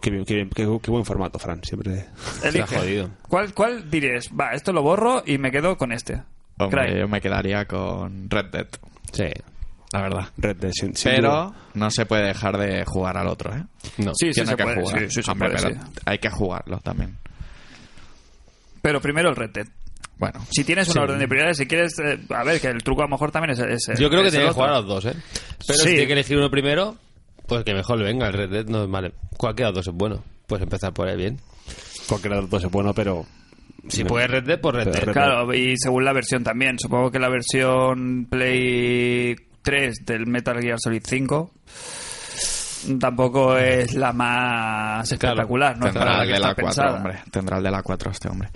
Speaker 5: Qué, bien- qué bien- qué- qué buen formato, Fran, siempre.
Speaker 2: Elige.
Speaker 4: Está jodido.
Speaker 2: ¿Cuál, ¿Cuál dirías? Va, esto lo borro y me quedo con este.
Speaker 3: Hombre,
Speaker 2: Craig.
Speaker 3: yo me quedaría con Red Dead,
Speaker 4: Sí.
Speaker 3: la verdad.
Speaker 5: Red Dead, sin- sin
Speaker 3: Pero
Speaker 5: duda.
Speaker 3: no se puede dejar de jugar al otro, ¿eh?
Speaker 4: No.
Speaker 2: Sí, sí,
Speaker 3: Tiene
Speaker 2: se
Speaker 3: que
Speaker 2: puede,
Speaker 3: jugar.
Speaker 2: sí, sí, se
Speaker 3: Hombre,
Speaker 2: puede,
Speaker 3: pero
Speaker 2: sí.
Speaker 3: hay que jugarlo también.
Speaker 2: Pero primero el Red Dead.
Speaker 3: Bueno,
Speaker 2: Si tienes una orden de prioridades, si quieres... eh, a ver, que el truco a lo mejor también es... es-
Speaker 4: Yo creo que
Speaker 2: es el
Speaker 4: tiene que
Speaker 2: otro.
Speaker 4: jugar a los dos, ¿eh? Pero
Speaker 2: Sí.
Speaker 4: si tiene que elegir uno primero, pues que mejor le venga. El Red Dead no es malo. Cualquiera de los dos es bueno. Pues empezar por ahí bien.
Speaker 5: Cualquiera de los dos es bueno, pero
Speaker 4: Si puedes Red Dead, pues Red
Speaker 5: Pero
Speaker 4: Dead.
Speaker 5: Red-
Speaker 2: Claro, y según la versión también. Supongo que la versión Play 3 del Metal Gear Solid 5 tampoco es la más espectacular, ¿no? es para
Speaker 3: Tendrá
Speaker 2: la
Speaker 3: el
Speaker 2: que
Speaker 3: de
Speaker 2: está
Speaker 3: la 4,
Speaker 2: pensada.
Speaker 3: hombre. Tendrá el de la 4 este hombre.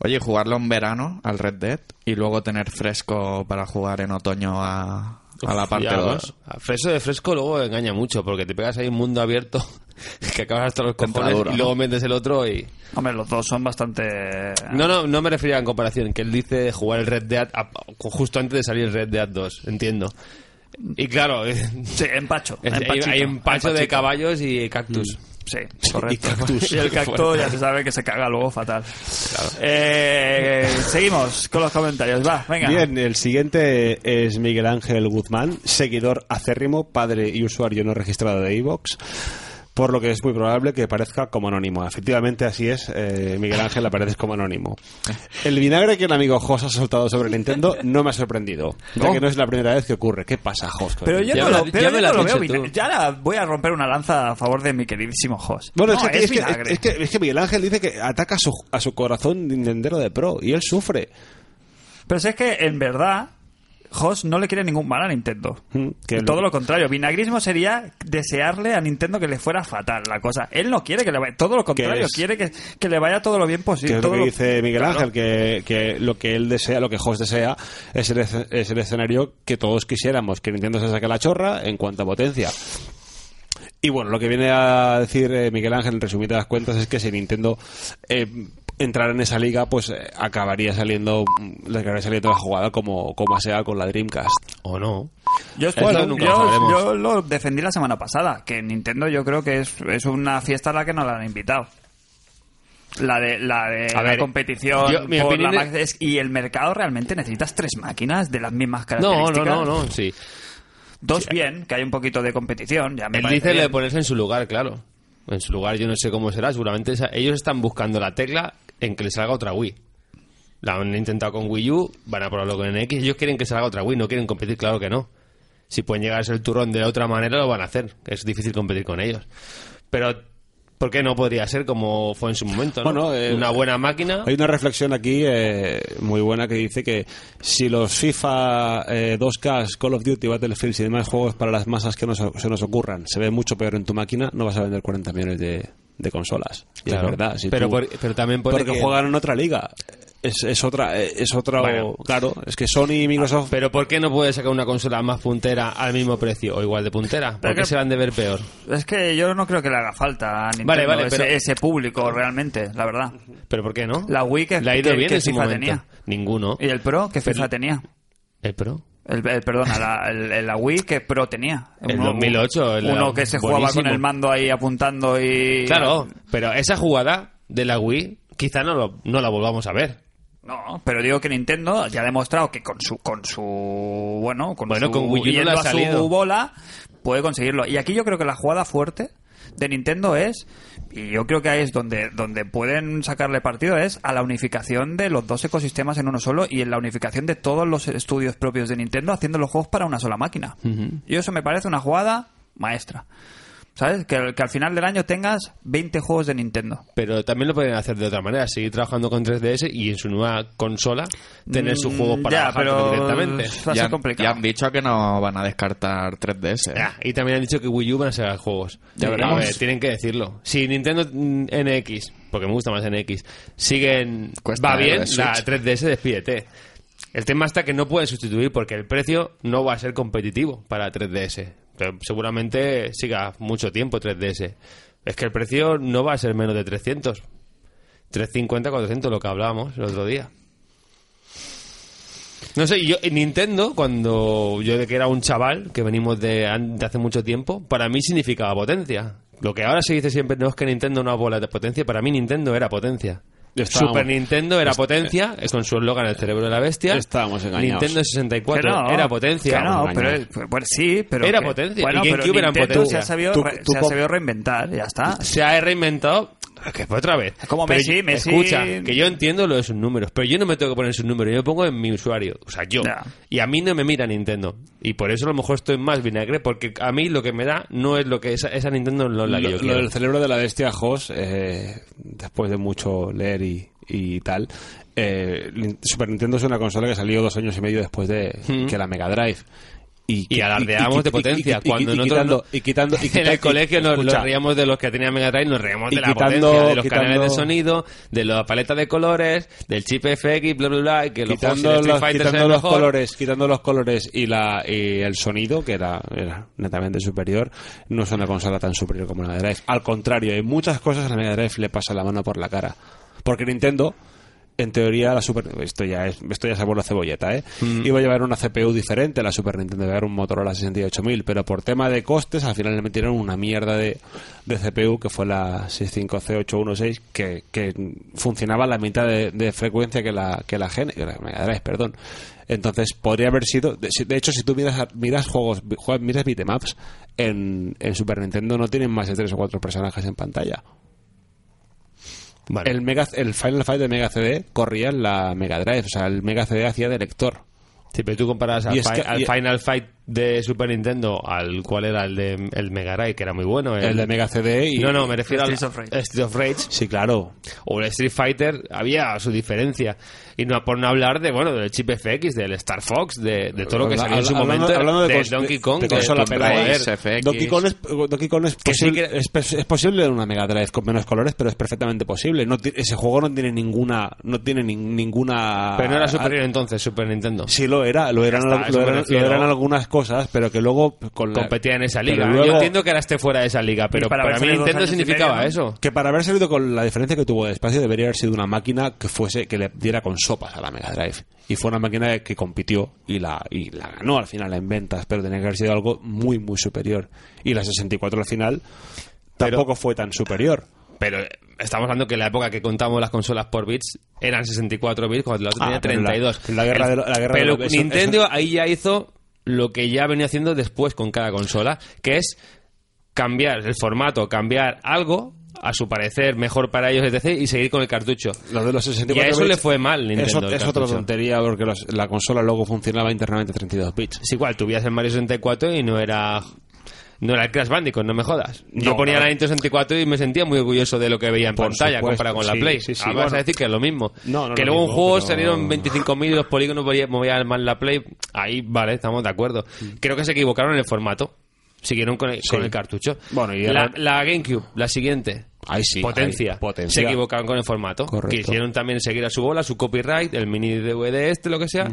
Speaker 3: Oye, jugarlo en verano al Red Dead y luego tener fresco para jugar en otoño a, a la parte 2.
Speaker 4: Freso de fresco luego engaña mucho, porque te pegas ahí un mundo abierto que acabas hasta los cojones
Speaker 3: Tentadura,
Speaker 4: y luego
Speaker 3: ¿no?
Speaker 4: metes el otro y...
Speaker 2: Hombre, los dos son bastante...
Speaker 4: No, no, no me refería en comparación, que él dice jugar el Red Dead a- justo antes de salir el Red Dead 2, entiendo. Y claro,
Speaker 2: Sí, empacho.
Speaker 4: Es- hay,
Speaker 2: empachito,
Speaker 4: hay empacho de
Speaker 2: empachito. Mm.
Speaker 4: caballos y cactus.
Speaker 2: Sí, correcto.
Speaker 4: Y cactus.
Speaker 2: Y el cacto ya se sabe que se caga luego fatal. Eh, seguimos con los comentarios. Va, venga.
Speaker 5: Bien, el siguiente es Miguel Ángel Guzmán, seguidor acérrimo, padre y usuario no registrado de Evox, por lo que es muy probable que parezca como anónimo. Efectivamente, así es, eh, Miguel Ángel apareces como anónimo. El vinagre que el amigo Jos ha soltado sobre Nintendo no me ha sorprendido, ya que no es la primera vez que ocurre. ¿Qué pasa, Jos? con
Speaker 2: Pero
Speaker 5: el
Speaker 2: yo
Speaker 4: Ya
Speaker 2: no
Speaker 4: me
Speaker 2: lo,
Speaker 4: la-
Speaker 2: pero
Speaker 4: ya
Speaker 2: yo
Speaker 4: me
Speaker 2: no
Speaker 4: la has
Speaker 2: lo veo
Speaker 4: hecho
Speaker 2: vinag-
Speaker 4: tú.
Speaker 2: Ya la voy a romper una lanza a favor de mi queridísimo Jos.
Speaker 5: Bueno,
Speaker 2: No,
Speaker 5: es, que, es que-
Speaker 2: vinagre.
Speaker 5: es que- es que Miguel Ángel dice que ataca a su, a su corazón nintendero de pro y él sufre.
Speaker 2: Pero si es que en verdad, Jos no le quiere ningún mal a Nintendo.
Speaker 5: Mm, que
Speaker 2: Todo
Speaker 5: el-
Speaker 2: lo contrario. Vinagrismo sería desearle a Nintendo que le fuera fatal la cosa. Él no quiere que le vaya. Todo lo contrario.
Speaker 5: es-
Speaker 2: Quiere que, que le vaya todo lo bien
Speaker 5: que
Speaker 2: posible.
Speaker 5: es lo
Speaker 2: todo
Speaker 5: que
Speaker 2: lo-
Speaker 5: dice Miguel
Speaker 2: Claro.
Speaker 5: Ángel, que, que lo que él desea, lo que Hoss desea, es el, esce- es el escenario que todos quisiéramos, que Nintendo se saque la chorra en cuanto a potencia. Y bueno, lo que viene a decir eh, Miguel Ángel, en resumidas cuentas, es que si Nintendo eh, entrara en esa liga, pues eh, acabaría saliendo, mm, le acabaría saliendo la jugada como, como sea con la Dreamcast.
Speaker 4: ¿O no?
Speaker 2: Yo,
Speaker 4: Eso
Speaker 2: bueno,
Speaker 4: nunca
Speaker 2: yo-
Speaker 4: lo sabremos.
Speaker 2: yo lo defendí la semana pasada, que Nintendo yo creo que es, es una fiesta a la que no la han invitado. La de la, de
Speaker 4: A
Speaker 2: la
Speaker 4: ver,
Speaker 2: competición
Speaker 4: yo- mi
Speaker 2: por la
Speaker 4: opinión
Speaker 2: Max es- y el mercado realmente necesitas tres máquinas de las mismas
Speaker 4: No,
Speaker 2: características.
Speaker 4: no, no, no, sí.
Speaker 2: Dos bien, que hay un poquito de competición, ya me
Speaker 4: Él
Speaker 2: parece
Speaker 4: dice
Speaker 2: bien.
Speaker 4: le ponerse en su lugar, claro. En su lugar yo no sé cómo será, seguramente esa- ellos están buscando la tecla en que les salga otra Wii. La han intentado con Wii U, van a probarlo con NX, ellos quieren que salga otra Wii, no quieren competir, claro que no. Si pueden llegar a ser el turrón de otra manera, lo van a hacer, que es difícil competir con ellos. Pero, ¿por qué no podría ser como fue en su momento? ¿no?
Speaker 5: Bueno, eh,
Speaker 4: Una buena máquina...
Speaker 5: Hay una reflexión aquí eh, muy buena que dice que si los FIFA eh, 2K, Call of Duty, Battlefield y demás juegos para las masas que nos, se nos ocurran se ve mucho peor en tu máquina, no vas a vender 40 millones de, de consolas. Y
Speaker 4: Claro.
Speaker 5: es verdad. si
Speaker 4: Pero
Speaker 5: tú-
Speaker 4: por- pero también pone
Speaker 5: porque
Speaker 4: que-
Speaker 5: juegan en otra liga. Es, es otra, eh, es otra,
Speaker 4: Bueno. Ah,
Speaker 5: claro, es que Sony y Microsoft.
Speaker 4: Pero ¿por qué no puede sacar una consola más puntera al mismo precio o igual de puntera?
Speaker 2: Pero
Speaker 4: ¿Por qué
Speaker 2: que-
Speaker 4: se la han de ver peor?
Speaker 2: Es que yo no creo que le haga falta a Nintendo
Speaker 4: Vale, vale,
Speaker 2: ese,
Speaker 4: pero-
Speaker 2: ese público realmente, la verdad.
Speaker 4: ¿Pero por qué no?
Speaker 2: La Wii que-
Speaker 4: ¿Le ha ido
Speaker 2: que-
Speaker 4: bien
Speaker 2: que
Speaker 4: en su
Speaker 2: FIFA
Speaker 4: momento?
Speaker 2: tenía.
Speaker 4: Ninguno. Eh,
Speaker 2: ¿Y el Pro? ¿Qué FIFA tenía?
Speaker 4: ¿El Pro?
Speaker 2: El, el- perdona, la, el- el- la Wii que Pro tenía.
Speaker 4: El 2008, el-
Speaker 2: uno que se jugaba
Speaker 4: buenísimo.
Speaker 2: con el mando ahí apuntando y...
Speaker 4: Claro, pero esa jugada de la Wii quizá no, lo- no la volvamos a ver.
Speaker 2: No, pero digo que Nintendo ya ha demostrado que con su... Con su bueno, con,
Speaker 4: Bueno,
Speaker 2: su,
Speaker 4: con Wii U no
Speaker 2: yendo
Speaker 4: le ha
Speaker 2: a su
Speaker 4: salido.
Speaker 2: bola puede conseguirlo. Y aquí yo creo que la jugada fuerte de Nintendo es... Y yo creo que ahí es donde, donde pueden sacarle partido es a la unificación de los dos ecosistemas en uno solo y en la unificación de todos los estudios propios de Nintendo haciendo los juegos para una sola máquina. Y eso me parece una jugada maestra. ¿Sabes? Que, que al final del año tengas 20 juegos de Nintendo.
Speaker 4: Pero también lo pueden hacer de otra manera, seguir trabajando con 3DS y en su nueva consola tener sus
Speaker 2: Mm,
Speaker 4: juegos para
Speaker 2: ya,
Speaker 4: bajártelo
Speaker 2: pero-
Speaker 4: directamente.
Speaker 2: Va a
Speaker 3: Ya
Speaker 2: ser
Speaker 3: han-
Speaker 2: complicado.
Speaker 3: ya han dicho que no van a descartar 3DS.
Speaker 4: Ah, y también han dicho que Wii U van a sacar juegos.
Speaker 3: Ya
Speaker 4: A
Speaker 3: veremos.
Speaker 4: ver, tienen que decirlo. Si Nintendo mm, NX, porque me gusta más NX, siguen
Speaker 3: Cuesta eh,
Speaker 4: va bien,
Speaker 3: la Switch.
Speaker 4: la 3DS despídete. El tema está que no pueden sustituir porque el precio no va a ser competitivo para 3DS. Pero seguramente siga mucho tiempo 3DS. Es que el precio no va a ser menos de 300. 350, 400, lo que hablábamos el otro día. No sé, yo en Nintendo, cuando yo de que era un chaval, que venimos de, an- de hace mucho tiempo, para mí significaba potencia. Lo que ahora se dice siempre no es que Nintendo no bola de potencia, para mí Nintendo era potencia.
Speaker 5: Estábamos-
Speaker 4: Super Nintendo era potencia, es con su eslogan El cerebro de la bestia.
Speaker 5: Estábamos engañados.
Speaker 4: Nintendo
Speaker 2: Que
Speaker 4: 64
Speaker 2: no,
Speaker 4: era potencia.
Speaker 2: que no,
Speaker 5: engañados.
Speaker 2: pero, pues, pues sí, pero...
Speaker 4: Era
Speaker 2: que-
Speaker 4: potencia,
Speaker 2: Bueno,
Speaker 4: y
Speaker 2: pero
Speaker 4: GameCube eran
Speaker 2: Nintendo
Speaker 4: potencia.
Speaker 2: se ha sabido,
Speaker 5: Tú-
Speaker 2: re-
Speaker 5: tú
Speaker 2: se ha
Speaker 5: com-
Speaker 2: sabido reinventar, ya está.
Speaker 4: Se ha reinventado Que fue otra vez.
Speaker 2: Como
Speaker 4: Pero
Speaker 2: Messi,
Speaker 4: yo-
Speaker 2: Messi-
Speaker 4: Escucha, que yo entiendo lo de sus números, pero yo no me tengo que poner sus números, yo me pongo en mi usuario, o sea, yo.
Speaker 2: Ya.
Speaker 4: Y a mí no me mira Nintendo. Y por eso a lo mejor estoy más vinagre, porque a mí lo que me da no es lo que esa, esa Nintendo no es la que
Speaker 5: lo,
Speaker 4: yo
Speaker 5: lo
Speaker 4: quiero.
Speaker 5: del cerebro de la bestia Jos, eh, después de mucho leer y, y tal, eh, Nin- Super Nintendo es una consola que salió dos años y medio después de que la Mega Drive.
Speaker 4: Hmm. Y alardeamos
Speaker 5: quit-
Speaker 4: de potencia,
Speaker 5: y- y- y-
Speaker 4: cuando
Speaker 5: y
Speaker 4: nosotros
Speaker 5: quitando-
Speaker 4: no-
Speaker 5: y quitando y
Speaker 4: en
Speaker 5: quita- y-
Speaker 4: el colegio nos,
Speaker 5: escucha,
Speaker 4: nos reíamos de los que tenían Mega Drive, nos reíamos
Speaker 5: Y
Speaker 4: de la
Speaker 5: quitando-
Speaker 4: potencia, de los
Speaker 5: quitando-
Speaker 4: canales de sonido, de la paleta de colores, del chip FX, bla, bla, bla, y que los juegos
Speaker 5: quitando
Speaker 4: de
Speaker 5: los,
Speaker 4: Street Fighter
Speaker 5: quitando
Speaker 4: sean
Speaker 5: los
Speaker 4: mejor.
Speaker 5: colores quitando los colores y la y el sonido que era, era netamente superior no es una consola tan superior como la Mega Drive al contrario hay muchas cosas a la Mega Drive le pasa la mano por la cara porque Nintendo en teoría la Super esto ya es esto ya es sabor a cebolleta eh iba a llevar una CPU diferente la Super Nintendo iba a llevar un Motorola 68000 pero por tema de costes al final le metieron una mierda de, de CPU que fue la 65C816 que, que funcionaba a la mitad de, de frecuencia que la que la Gen que la Mega Drive perdón entonces podría haber sido de, si- de hecho si tú miras a- miras juegos juegas, miras bitemaps en, en Super Nintendo no tienen más de tres o cuatro personajes en pantalla
Speaker 4: Vale.
Speaker 5: el, Mega, el Final Fight de Mega CD corría en la Mega Drive, o sea, el Mega CD hacía de lector.
Speaker 4: Sí, pero tú comparas al,
Speaker 5: Y es
Speaker 4: fi-
Speaker 5: que-
Speaker 4: al
Speaker 5: y-
Speaker 4: Final Fight de Super Nintendo al cual era el de el Mega Drive, que era muy bueno.
Speaker 5: El de Mega CD y...
Speaker 4: No, no, me refiero al
Speaker 2: Streets of Rage.
Speaker 4: Street of Rage
Speaker 5: Sí, claro.
Speaker 4: o el Street Fighter, había su diferencia. Y no por no hablar de, bueno, del chip FX, del Star Fox, de, de todo lo que
Speaker 5: Habla-
Speaker 4: salió en su
Speaker 5: hablando-
Speaker 4: momento,
Speaker 5: hablando de
Speaker 4: del
Speaker 5: cons-
Speaker 4: Donkey Kong,
Speaker 5: de
Speaker 4: de
Speaker 5: consola
Speaker 4: Tomb
Speaker 5: pelada,
Speaker 4: Raider.
Speaker 3: Race, FX.
Speaker 5: Donkey Kong, es, Donkey Kong es,
Speaker 4: sí
Speaker 5: posible, es, pos- es posible en una Mega Drive con menos colores, pero es perfectamente posible. No ti- ese juego no tiene ninguna... No tiene nin- ninguna...
Speaker 4: Pero no era superior entonces, Super Nintendo.
Speaker 5: Sí, lo era. Lo eran,
Speaker 4: Ya está,
Speaker 5: al-
Speaker 4: eso
Speaker 5: lo,
Speaker 4: me
Speaker 5: eran, lo
Speaker 4: refiero.
Speaker 5: eran algunas cosas, pero que luego... Con la-
Speaker 4: Competía en esa
Speaker 5: pero
Speaker 4: liga.
Speaker 5: luego-
Speaker 4: Yo entiendo que ahora esté fuera de esa liga, pero
Speaker 2: Y para
Speaker 4: para,
Speaker 2: haber
Speaker 4: mí
Speaker 2: salido dos
Speaker 4: Nintendo
Speaker 2: años y medio,
Speaker 4: significaba
Speaker 2: ¿no?
Speaker 4: eso.
Speaker 5: Que para haber salido con la diferencia que tuvo de espacio debería haber sido una máquina que fuese que le diera con sopas a la Mega Drive. Y fue una máquina que compitió y la, y la ganó al final en ventas, pero tenía que haber sido algo muy, muy superior. Y la 64 al final tampoco fue tan superior.
Speaker 4: Pero eh, estamos hablando que en la época que contábamos las consolas por bits eran 64 bits cuando la otra tenía
Speaker 5: Ah, pero la-
Speaker 4: 32.
Speaker 5: la guerra de lo- la guerra de
Speaker 4: pero
Speaker 5: lo- eso-
Speaker 4: Nintendo ahí ya hizo lo que ya venía haciendo después con cada consola, que es cambiar el formato, cambiar algo a su parecer mejor para ellos, etc. y seguir con el cartucho.
Speaker 5: Lo de los 64
Speaker 4: Y a eso
Speaker 5: bits
Speaker 4: le fue mal
Speaker 5: es
Speaker 4: Nintendo,
Speaker 5: ot-
Speaker 4: el
Speaker 5: Es, otra
Speaker 4: cartucho.
Speaker 5: tontería porque los- la consola luego funcionaba internamente a 32 bits.
Speaker 4: Es igual, tuvías el Mario 64 y no era... No era el Crash Bandicoot, no me jodas. Yo
Speaker 5: No,
Speaker 4: ponía
Speaker 5: claro.
Speaker 4: la Nintendo 64 y me sentía muy orgulloso de lo que veía en
Speaker 5: Por
Speaker 4: pantalla
Speaker 5: supuesto,
Speaker 4: comparado con la
Speaker 5: sí,
Speaker 4: Play.
Speaker 5: sí, sí,
Speaker 4: Ahora vas
Speaker 5: bueno.
Speaker 4: a decir que es lo mismo.
Speaker 5: No, no
Speaker 4: que
Speaker 5: lo
Speaker 4: luego en
Speaker 5: mismo,
Speaker 4: juegos
Speaker 5: pero-
Speaker 4: salieron 25.000 y los polígonos movían- movían más la Play. Ahí, vale, estamos de acuerdo.
Speaker 5: Mm.
Speaker 4: Creo que se equivocaron en el formato. Siguieron con el, con el cartucho.
Speaker 5: Bueno, y
Speaker 4: la,
Speaker 5: ahora-
Speaker 4: la GameCube, la siguiente.
Speaker 5: Ahí sí,
Speaker 4: Potencia.
Speaker 5: ahí, potencia.
Speaker 4: Se equivocaron con el formato.
Speaker 5: Correcto.
Speaker 4: Quisieron también seguir a su bola, su copyright, el mini DVD este, lo que sea.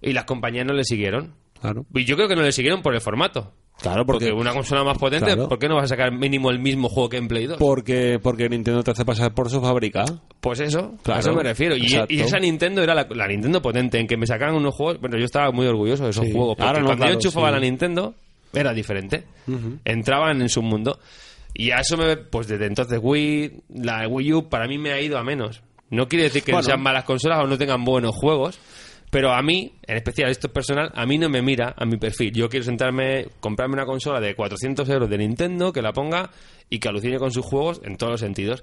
Speaker 4: Y las compañías no le siguieron.
Speaker 5: Claro.
Speaker 4: Y yo creo que no le siguieron por el formato.
Speaker 5: Claro,
Speaker 4: Porque,
Speaker 5: porque,
Speaker 4: una consola más potente,
Speaker 5: Claro.
Speaker 4: ¿por qué no vas a sacar mínimo el mismo juego que en Play 2?
Speaker 5: porque, porque Nintendo te hace pasar por su fábrica.
Speaker 4: Pues eso,
Speaker 5: Claro.
Speaker 4: a eso me refiero. Y,
Speaker 5: Exacto.
Speaker 4: y esa Nintendo era la, la Nintendo potente, en que me sacaban unos juegos. Bueno, yo estaba muy orgulloso de esos
Speaker 5: Sí.
Speaker 4: juegos. Porque
Speaker 5: Ahora no,
Speaker 4: cuando
Speaker 5: claro,
Speaker 4: yo enchufaba
Speaker 5: sí.
Speaker 4: la Nintendo, era diferente. Entraban en su mundo. Y a eso me. Pues desde entonces, Wii, la Wii U, para mí me ha ido a menos. No quiere decir que
Speaker 5: Bueno.
Speaker 4: sean malas consolas o no tengan buenos juegos. Pero a mí, en especial esto es personal, a mí no me mira a mi perfil. Yo quiero sentarme, comprarme una consola de 400 euros de Nintendo, que la ponga y que alucine con sus juegos en todos los sentidos.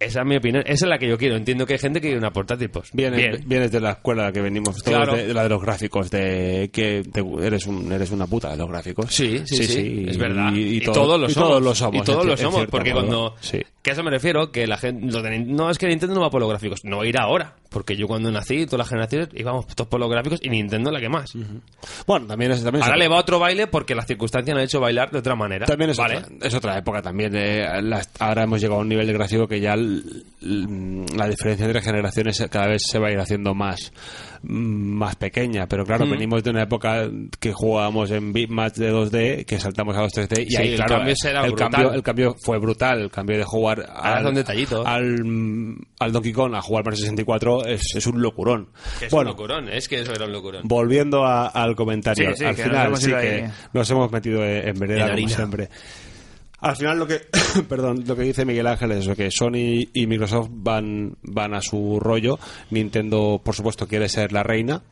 Speaker 4: Esa es mi opinión. Esa es la que yo quiero. Entiendo que hay gente que quiere una portátil, pues.
Speaker 5: Vienes,
Speaker 4: bien.
Speaker 5: vienes de la escuela que venimos todos,
Speaker 4: Claro.
Speaker 5: de, de la de los gráficos, de que te- eres, un, eres una puta de los gráficos.
Speaker 4: Sí, sí, sí,
Speaker 5: y-
Speaker 4: es verdad.
Speaker 5: Y,
Speaker 4: Y,
Speaker 5: todo-
Speaker 4: todos lo
Speaker 5: y
Speaker 4: somos.
Speaker 5: todos lo somos.
Speaker 4: Y todos
Speaker 5: en
Speaker 4: lo
Speaker 5: cier- en
Speaker 4: somos,
Speaker 5: cierto
Speaker 4: porque
Speaker 5: modo.
Speaker 4: cuando...
Speaker 5: Sí.
Speaker 4: Que a eso me refiero, que la gente... lo de Nin- no, es que Nintendo no va por los gráficos. No ir ahora, porque yo cuando nací, todas las generaciones, íbamos todos por los gráficos y Nintendo la que más.
Speaker 5: Bueno, también es... También es
Speaker 4: Ahora
Speaker 5: otra-
Speaker 4: le va otro baile porque las circunstancias han hecho bailar de otra manera.
Speaker 5: También es,
Speaker 4: ¿Vale?
Speaker 5: otra, es otra época también. eh, las- ahora hemos llegado a un nivel de gráfico que ya l- l- la diferencia entre generaciones cada vez se va a ir haciendo más, mm, más pequeña. Pero claro,
Speaker 4: Mm.
Speaker 5: venimos de una época que jugábamos en bitmaps de 2D, que saltamos a los 3D y
Speaker 4: Sí,
Speaker 5: ahí
Speaker 4: el
Speaker 5: claro,
Speaker 4: cambio será
Speaker 5: el,
Speaker 4: brutal.
Speaker 5: cambio, el cambio fue brutal. El cambio de jugar al,
Speaker 4: son detallitos.
Speaker 5: al, mm, al Donkey Kong a jugar para 64 es, es un locurón.
Speaker 4: Que es
Speaker 5: bueno,
Speaker 4: un locurón, es que eso era un locurón.
Speaker 5: volviendo a- al comentario,
Speaker 2: Sí, sí,
Speaker 5: al
Speaker 2: que nos
Speaker 5: final
Speaker 2: hemos
Speaker 5: sí
Speaker 2: ido
Speaker 5: que
Speaker 2: ahí.
Speaker 5: nos hemos metido en en vereda
Speaker 4: En
Speaker 5: como
Speaker 4: harina.
Speaker 5: siempre. Al final lo que perdón, lo que dice Miguel Ángel es eso, que Sony y Microsoft van van a su rollo, Nintendo por supuesto quiere ser la reina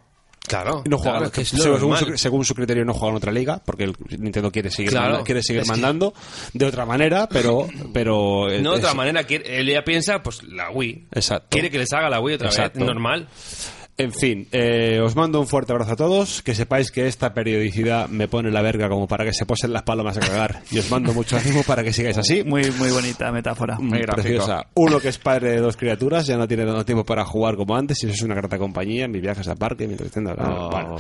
Speaker 4: Claro.
Speaker 5: No jugaban,
Speaker 4: claro, que es lo
Speaker 5: según, su-
Speaker 4: normal.
Speaker 5: según su criterio no juegan otra liga, porque el Nintendo quiere seguir,
Speaker 4: Claro.
Speaker 5: manda- quiere seguir
Speaker 4: Es que-
Speaker 5: mandando de otra manera, pero... pero
Speaker 4: No, de
Speaker 5: es-
Speaker 4: otra manera, quiere- él ya piensa, pues la Wii.
Speaker 5: Exacto.
Speaker 4: Quiere que les haga la Wii otra
Speaker 5: Exacto.
Speaker 4: vez, normal.
Speaker 5: En fin, eh, os mando un fuerte abrazo a todos. Que sepáis que esta periodicidad me pone la verga como para que se posen las palomas a cagar. Y os mando mucho ánimo para que sigáis así.
Speaker 2: Muy, muy bonita metáfora.
Speaker 5: Mm,
Speaker 3: Muy gráfico.
Speaker 5: Preciosa. Uno que es padre de dos criaturas, ya no tiene tanto tiempo para jugar como antes. Y eso es una grata compañía. Mis viajes a parque, mientras estén hablando. Bueno,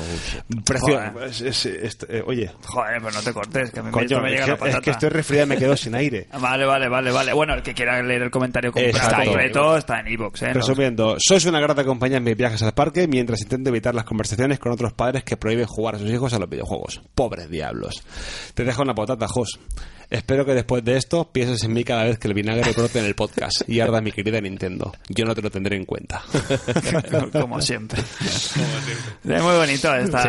Speaker 5: preciosa.
Speaker 2: Joder.
Speaker 5: Es- es- es- eh, oye,
Speaker 2: Joder, pero no te cortes, que me,
Speaker 5: coño,
Speaker 2: me
Speaker 5: es,
Speaker 2: llega
Speaker 5: que,
Speaker 2: la patata.
Speaker 5: es que estoy resfriado y me quedo sin aire.
Speaker 2: Vale, vale, vale, vale. Bueno, el que quiera leer el comentario completo
Speaker 5: Exacto.
Speaker 2: está, completo, está en iVoox, ¿eh? No-
Speaker 5: Resumiendo, sois una grata compañía en mis viajes al parque mientras intento evitar las conversaciones con otros padres que prohíben jugar a sus hijos a los videojuegos. Pobres diablos. Te dejo una patata, Jos. Espero que después de esto pienses en mí cada vez que el vinagre brote en el podcast y arda mi querida Nintendo. Yo no te lo tendré en cuenta.
Speaker 2: como siempre. Es muy bonito esta,
Speaker 4: Sí.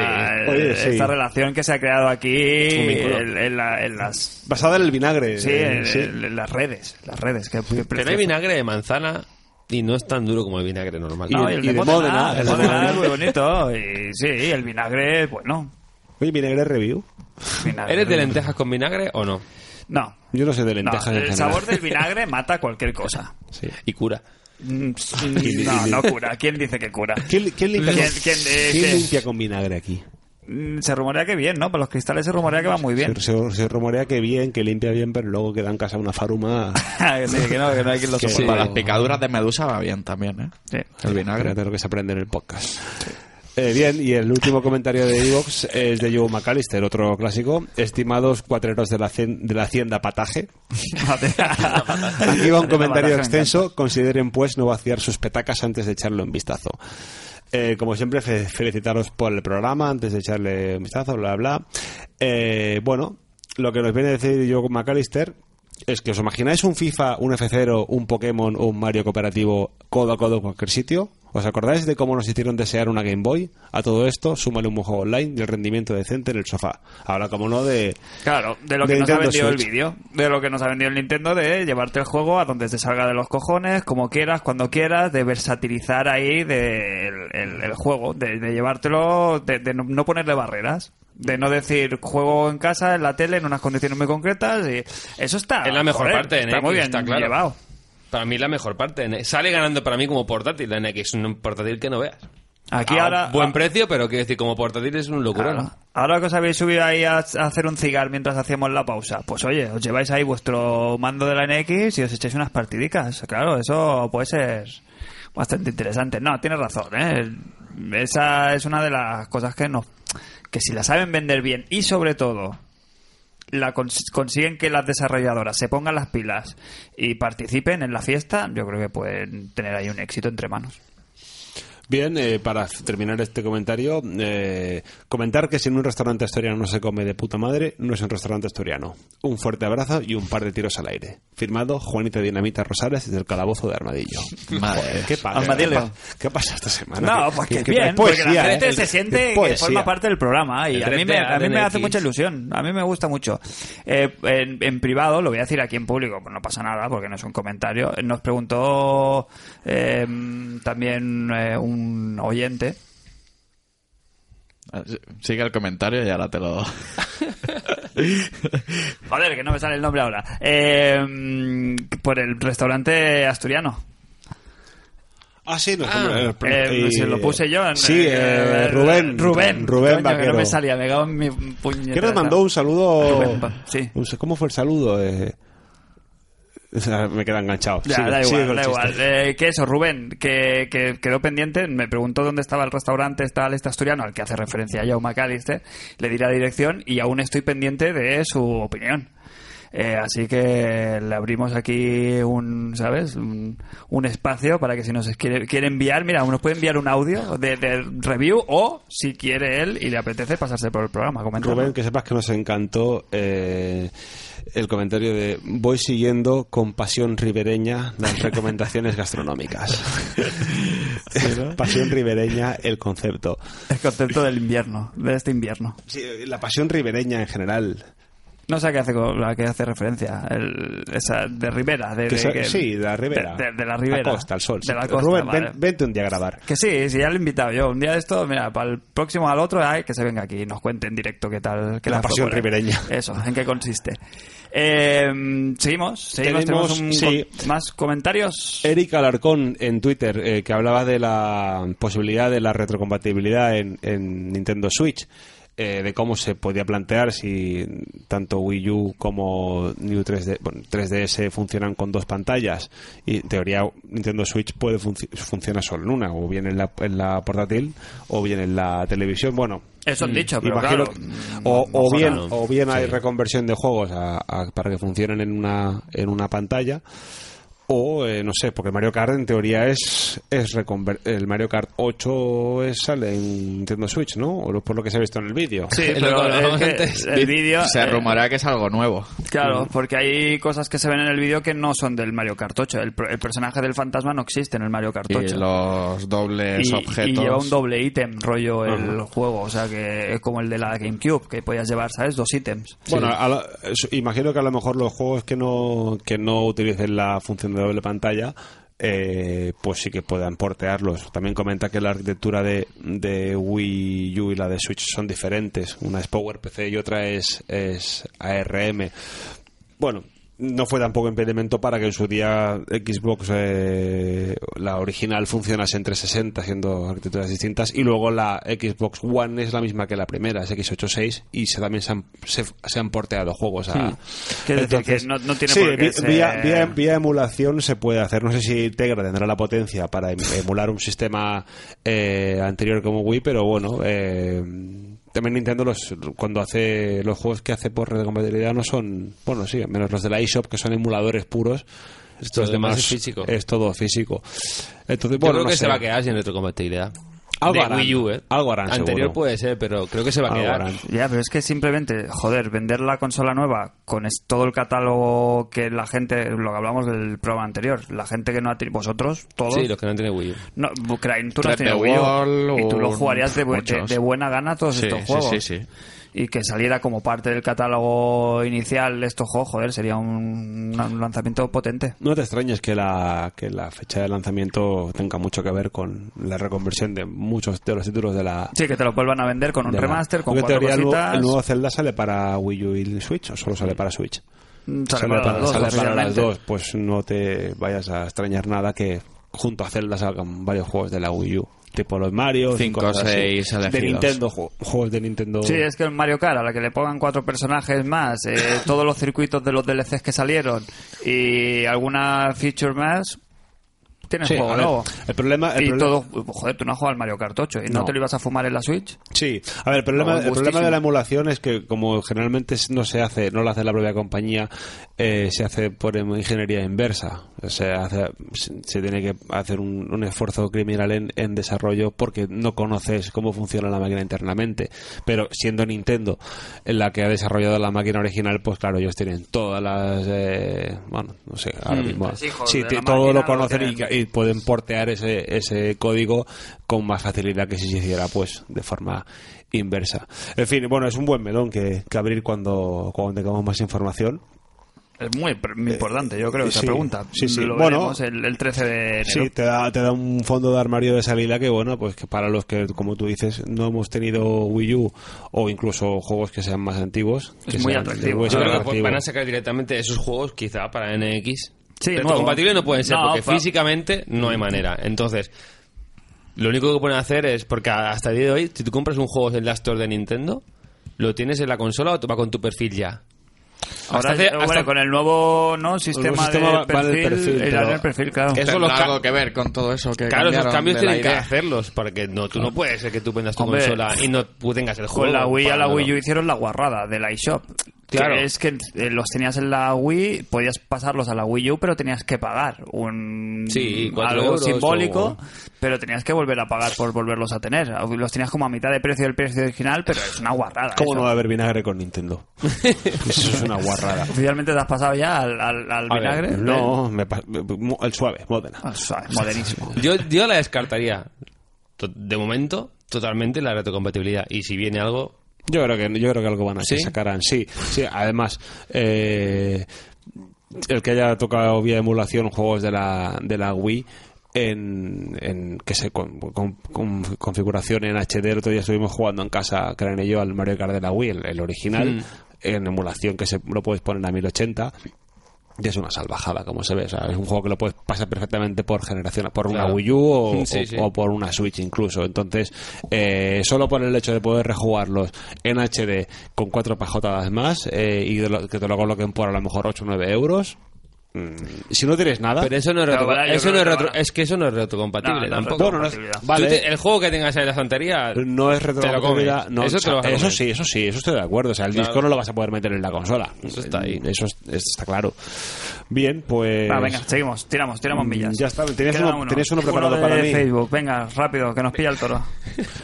Speaker 5: Oye, sí.
Speaker 2: esta relación que se ha creado aquí
Speaker 5: vínculo.
Speaker 2: en, en la- en las
Speaker 5: Basada en el vinagre.
Speaker 2: sí,
Speaker 5: eh,
Speaker 2: en,
Speaker 5: sí.
Speaker 2: en las redes, las redes. Que, que
Speaker 4: Pero
Speaker 2: precioso.
Speaker 4: hay vinagre de manzana y no es tan duro como el vinagre normal. Ah,
Speaker 2: No,
Speaker 5: y-
Speaker 2: y
Speaker 5: y
Speaker 2: el de
Speaker 5: de Módena,
Speaker 2: Módena, el de
Speaker 5: el de
Speaker 2: Módena
Speaker 5: Módena.
Speaker 2: es muy bonito. Y sí, el vinagre, bueno.
Speaker 5: Oye, vinagre review. Ah,
Speaker 2: vinagre.
Speaker 4: ¿Eres de lentejas con vinagre o no?
Speaker 2: No.
Speaker 5: Yo no sé de
Speaker 2: No,
Speaker 5: lentejas en
Speaker 2: el
Speaker 5: general.
Speaker 2: sabor del vinagre mata cualquier cosa.
Speaker 5: Sí.
Speaker 4: Y cura.
Speaker 2: Mm, No, no cura. ¿Quién dice que cura?
Speaker 5: ¿Quién, quién limpia,
Speaker 2: ¿Quién-
Speaker 5: con,
Speaker 2: quién- eh,
Speaker 5: quién
Speaker 2: qué?
Speaker 5: limpia con vinagre aquí?
Speaker 2: Mm, Se rumorea que bien, ¿no? Para los cristales se rumorea que va muy bien.
Speaker 5: Se, se- se rumorea que bien, que limpia bien, pero luego queda en casa una faruma.
Speaker 2: sí, que no, que no hay quien lo
Speaker 5: Que
Speaker 2: soporte.
Speaker 3: Pues Para las picaduras de medusa va bien también, ¿eh?
Speaker 2: Sí.
Speaker 3: El vinagre.
Speaker 5: Espérate lo que se aprende en el podcast. Eh, bien, y el último comentario de Evox es de Joe McAllister, otro clásico. Estimados cuatreros de la, cen- de la Hacienda Pataje. Aquí va un comentario extenso. Consideren, pues, no vaciar sus petacas antes de echarle un vistazo. Eh, como siempre, fe- felicitaros por el programa antes de echarle un vistazo, bla, bla. Eh, bueno, lo que nos viene a decir Joe McAllister es que os imagináis un FIFA, un F0, un Pokémon o un Mario cooperativo codo a codo en cualquier sitio. ¿Os acordáis de cómo nos hicieron desear una Game Boy? A todo esto, súmale un buen juego online y el rendimiento decente en el sofá. Ahora, como no, de
Speaker 2: Claro, de lo que
Speaker 5: De
Speaker 2: nos ha
Speaker 5: Nintendo
Speaker 2: vendido
Speaker 5: Switch.
Speaker 2: el vídeo. De lo que nos ha vendido el Nintendo de llevarte el juego a donde te salga de los cojones, como quieras, cuando quieras, de versatilizar ahí de el, el- el juego, de, de llevártelo, de, de no- no ponerle barreras. De no decir juego en casa, en la tele, en unas condiciones muy concretas. Y eso está.
Speaker 4: Es la mejor
Speaker 2: joder,
Speaker 4: parte de
Speaker 2: Está
Speaker 4: NX,
Speaker 2: muy bien
Speaker 4: está claro.
Speaker 2: llevado.
Speaker 4: Para mí la mejor parte. Sale ganando para mí como portátil la NX. Un portátil que no veas.
Speaker 2: Aquí
Speaker 4: A
Speaker 2: ahora.
Speaker 4: Buen precio, pero quiero decir, como portátil es un locura.
Speaker 2: Claro. Ahora que os habéis subido ahí a, a hacer un cigar mientras hacíamos la pausa, pues oye, os lleváis ahí vuestro mando de la NX y os echáis unas partidicas. Claro, eso puede ser bastante interesante. No, tienes razón, ¿eh? Esa es una de las cosas que no. Que si la saben vender bien y sobre todo la cons- consiguen que las desarrolladoras se pongan las pilas y participen en la fiesta, yo creo que pueden tener ahí un éxito entre manos.
Speaker 5: Bien, eh, para f- terminar este comentario, eh, comentar que si en un restaurante asturiano no se come de puta madre, no es un restaurante asturiano. Un fuerte abrazo y un par de tiros al aire. Firmado Juanita Dinamita Rosales desde el calabozo de Armadillo.
Speaker 3: Madre.
Speaker 5: Joder, ¿qué, pasa?
Speaker 2: Armadillo.
Speaker 5: ¿Qué pa- ¿Qué pasa esta semana?
Speaker 2: No,
Speaker 5: ¿Qué-
Speaker 2: porque
Speaker 5: qué-
Speaker 2: es
Speaker 5: qué
Speaker 2: bien,
Speaker 5: poesía,
Speaker 2: porque la gente
Speaker 5: eh?
Speaker 2: se
Speaker 5: Qué
Speaker 2: siente que
Speaker 5: poesía.
Speaker 2: forma parte del programa y
Speaker 4: El
Speaker 2: a mí, me,
Speaker 4: 3D,
Speaker 2: a mí me
Speaker 4: ADNX.
Speaker 2: hace mucha ilusión, a mí me gusta mucho. Eh, en, en privado, lo voy a decir aquí en público, pues no pasa nada porque no es un comentario, nos preguntó eh, también eh, un oyente.
Speaker 3: Sigue el comentario y ahora te lo doy.
Speaker 2: Joder, que no me sale el nombre ahora. Eh, por el restaurante asturiano.
Speaker 5: Ah, sí, nos-
Speaker 4: Ah,
Speaker 2: Eh,
Speaker 5: y-
Speaker 2: se lo puse yo. en-
Speaker 5: Sí, eh,
Speaker 2: eh,
Speaker 5: Rubén.
Speaker 2: Rubén.
Speaker 5: Rubén
Speaker 2: Coño, que
Speaker 5: Vaquero.
Speaker 2: no me salía, me cago en mi puñetera.
Speaker 5: Que nos mandó un saludo.
Speaker 2: Rubén, va- sí.
Speaker 5: No sé, ¿Cómo fue el saludo? Eh, o sea, me queda enganchado.
Speaker 2: Ya,
Speaker 5: Sigue,
Speaker 2: da
Speaker 5: sigue
Speaker 2: igual,
Speaker 5: con el
Speaker 2: da
Speaker 5: chiste.
Speaker 2: igual. Eh, que eso, Rubén, que, que quedó pendiente, me preguntó dónde estaba el restaurante tal, este asturiano, al que hace referencia Jaume McAllister, le di la dirección y aún estoy pendiente de su opinión. Eh, así que le abrimos aquí un, ¿sabes? Un, un espacio para que si nos quiere, quiere enviar, mira, nos puede enviar un audio de, de review o, si quiere él y le apetece, pasarse por el programa, comentar.
Speaker 5: Rubén, que sepas que nos encantó eh, el comentario de voy siguiendo con pasión ribereña las recomendaciones gastronómicas. pasión ribereña, el concepto.
Speaker 2: El concepto del invierno, de este invierno.
Speaker 5: Sí, la pasión ribereña en general.
Speaker 2: No sé a qué hace, con- a qué hace referencia. El- esa de Rivera. De,
Speaker 5: Que
Speaker 2: de-
Speaker 5: se-
Speaker 2: que-
Speaker 5: sí, de la ribera.
Speaker 2: De, de- de la Ribera.
Speaker 5: La costa, al sol.
Speaker 2: De la
Speaker 5: sí.
Speaker 2: costa,
Speaker 5: Rubén,
Speaker 2: vale.
Speaker 5: ven- vente un día a grabar.
Speaker 2: Que sí, si ya le he invitado yo. Un día de esto, mira, para el próximo al otro, ay, que se venga aquí y nos cuente en directo qué tal. Qué
Speaker 5: La
Speaker 2: tal fue
Speaker 5: pasión
Speaker 2: por él.
Speaker 5: ribereña.
Speaker 2: Eso, en qué consiste. Eh, seguimos, seguimos. Tenemos,
Speaker 5: Tenemos-
Speaker 2: un
Speaker 5: sí. Eh,
Speaker 2: com- más comentarios.
Speaker 5: Eric Alarcón en Twitter, eh, que hablaba de la posibilidad de la retrocompatibilidad en, en Nintendo Switch, eh, de cómo se podía plantear si tanto Wii U como New 3D, bueno, 3DS funcionan con dos pantallas. Y en teoría Nintendo Switch puede funci- funciona solo en una, o bien en la, en la portátil o bien en la televisión. Bueno,
Speaker 2: Eso han dicho, pero
Speaker 5: Imagino
Speaker 2: claro.
Speaker 5: que- o, o
Speaker 2: mejora,
Speaker 5: bien
Speaker 2: ¿no?
Speaker 5: o bien hay reconversión de juegos a- a- para que funcionen en una en una pantalla o eh, no sé porque Mario Kart en teoría es es reconver- el Mario Kart 8 es- sale en Nintendo Switch no o lo- por lo que se ha visto en el vídeo
Speaker 2: Sí,
Speaker 3: Lo-
Speaker 2: pero
Speaker 3: lo-
Speaker 2: es que
Speaker 3: antes
Speaker 2: el vídeo.
Speaker 3: Se
Speaker 2: eh,
Speaker 3: rumorea que es algo nuevo.
Speaker 2: Claro, porque hay cosas que se ven en el vídeo que no son del Mario Kart 8. El, pro- el personaje del fantasma no existe en el Mario Kart
Speaker 3: Y
Speaker 2: 8.
Speaker 3: los dobles
Speaker 2: Y-
Speaker 3: objetos.
Speaker 2: y lleva un doble ítem rollo el juego, o sea que es como el de la GameCube, que podías llevar, ¿sabes? Dos ítems.
Speaker 5: Bueno, a la- es- imagino que a lo mejor los juegos que no, que no utilicen la función de doble pantalla, eh, pues sí que puedan portearlos. También comenta que la arquitectura de, de Wii U y la de Switch son diferentes. Una es PowerPC y otra es, es ARM. Bueno, no fue tampoco impedimento para que en su día Xbox, eh, la original, funcionase en 360, siendo arquitecturas distintas, y luego la Xbox One es la misma que la primera, es X86, y se, también se han, se, se han porteado juegos a...
Speaker 2: Quiero decir Hmm. que no- no tiene
Speaker 5: sí,
Speaker 2: por qué
Speaker 5: vi-
Speaker 2: ser-
Speaker 5: vía, vía- vía emulación se puede hacer. No sé si Tegra tendrá la potencia para em- emular un sistema eh, anterior como Wii, pero bueno... eh, también Nintendo los, cuando hace los juegos que hace por retrocompatibilidad no son, bueno, sí, menos los de la eShop que son emuladores puros.
Speaker 4: Esto
Speaker 5: los
Speaker 4: además es físico.
Speaker 5: Es todo físico.
Speaker 4: Yo
Speaker 5: Entonces, bueno,
Speaker 4: creo
Speaker 5: no
Speaker 4: que
Speaker 5: sé.
Speaker 4: se va a quedar sin retrocompatibilidad.
Speaker 5: Algo
Speaker 4: de
Speaker 5: harán.
Speaker 4: Wii U, ¿eh?
Speaker 5: Algo harán,
Speaker 4: Anterior
Speaker 5: seguro.
Speaker 4: puede ser, pero creo que se va a
Speaker 5: Algo
Speaker 4: quedar.
Speaker 5: harán.
Speaker 2: Ya, pero es que simplemente, joder, vender la consola nueva con es- todo el catálogo que la gente, lo que hablamos del programa anterior, la gente que no ha tenido, vosotros, todos,
Speaker 4: Sí, los que no tienen Wii U.
Speaker 2: no, Crane, tú no
Speaker 3: Trap
Speaker 2: tienes
Speaker 3: the
Speaker 2: Wii U,
Speaker 3: Wall,
Speaker 2: y tú lo
Speaker 3: un-
Speaker 2: jugarías de, bu- de-
Speaker 3: muchos.
Speaker 2: de buena gana todos
Speaker 3: Sí,
Speaker 2: estos
Speaker 3: sí,
Speaker 2: juegos.
Speaker 3: sí, sí.
Speaker 2: Y que saliera como parte del catálogo inicial de estos juegos, joder, sería un- un lanzamiento potente.
Speaker 5: No te extrañes que la, que la fecha de lanzamiento tenga mucho que ver con la reconversión de muchos de los títulos de la.
Speaker 2: Sí, que te lo vuelvan a vender con un
Speaker 5: de la-
Speaker 2: remaster, con
Speaker 5: Porque
Speaker 2: cuatro
Speaker 5: en teoría el nuevo-
Speaker 2: cositas.
Speaker 5: El nuevo Zelda sale para Wii U y Switch o solo sale para Switch.
Speaker 2: Mm, sale para las dos,
Speaker 5: sale para las
Speaker 2: oficialmente.
Speaker 5: dos, pues no te vayas a extrañar nada que junto a Zelda salgan varios juegos de la Wii U. Tipo los Mario,
Speaker 3: Cinco,
Speaker 5: cosas así.
Speaker 3: seis
Speaker 5: De
Speaker 3: elegidos.
Speaker 5: Nintendo, ju- juegos de Nintendo.
Speaker 2: Sí, es que el Mario Kart, a la que le pongan cuatro personajes más, eh, todos los circuitos de los DLCs que salieron y alguna feature más, tienes
Speaker 5: Sí,
Speaker 2: juego
Speaker 5: a ver,
Speaker 2: nuevo.
Speaker 5: el problema. El
Speaker 2: y
Speaker 5: problema-
Speaker 2: todo, joder, tú no has jugado al Mario Kart 8 y no,
Speaker 5: No.
Speaker 2: te lo ibas a fumar en la Switch.
Speaker 5: Sí, a ver, el problema,
Speaker 2: Algo
Speaker 5: el problema de
Speaker 2: gustísimo.
Speaker 5: la emulación es que como generalmente no se hace, no lo hace la propia compañía, eh, se hace por em- ingeniería inversa. Se, hace, se se tiene que hacer un, un esfuerzo criminal en, en desarrollo porque no conoces cómo funciona la máquina internamente. Pero siendo Nintendo la que ha desarrollado la máquina original, pues claro, ellos tienen todas las... eh, bueno, no sé, ahora mismo...
Speaker 2: prefijos
Speaker 5: Sí,
Speaker 2: de
Speaker 5: te-
Speaker 2: la
Speaker 5: todo
Speaker 2: máquina
Speaker 5: lo
Speaker 2: lo
Speaker 5: conocen y,
Speaker 2: tienen.
Speaker 5: y pueden portear ese, ese código con más facilidad que si se hiciera pues de forma inversa. En fin, bueno, es un buen melón que, que abrir cuando, cuando tengamos más información.
Speaker 2: Es muy pr- muy importante, yo creo, esa
Speaker 5: Eh, Sí,
Speaker 2: pregunta.
Speaker 5: sí, sí.
Speaker 2: Lo
Speaker 5: Bueno,
Speaker 2: veremos el, el 13 de enero.
Speaker 5: Sí, te da, te da un fondo de armario de salida que, bueno, pues que para los que, como tú dices, no hemos tenido Wii U o incluso juegos que sean más antiguos.
Speaker 2: Es
Speaker 5: que
Speaker 2: muy
Speaker 5: sean
Speaker 2: atractivo.
Speaker 5: de
Speaker 2: Pues
Speaker 4: Yo
Speaker 5: hueso
Speaker 4: creo que
Speaker 5: atractivo.
Speaker 4: van a sacar directamente esos juegos, quizá para NX.
Speaker 2: Sí, nuevo.
Speaker 4: compatibles no pueden ser,
Speaker 2: No,
Speaker 4: porque
Speaker 2: fa-
Speaker 4: físicamente no hay manera. Entonces, lo único que pueden hacer es, porque hasta el día de hoy, si tú compras un juego en la Store de Nintendo, lo tienes en la consola o te va con tu perfil ya.
Speaker 2: Ahora,
Speaker 4: Hasta hace-
Speaker 2: bueno,
Speaker 4: hasta-
Speaker 2: con el nuevo ¿no? sistema,
Speaker 5: sistema
Speaker 2: de
Speaker 5: va- va del
Speaker 2: perfil,
Speaker 5: perfil,
Speaker 2: era
Speaker 5: pero-
Speaker 2: del perfil, claro.
Speaker 4: Eso
Speaker 3: Tendrá
Speaker 4: los ca-
Speaker 3: algo que ver con todo eso que
Speaker 4: Claro, esos
Speaker 3: cambiaron
Speaker 4: cambios
Speaker 3: de la
Speaker 4: tienen que
Speaker 3: idea.
Speaker 4: hacerlos, porque no, tú no puedes ser que tú vendas tu
Speaker 2: Hombre,
Speaker 4: consola y no tengas el juego.
Speaker 2: Con la Wii a la
Speaker 4: Para-
Speaker 2: Wii U hicieron la guarrada de la eShop.
Speaker 4: Claro.
Speaker 2: Que es que eh, los tenías en la Wii, podías pasarlos a la Wii U, pero tenías que pagar un
Speaker 4: Sí, cuatro
Speaker 2: algo
Speaker 4: euros
Speaker 2: simbólico,
Speaker 4: o-
Speaker 2: pero tenías que volver a pagar por volverlos a tener. Los tenías como a mitad de precio del precio original, pero es una guarrada.
Speaker 5: ¿Cómo
Speaker 2: eso.
Speaker 5: no va a haber vinagre con Nintendo? Eso es una guarrada.
Speaker 2: Oficialmente te has pasado ya al, al, al
Speaker 4: A ver,
Speaker 2: vinagre. ¿Eh?
Speaker 5: No, me pa- mo- el suave, Modena.
Speaker 2: Ah, suave, modernísimo.
Speaker 4: Yo, yo la descartaría. To- De momento, totalmente la retrocompatibilidad. Y si viene algo,
Speaker 5: Yo creo que yo creo que algo van a
Speaker 4: ¿Sí?
Speaker 5: que sacarán. Sí, sí. Además, eh, el que haya tocado vía emulación juegos de la, de la Wii en, en que se con, con- con configuración en HD. El otro día estuvimos jugando en casa, Crane y yo, al Mario Kart de la Wii, el, el original,
Speaker 4: Mm.
Speaker 5: en emulación que se lo puedes poner a 1080. Y es una salvajada, como se ve. O sea, es un juego que lo puedes pasar perfectamente por generación, por una
Speaker 4: Claro.
Speaker 5: Wii U o,
Speaker 4: Sí,
Speaker 5: o-
Speaker 4: sí.
Speaker 5: o por una Switch incluso. Entonces, eh, solo por el hecho de poder rejugarlos en HD con cuatro pajotadas más eh, y de lo- que te lo coloquen por a lo mejor 8 o 9 euros, mm, si no tienes nada...
Speaker 4: Pero eso no es
Speaker 2: Pero
Speaker 4: retro-
Speaker 2: vale, yo
Speaker 4: eso
Speaker 2: creo
Speaker 4: no es
Speaker 2: que
Speaker 4: retro-
Speaker 2: van a-
Speaker 4: es que eso no es retrocompatible
Speaker 2: No, no es
Speaker 4: tampoco.
Speaker 2: retro-
Speaker 5: Bueno, no es-
Speaker 2: compatibilidad.
Speaker 4: Tú
Speaker 5: vale, Eh,
Speaker 4: te- el juego que tengas en la estantería
Speaker 5: no es retrocompatibilidad.
Speaker 4: comes.
Speaker 5: No,
Speaker 4: Eso te lo vas a
Speaker 5: eso
Speaker 4: comer.
Speaker 5: sí, eso sí, eso estoy de acuerdo. O sea, el
Speaker 4: Claro.
Speaker 5: disco no lo vas a poder meter en la consola.
Speaker 4: Eso está ahí.
Speaker 5: Eso es- está claro. Bien, pues... mm,
Speaker 2: Va, venga, seguimos, tiramos, tiramos millas.
Speaker 5: ya está, tenías
Speaker 2: Queda
Speaker 5: uno- tenías uno preparado
Speaker 2: de
Speaker 5: para mí.
Speaker 2: Facebook, venga, rápido, que nos pilla el toro.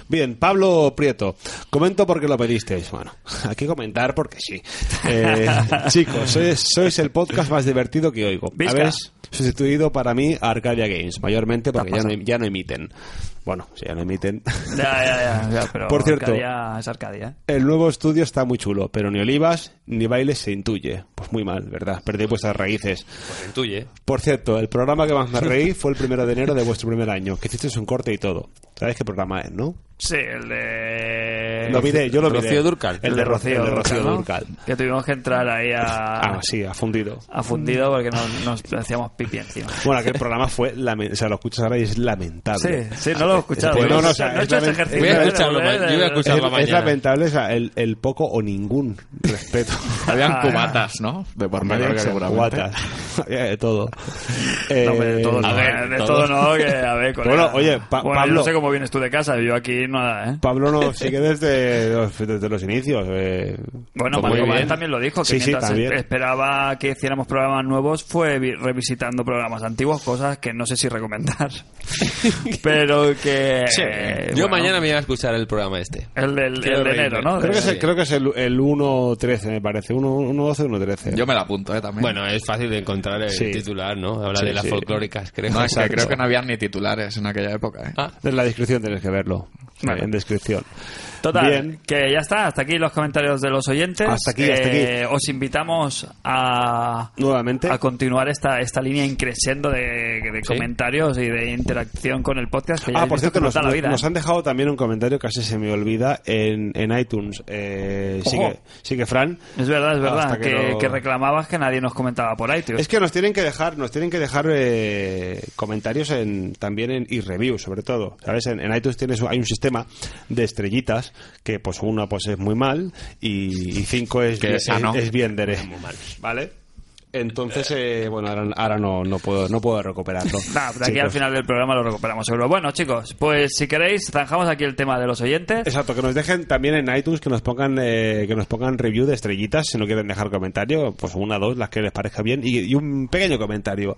Speaker 5: Bien, Pablo Prieto, comento porque lo pedisteis. Bueno, hay que comentar porque sí. Eh, chicos, sois, sois el podcast más divertido que oigo.
Speaker 2: Vizca.
Speaker 5: Habéis sustituido para mí a Arcadia Games, mayormente porque ya no, ya no emiten. Bueno, si ya no emiten.
Speaker 2: Ya, ya, ya, ya, pero
Speaker 5: Por cierto.
Speaker 2: Arcadia es Arcadia, ¿eh?
Speaker 5: El nuevo estudio está muy chulo, pero ni olivas ni bailes se intuye. Pues muy mal, ¿verdad? Perdéis vuestras raíces.
Speaker 4: pues intuye.
Speaker 5: Por cierto, el programa que más me reí fue el primero de enero de vuestro primer año, que hicisteis un corte y todo. ¿Sabéis qué programa es, no?
Speaker 2: Sí, el de...
Speaker 5: Lo miré, yo lo miré.
Speaker 4: Rocío Dúrcal.
Speaker 5: Eh, El de Rocío, el de Rocío
Speaker 2: ¿no?
Speaker 5: Dúrcal.
Speaker 2: Que tuvimos que entrar ahí a,
Speaker 5: Ah, sí, ha fundido.
Speaker 2: a fundido porque nos, nos hacíamos pipi encima.
Speaker 5: Bueno, aquel programa fue lamentable. O sea, lo escuchas ahora y es
Speaker 2: Sí,
Speaker 5: lamentable.
Speaker 2: sí, no lo he escuchado.
Speaker 5: Pues
Speaker 2: no,
Speaker 5: no, no,
Speaker 2: he
Speaker 5: o sea,
Speaker 2: hecho- no he
Speaker 5: es
Speaker 2: hecho ese
Speaker 5: lamen-
Speaker 2: ejercicio.
Speaker 4: voy a escucharlo,
Speaker 2: ¿eh?
Speaker 4: yo voy a
Speaker 5: Es,
Speaker 4: escucharlo. Escucharlo
Speaker 5: es
Speaker 4: mañana.
Speaker 5: lamentable o sea, el, el poco o ningún respeto.
Speaker 3: Habían
Speaker 2: Ah,
Speaker 3: cubatas, ¿no? De por medio, seguramente.
Speaker 5: Guatas. Había de todo. Eh,
Speaker 2: No, hombre, de todo no,
Speaker 3: A ver,
Speaker 2: eh, de
Speaker 3: todo.
Speaker 2: todo no, que a ver, colega.
Speaker 5: Bueno, oye, Pa-
Speaker 2: Bueno, yo
Speaker 5: Pablo.
Speaker 2: no sé cómo vienes tú de casa, yo aquí nada, ¿eh?
Speaker 5: Pablo nos sigue desde los, desde los inicios. eh.
Speaker 2: Bueno,
Speaker 4: Pues muy
Speaker 2: Marco Valen
Speaker 4: bien.
Speaker 2: también lo dijo, que
Speaker 5: Sí, sí,
Speaker 2: mientras
Speaker 5: también.
Speaker 2: esperaba que hiciéramos programas nuevos, fue vi- revisitando programas antiguos, cosas que no sé si recomendar. Pero que... eh,
Speaker 4: Yo
Speaker 2: bueno,
Speaker 4: mañana me voy a escuchar el programa este.
Speaker 2: El, del- el
Speaker 4: Quiero
Speaker 2: de
Speaker 4: reírme.
Speaker 2: enero, ¿no?
Speaker 5: Creo que es, el-
Speaker 4: Sí.
Speaker 5: creo que es el, el 1.13, me parece. 1 1.12, 1.13.
Speaker 3: Yo me la apunto, ¿eh? También.
Speaker 4: Bueno, es fácil de encontrar el
Speaker 5: Sí.
Speaker 4: titular, ¿no? Habla
Speaker 5: Sí,
Speaker 4: de las
Speaker 5: sí.
Speaker 4: folclóricas, creo.
Speaker 3: no, es que
Speaker 5: Exacto.
Speaker 3: creo que no habían ni titulares en aquella época, ¿eh?
Speaker 4: Ah,
Speaker 5: En la descripción tenéis que verlo.
Speaker 2: Vale.
Speaker 5: En descripción.
Speaker 2: Total,
Speaker 5: Bien.
Speaker 2: que ya está, hasta aquí los comentarios de los oyentes.
Speaker 5: Hasta aquí, hasta
Speaker 2: Eh, Os invitamos a,
Speaker 5: Nuevamente.
Speaker 2: a continuar esta, esta línea increciendo de, de comentarios y de interacción con el podcast. Que ya este
Speaker 5: Ah,
Speaker 2: habéis
Speaker 5: por
Speaker 2: visto
Speaker 5: cierto,
Speaker 2: cómo
Speaker 5: nos,
Speaker 2: está la vida.
Speaker 5: nos han dejado también un comentario, casi se me olvida, en, en iTunes. Eh, sí,
Speaker 2: Ojo.
Speaker 5: que, sí que, Fran.
Speaker 2: Es verdad, es verdad,
Speaker 5: Hasta
Speaker 2: que,
Speaker 5: que no-
Speaker 2: que reclamabas que nadie nos comentaba por ahí, tío.
Speaker 5: Es que nos tienen que dejar, nos tienen que dejar eh, comentarios en, también en y reviews, sobre todo. ¿Sabes? En, en iTunes tienes, hay un sistema de estrellitas que, pues, una pues es muy mal y, y cinco es,
Speaker 3: Que
Speaker 5: bien-
Speaker 3: es sano.
Speaker 5: es bien derecho. ¿Vale? Entonces, eh, bueno, ahora, ahora no, no puedo no puedo recuperarlo.
Speaker 2: Nah, pero pues aquí
Speaker 5: Chicos.
Speaker 2: al final del programa lo recuperamos seguro. Bueno, chicos, pues si queréis, zanjamos aquí el tema de los oyentes.
Speaker 5: Exacto, que nos dejen también en iTunes que nos pongan eh, que nos pongan review de estrellitas si no quieren dejar comentario, pues una dos, las que les parezca bien y, y un pequeño comentario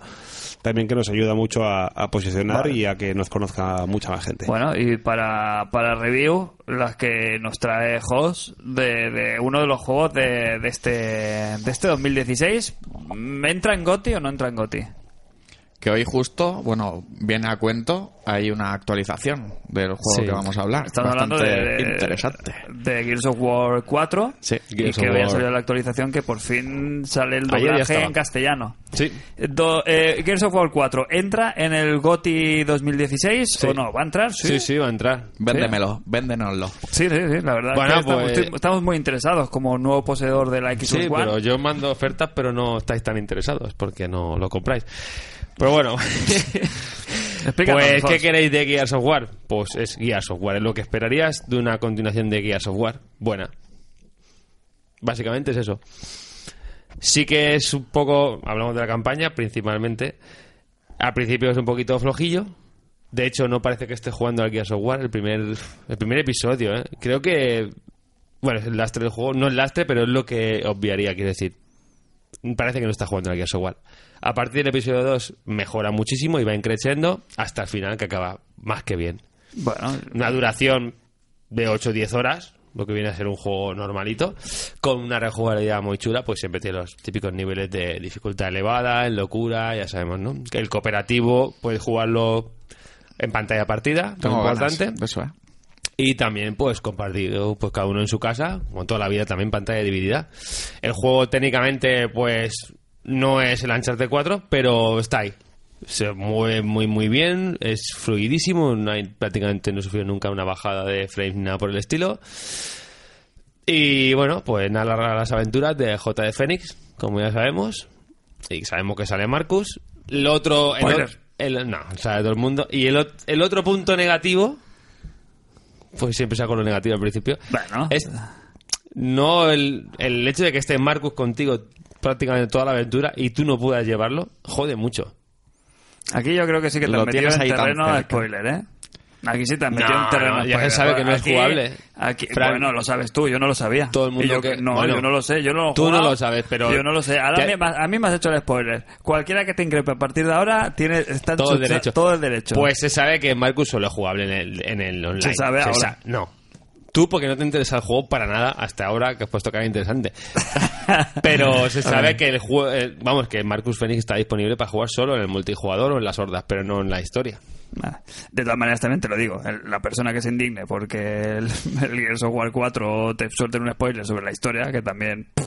Speaker 5: también que nos ayuda mucho a, a posicionar
Speaker 2: Vale.
Speaker 5: y a que nos conozca mucha más gente.
Speaker 2: Bueno, y para, para review, las que nos trae Jos de, de uno de los juegos de, de este de este 2016. ¿Me ¿Entra en Goti o no entra en Goti?
Speaker 3: Que hoy justo, bueno, viene a cuento, hay una actualización del juego
Speaker 4: Sí.
Speaker 3: que vamos a hablar.
Speaker 2: Estamos hablando
Speaker 3: Bastante
Speaker 2: de, de-
Speaker 3: interesante.
Speaker 2: de Gears of War 4.
Speaker 3: Sí,
Speaker 2: y
Speaker 4: Gears
Speaker 2: que
Speaker 4: of
Speaker 2: había
Speaker 4: War.
Speaker 2: salido la actualización que por fin sale el
Speaker 3: Ayer ya
Speaker 2: doblaje
Speaker 3: estaba.
Speaker 2: en castellano.
Speaker 4: sí.
Speaker 2: Do- eh, Gears of War 4, ¿entra en el GOTI 2016 o no? ¿Va a entrar? Sí,
Speaker 4: sí, sí, va a entrar.
Speaker 3: Véndemelo, véndenoslo.
Speaker 2: sí, sí, sí, la verdad. es
Speaker 4: Bueno,
Speaker 2: que estamos,
Speaker 4: pues-
Speaker 2: estoy- estamos muy interesados como nuevo poseedor de la Xbox
Speaker 4: Sí,
Speaker 2: One.
Speaker 4: pero yo mando ofertas, pero no estáis tan interesados porque no lo compráis. Pero bueno,
Speaker 2: Explícanos,
Speaker 4: pues
Speaker 2: Jos.
Speaker 4: ¿qué queréis de Gears of War? Pues es Gears of War, es lo que esperarías de una continuación de Gears of War. Buena. Básicamente es eso. Sí que es un poco, hablamos de la campaña principalmente. Al principio es un poquito flojillo. De hecho, no parece que esté jugando al Gears of War, el primer, el primer episodio. ¿eh? Creo que bueno, es el lastre del juego. No el lastre, pero es lo que obviaría, quiero decir. Parece que no está jugando en el Gears of War. A partir del episodio 2 mejora muchísimo y va creciendo hasta el final que acaba más que bien.
Speaker 2: Bueno,
Speaker 4: Una duración de 8 o 10 horas, lo que viene a ser un juego normalito, con una rejugabilidad muy chula, pues siempre tiene los típicos niveles de dificultad elevada, en locura, ya sabemos, ¿no? Que El cooperativo puedes jugarlo en pantalla partida,
Speaker 3: Tengo
Speaker 4: muy importante.
Speaker 3: ganas de Eso, ¿eh?
Speaker 4: Y también, pues, compartido, pues, cada uno en su casa, como toda la vida, también pantalla dividida. El juego técnicamente, pues, no es el Uncharted 4, pero está ahí. Se mueve muy, muy bien, es fluidísimo, no hay, prácticamente no he sufrido nunca una bajada de frames ni nada por el estilo. Y bueno, pues narra las aventuras de J. de Fénix, como ya sabemos. Y sabemos que sale Marcus. El otro. el
Speaker 2: Spoiler.
Speaker 4: o- el- no, sale todo el mundo. Y el, ot- el otro punto negativo. Pues siempre saco lo negativo al principio.
Speaker 2: Bueno.
Speaker 4: Es, no el, el hecho de que esté Marcus contigo prácticamente toda la aventura y tú no puedas llevarlo, jode mucho.
Speaker 2: Aquí yo creo que sí que te
Speaker 3: Lo
Speaker 2: has metido
Speaker 3: tienes
Speaker 2: en
Speaker 3: ahí tan
Speaker 2: terreno de
Speaker 3: cerca.
Speaker 2: spoiler, ¿eh? Aquí sí te has metido
Speaker 4: No,
Speaker 2: en terreno
Speaker 4: no,
Speaker 2: de
Speaker 4: ya
Speaker 2: spoiler.
Speaker 4: se sabe que no es
Speaker 2: Aquí-
Speaker 4: jugable.
Speaker 2: Aquí,
Speaker 4: Fran-
Speaker 2: bueno, lo sabes tú, yo no lo sabía.
Speaker 4: Todo el mundo
Speaker 2: Y yo-
Speaker 4: que-
Speaker 2: No,
Speaker 4: bueno,
Speaker 2: yo no lo sé, yo no lo he
Speaker 4: tú no
Speaker 2: jugado.
Speaker 4: lo sabes, pero-
Speaker 2: Yo no lo sé. Ahora
Speaker 4: Ya-
Speaker 2: me- a mí me has hecho el spoiler. Cualquiera que te increpe a partir de ahora tiene está en
Speaker 4: Todo el
Speaker 2: su-
Speaker 4: derecho.
Speaker 2: Todo el derecho.
Speaker 4: Pues se sabe que Marcus solo es jugable en el, en el online.
Speaker 2: Se sabe ahora.
Speaker 4: no. Tú porque no te interesa el juego para nada hasta ahora que has puesto que era interesante. Pero se sabe que el juego, eh, vamos, que Marcus Fenix está disponible para jugar solo en el multijugador o en las hordas, pero no en la historia.
Speaker 2: Vale. De todas maneras, también te lo digo, el- la persona que se indigne porque el, el Gears of War 4 te suelten un spoiler sobre la historia, que también... pff,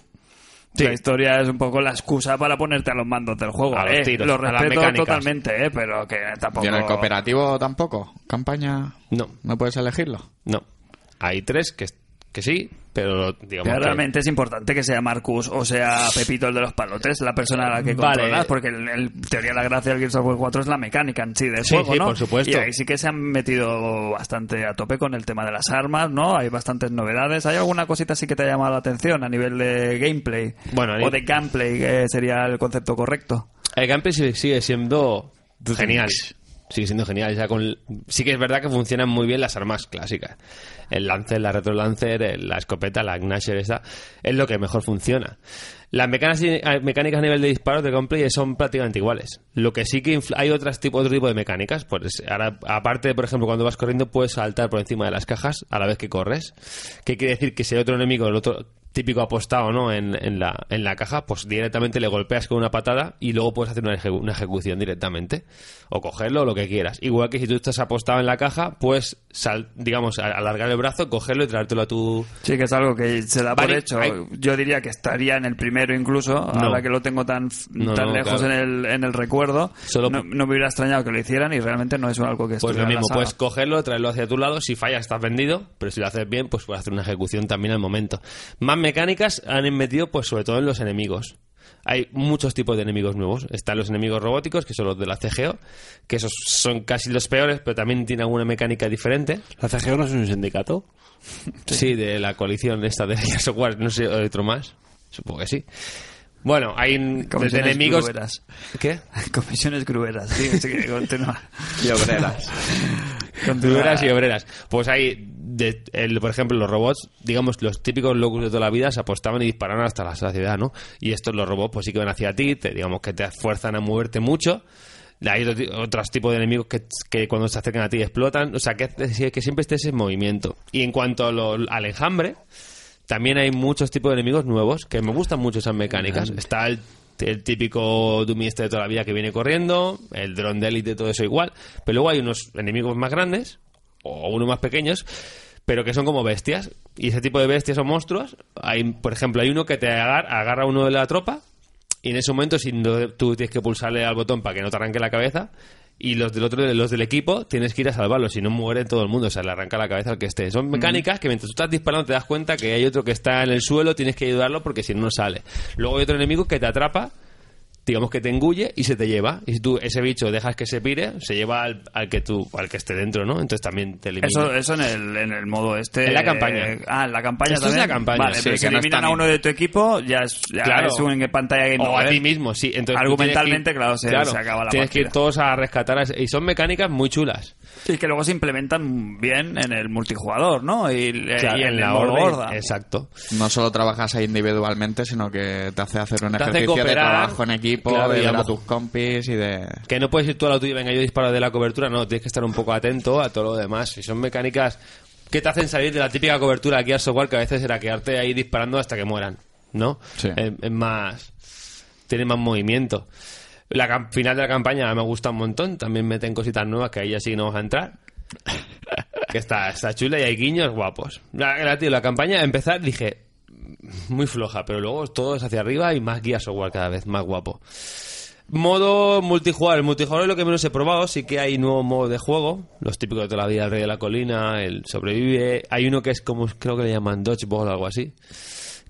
Speaker 4: Sí.
Speaker 2: La historia es un poco la excusa para ponerte a los mandos del juego.
Speaker 4: A los
Speaker 2: eh.
Speaker 4: tiros,
Speaker 2: lo
Speaker 4: a las
Speaker 2: respeto
Speaker 4: mecánicas.
Speaker 2: totalmente, eh, pero que tampoco...
Speaker 3: ¿Y en el cooperativo tampoco? ¿Campaña?
Speaker 4: No.
Speaker 3: ¿No puedes elegirlo?
Speaker 4: No. Hay tres que, que sí, pero digamos
Speaker 2: Pero
Speaker 4: que-
Speaker 2: realmente es importante que sea Marcus o sea Pepito el de los palotes, la persona a la que
Speaker 4: Vale.
Speaker 2: controlas, porque en, en teoría la gracia del Gears of War 4 es la mecánica en sí del
Speaker 4: Sí,
Speaker 2: juego,
Speaker 4: sí,
Speaker 2: ¿no?
Speaker 4: por supuesto.
Speaker 2: Y ahí sí que se han metido bastante a tope con el tema de las armas, ¿no? Hay bastantes novedades. ¿Hay alguna cosita sí que te ha llamado la atención a nivel de gameplay?
Speaker 4: Bueno,
Speaker 2: o
Speaker 4: ahí-
Speaker 2: de gameplay, que sería el concepto correcto.
Speaker 4: El gameplay sí- sigue siendo genial. Sigue siendo genial. Ya con... Sí que es verdad que funcionan muy bien las armas clásicas. El Lancer, la Retro Lancer, el- la escopeta, la Gnasher, esa. Es lo que mejor funciona. Las mecánicas, eh, mecánicas a nivel de disparos de gameplay son prácticamente iguales. Lo que sí que influ- hay otras tipo, otro tipo de mecánicas. Pues ahora, aparte, por ejemplo, cuando vas corriendo puedes saltar por encima de las cajas a la vez que corres. ¿Qué quiere decir? Que si hay otro enemigo, el otro típico apostado no en, en la, en la caja, pues directamente le golpeas con una patada y luego puedes hacer una, ejecu- una ejecución directamente. O cogerlo o lo que quieras. Igual que si tú estás apostado en la caja, pues, sal- digamos, a- alargar el brazo, cogerlo y traértelo a tu...
Speaker 2: Sí, que es algo que se da por
Speaker 4: Vale,
Speaker 2: hecho.
Speaker 4: hay-
Speaker 2: Yo diría que estaría en el primero incluso, ahora que lo tengo tan,
Speaker 4: No,
Speaker 2: tan
Speaker 4: no,
Speaker 2: lejos
Speaker 4: claro.
Speaker 2: en, el, en el recuerdo.
Speaker 4: Solo-
Speaker 2: no, no me hubiera extrañado que lo hicieran y realmente no es algo que
Speaker 4: Pues
Speaker 2: estuviera
Speaker 4: lo
Speaker 2: en la
Speaker 4: mismo,
Speaker 2: saga.
Speaker 4: puedes cogerlo, traerlo hacia tu lado. Si fallas, estás vendido. Pero si lo haces bien, pues puedes hacer una ejecución también al momento. Más mecánicas han metido, pues sobre todo en los enemigos. Hay muchos tipos de enemigos nuevos. Están los enemigos robóticos, que son los de la CGO, que esos son casi los peores, pero también tiene alguna mecánica diferente.
Speaker 5: ¿La CGO no es un sindicato?
Speaker 4: Sí, de la coalición esta de Gears of War, no sé, otro más. Supongo que sí. Bueno, hay desde
Speaker 2: Comisiones
Speaker 4: enemigos...
Speaker 2: gruberas.
Speaker 4: ¿Qué?
Speaker 2: Comisiones gruberas, sí, sí, que continúa.
Speaker 3: Y obreras.
Speaker 2: Continúa.
Speaker 4: Obreras y obreras. Pues hay, de- el- por ejemplo, los robots, digamos, los típicos locos de toda la vida se apostaban y disparaban hasta la saciedad, ¿no? Y estos, los robots, pues sí que van hacia ti, te- digamos que te fuerzan a moverte mucho. Hay otro ti- otros tipos de enemigos que, que cuando se acercan a ti explotan. O sea, que, que siempre estés en movimiento. Y en cuanto a lo- al enjambre, también hay muchos tipos de enemigos nuevos que me gustan mucho esas mecánicas. Está el, el típico Dummy este de toda la vida que viene corriendo, el dron de élite, todo eso igual. Pero luego hay unos enemigos más grandes o unos más pequeños, pero que son como bestias. Y ese tipo de bestias o monstruos, hay, por ejemplo, hay uno que te agar- agarra a uno de la tropa y en ese momento si no- tú tienes que pulsarle al botón para que no te arranque la cabeza y los del otro los del equipo tienes que ir a salvarlos si no muere todo el mundo o sea le arranca la cabeza al que esté son mecánicas que mientras tú estás disparando te das cuenta que hay otro que está en el suelo tienes que ayudarlo porque si no no sale luego hay otro enemigo que te atrapa digamos que te engulle y se te lleva y si tú ese bicho dejas que se pire se lleva al, al que tú al que esté dentro no entonces también te elimina
Speaker 2: Eso, eso en, el, en el modo este.
Speaker 4: En la campaña.
Speaker 2: eh, ah, en la campaña
Speaker 4: Esto es
Speaker 2: también.
Speaker 4: la campaña,
Speaker 2: Vale,
Speaker 4: sí,
Speaker 2: pero
Speaker 4: que
Speaker 2: si
Speaker 4: no es
Speaker 2: eliminan
Speaker 4: tan-
Speaker 2: a uno de tu equipo, ya es, ya
Speaker 4: Claro.
Speaker 2: es un en pantalla game
Speaker 4: o a
Speaker 2: over.
Speaker 4: ti mismo, sí. Entonces, tú
Speaker 2: eh, Argumentalmente,
Speaker 4: tienes que ir-
Speaker 2: claro, se- se acaba la
Speaker 4: Tienes que ir
Speaker 2: partida.
Speaker 4: todos a rescatar. a ese- y son mecánicas muy chulas.
Speaker 2: Y que luego se implementan bien en el multijugador, ¿no? Y, eh,
Speaker 4: Claro,
Speaker 2: y en, la
Speaker 4: orden,
Speaker 2: horda.
Speaker 4: Exacto.
Speaker 3: No solo trabajas ahí individualmente, sino que te hace hacer un
Speaker 4: Te hace
Speaker 3: ejercicio
Speaker 4: cooperar,
Speaker 3: de trabajo en equipo,
Speaker 4: claro,
Speaker 3: de ver a
Speaker 4: digamos.
Speaker 3: tus compis y de...
Speaker 4: Que no puedes ir tú a la tuya, venga, yo disparo de la cobertura. No, tienes que estar un poco atento a todo lo demás. Y son mecánicas que te hacen salir de la típica cobertura de Gears of War, que a veces era quedarte ahí disparando hasta que mueran. ¿No?
Speaker 3: Sí.
Speaker 4: Es, es más. Tiene más movimiento. La cam- final de la campaña me gusta un montón. También meten cositas nuevas que ahí ya sí no vamos a entrar. que está, está chula y hay guiños guapos. La, la, tío, la campaña, empezar, dije, muy floja, pero luego todo es hacia arriba y más guía software cada vez, más guapo. Modo multijugador. El multijugador es lo que menos he probado. Sí que hay nuevo modo de juego. Los típicos de toda la vida, el rey de la colina, el sobrevive. Hay uno que es como, creo que le llaman dodgeball o algo así.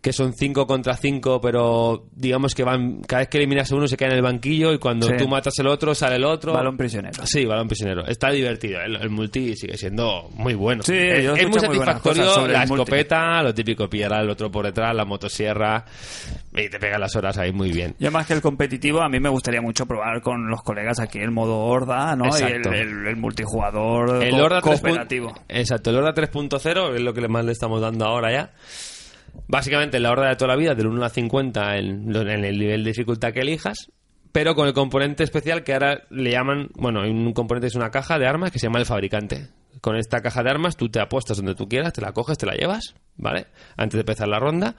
Speaker 4: Que son 5 contra 5, pero digamos que van. Cada vez que eliminas a uno se cae en el banquillo y cuando
Speaker 2: Sí.
Speaker 4: tú matas al otro sale el otro.
Speaker 2: Balón prisionero.
Speaker 4: Sí, balón prisionero. Está divertido. ¿eh? El, el multi sigue siendo muy bueno.
Speaker 2: Sí,
Speaker 4: es,
Speaker 2: yo he
Speaker 4: es muy
Speaker 2: escuchado muy buenas
Speaker 4: satisfactorio
Speaker 2: cosas sobre
Speaker 4: la
Speaker 2: el multi.
Speaker 4: escopeta, lo típico, pillar al otro por detrás, la motosierra. Y te pegan las horas ahí muy bien.
Speaker 2: Yo más que el competitivo, a mí me gustaría mucho probar con los colegas aquí el modo horda, ¿no? Y el,
Speaker 4: Exacto.
Speaker 2: el- el multijugador
Speaker 4: El
Speaker 2: co-
Speaker 4: Horda 3.0
Speaker 2: cooperativo.
Speaker 4: Exacto, el Horda 3.0 es lo que más le estamos dando ahora ya. Básicamente la Horda de toda la vida, del 1 a 50, en, lo- en el nivel de dificultad que elijas, pero con el componente especial que ahora le llaman, bueno, hay un componente que es una caja de armas que se llama el fabricante. Con esta caja de armas tú te apuestas donde tú quieras, te la coges, te la llevas, ¿vale? Antes de empezar la ronda.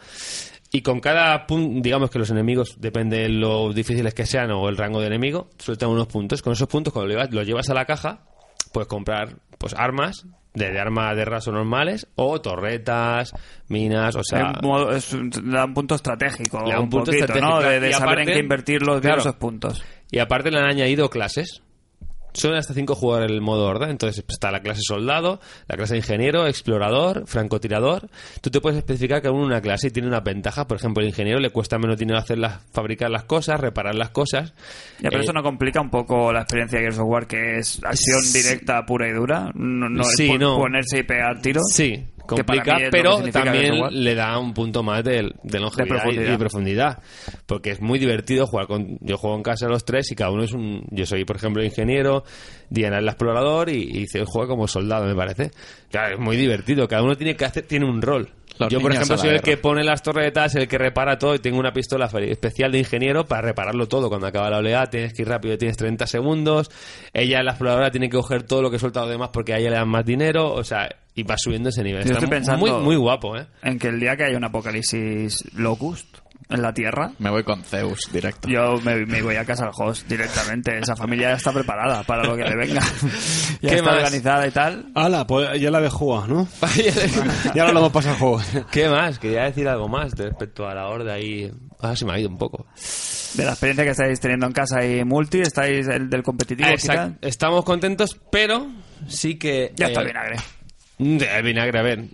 Speaker 4: Y con cada punto, digamos que los enemigos, depende de lo difíciles que sean o el rango de enemigo, sueltan unos puntos. Con esos puntos, cuando lo llevas, los llevas a la caja, puedes comprar pues armas, desde armas de raso normales, o torretas, minas, o sea...
Speaker 2: Es modo- es un- le da un punto estratégico,
Speaker 4: Le da
Speaker 2: un,
Speaker 4: un punto
Speaker 2: poquito,
Speaker 4: estratégico,
Speaker 2: ¿no? De,
Speaker 4: claro.
Speaker 2: de
Speaker 4: Y
Speaker 2: saber en
Speaker 4: aparte-
Speaker 2: qué invertir los
Speaker 4: claro.
Speaker 2: diversos puntos.
Speaker 4: Y aparte le han añadido clases. Son hasta cinco jugadores el modo horda. Entonces pues, está la clase soldado, la clase ingeniero, explorador, francotirador. Tú te puedes especificar cada uno una clase y tiene una ventaja. Por ejemplo, el ingeniero le cuesta menos dinero hacer las, fabricar las cosas, reparar las cosas.
Speaker 2: Ya, pero
Speaker 4: Eh,
Speaker 2: eso no complica un poco la experiencia de Gears of War, que es acción directa pura y dura. No, no
Speaker 4: Sí,
Speaker 2: es pon-
Speaker 4: no.
Speaker 2: ponerse y pegar tiros.
Speaker 4: Sí,
Speaker 2: que para
Speaker 4: complica,
Speaker 2: mí es lo que
Speaker 4: pero
Speaker 2: significa Gears of
Speaker 4: también
Speaker 2: War.
Speaker 4: le da un punto más de, de longevidad
Speaker 2: De profundidad.
Speaker 4: y de profundidad. Porque es muy divertido jugar con... Yo juego en casa los tres y cada uno es un... Yo soy, por ejemplo, ingeniero, Diana es la explorador y, y se juega como soldado, me parece. Claro, es muy divertido. Cada uno tiene que hacer... Tiene un rol.
Speaker 3: Los
Speaker 4: yo, por
Speaker 3: niños
Speaker 4: ejemplo,
Speaker 3: a la
Speaker 4: soy el
Speaker 3: guerra.
Speaker 4: que pone las torretas, el que repara todo y tengo una pistola fe- especial de ingeniero para repararlo todo. Cuando acaba la oleada tienes que ir rápido, tienes 30 segundos. Ella, la exploradora, tiene que coger todo lo que suelta a los demás porque a ella le dan más dinero. O sea, y va subiendo ese nivel.
Speaker 2: Yo
Speaker 4: Está
Speaker 2: estoy pensando-
Speaker 4: muy, muy guapo, ¿eh?
Speaker 2: En que el día que haya un apocalipsis locust en la Tierra,
Speaker 3: Me voy con Zeus directo.
Speaker 2: yo me, me voy a casa al host directamente. Esa familia ya está preparada para lo que le venga. ya
Speaker 4: ¿Qué
Speaker 2: está
Speaker 4: más?
Speaker 2: organizada y tal.
Speaker 5: Ala, pues ya la habéis jugado, ¿no? Ya lo hemos pasado el juego.
Speaker 4: ¿Qué más? Quería decir algo más de respecto a la horda y... Ah, se me ha ido un poco.
Speaker 2: De la experiencia que estáis teniendo en casa y multi, estáis el del competitivo, quizá.
Speaker 4: Exact- Estamos contentos, pero sí que...
Speaker 2: Ya está
Speaker 4: eh,
Speaker 2: bien, Agre.
Speaker 4: De vinagre, a ver.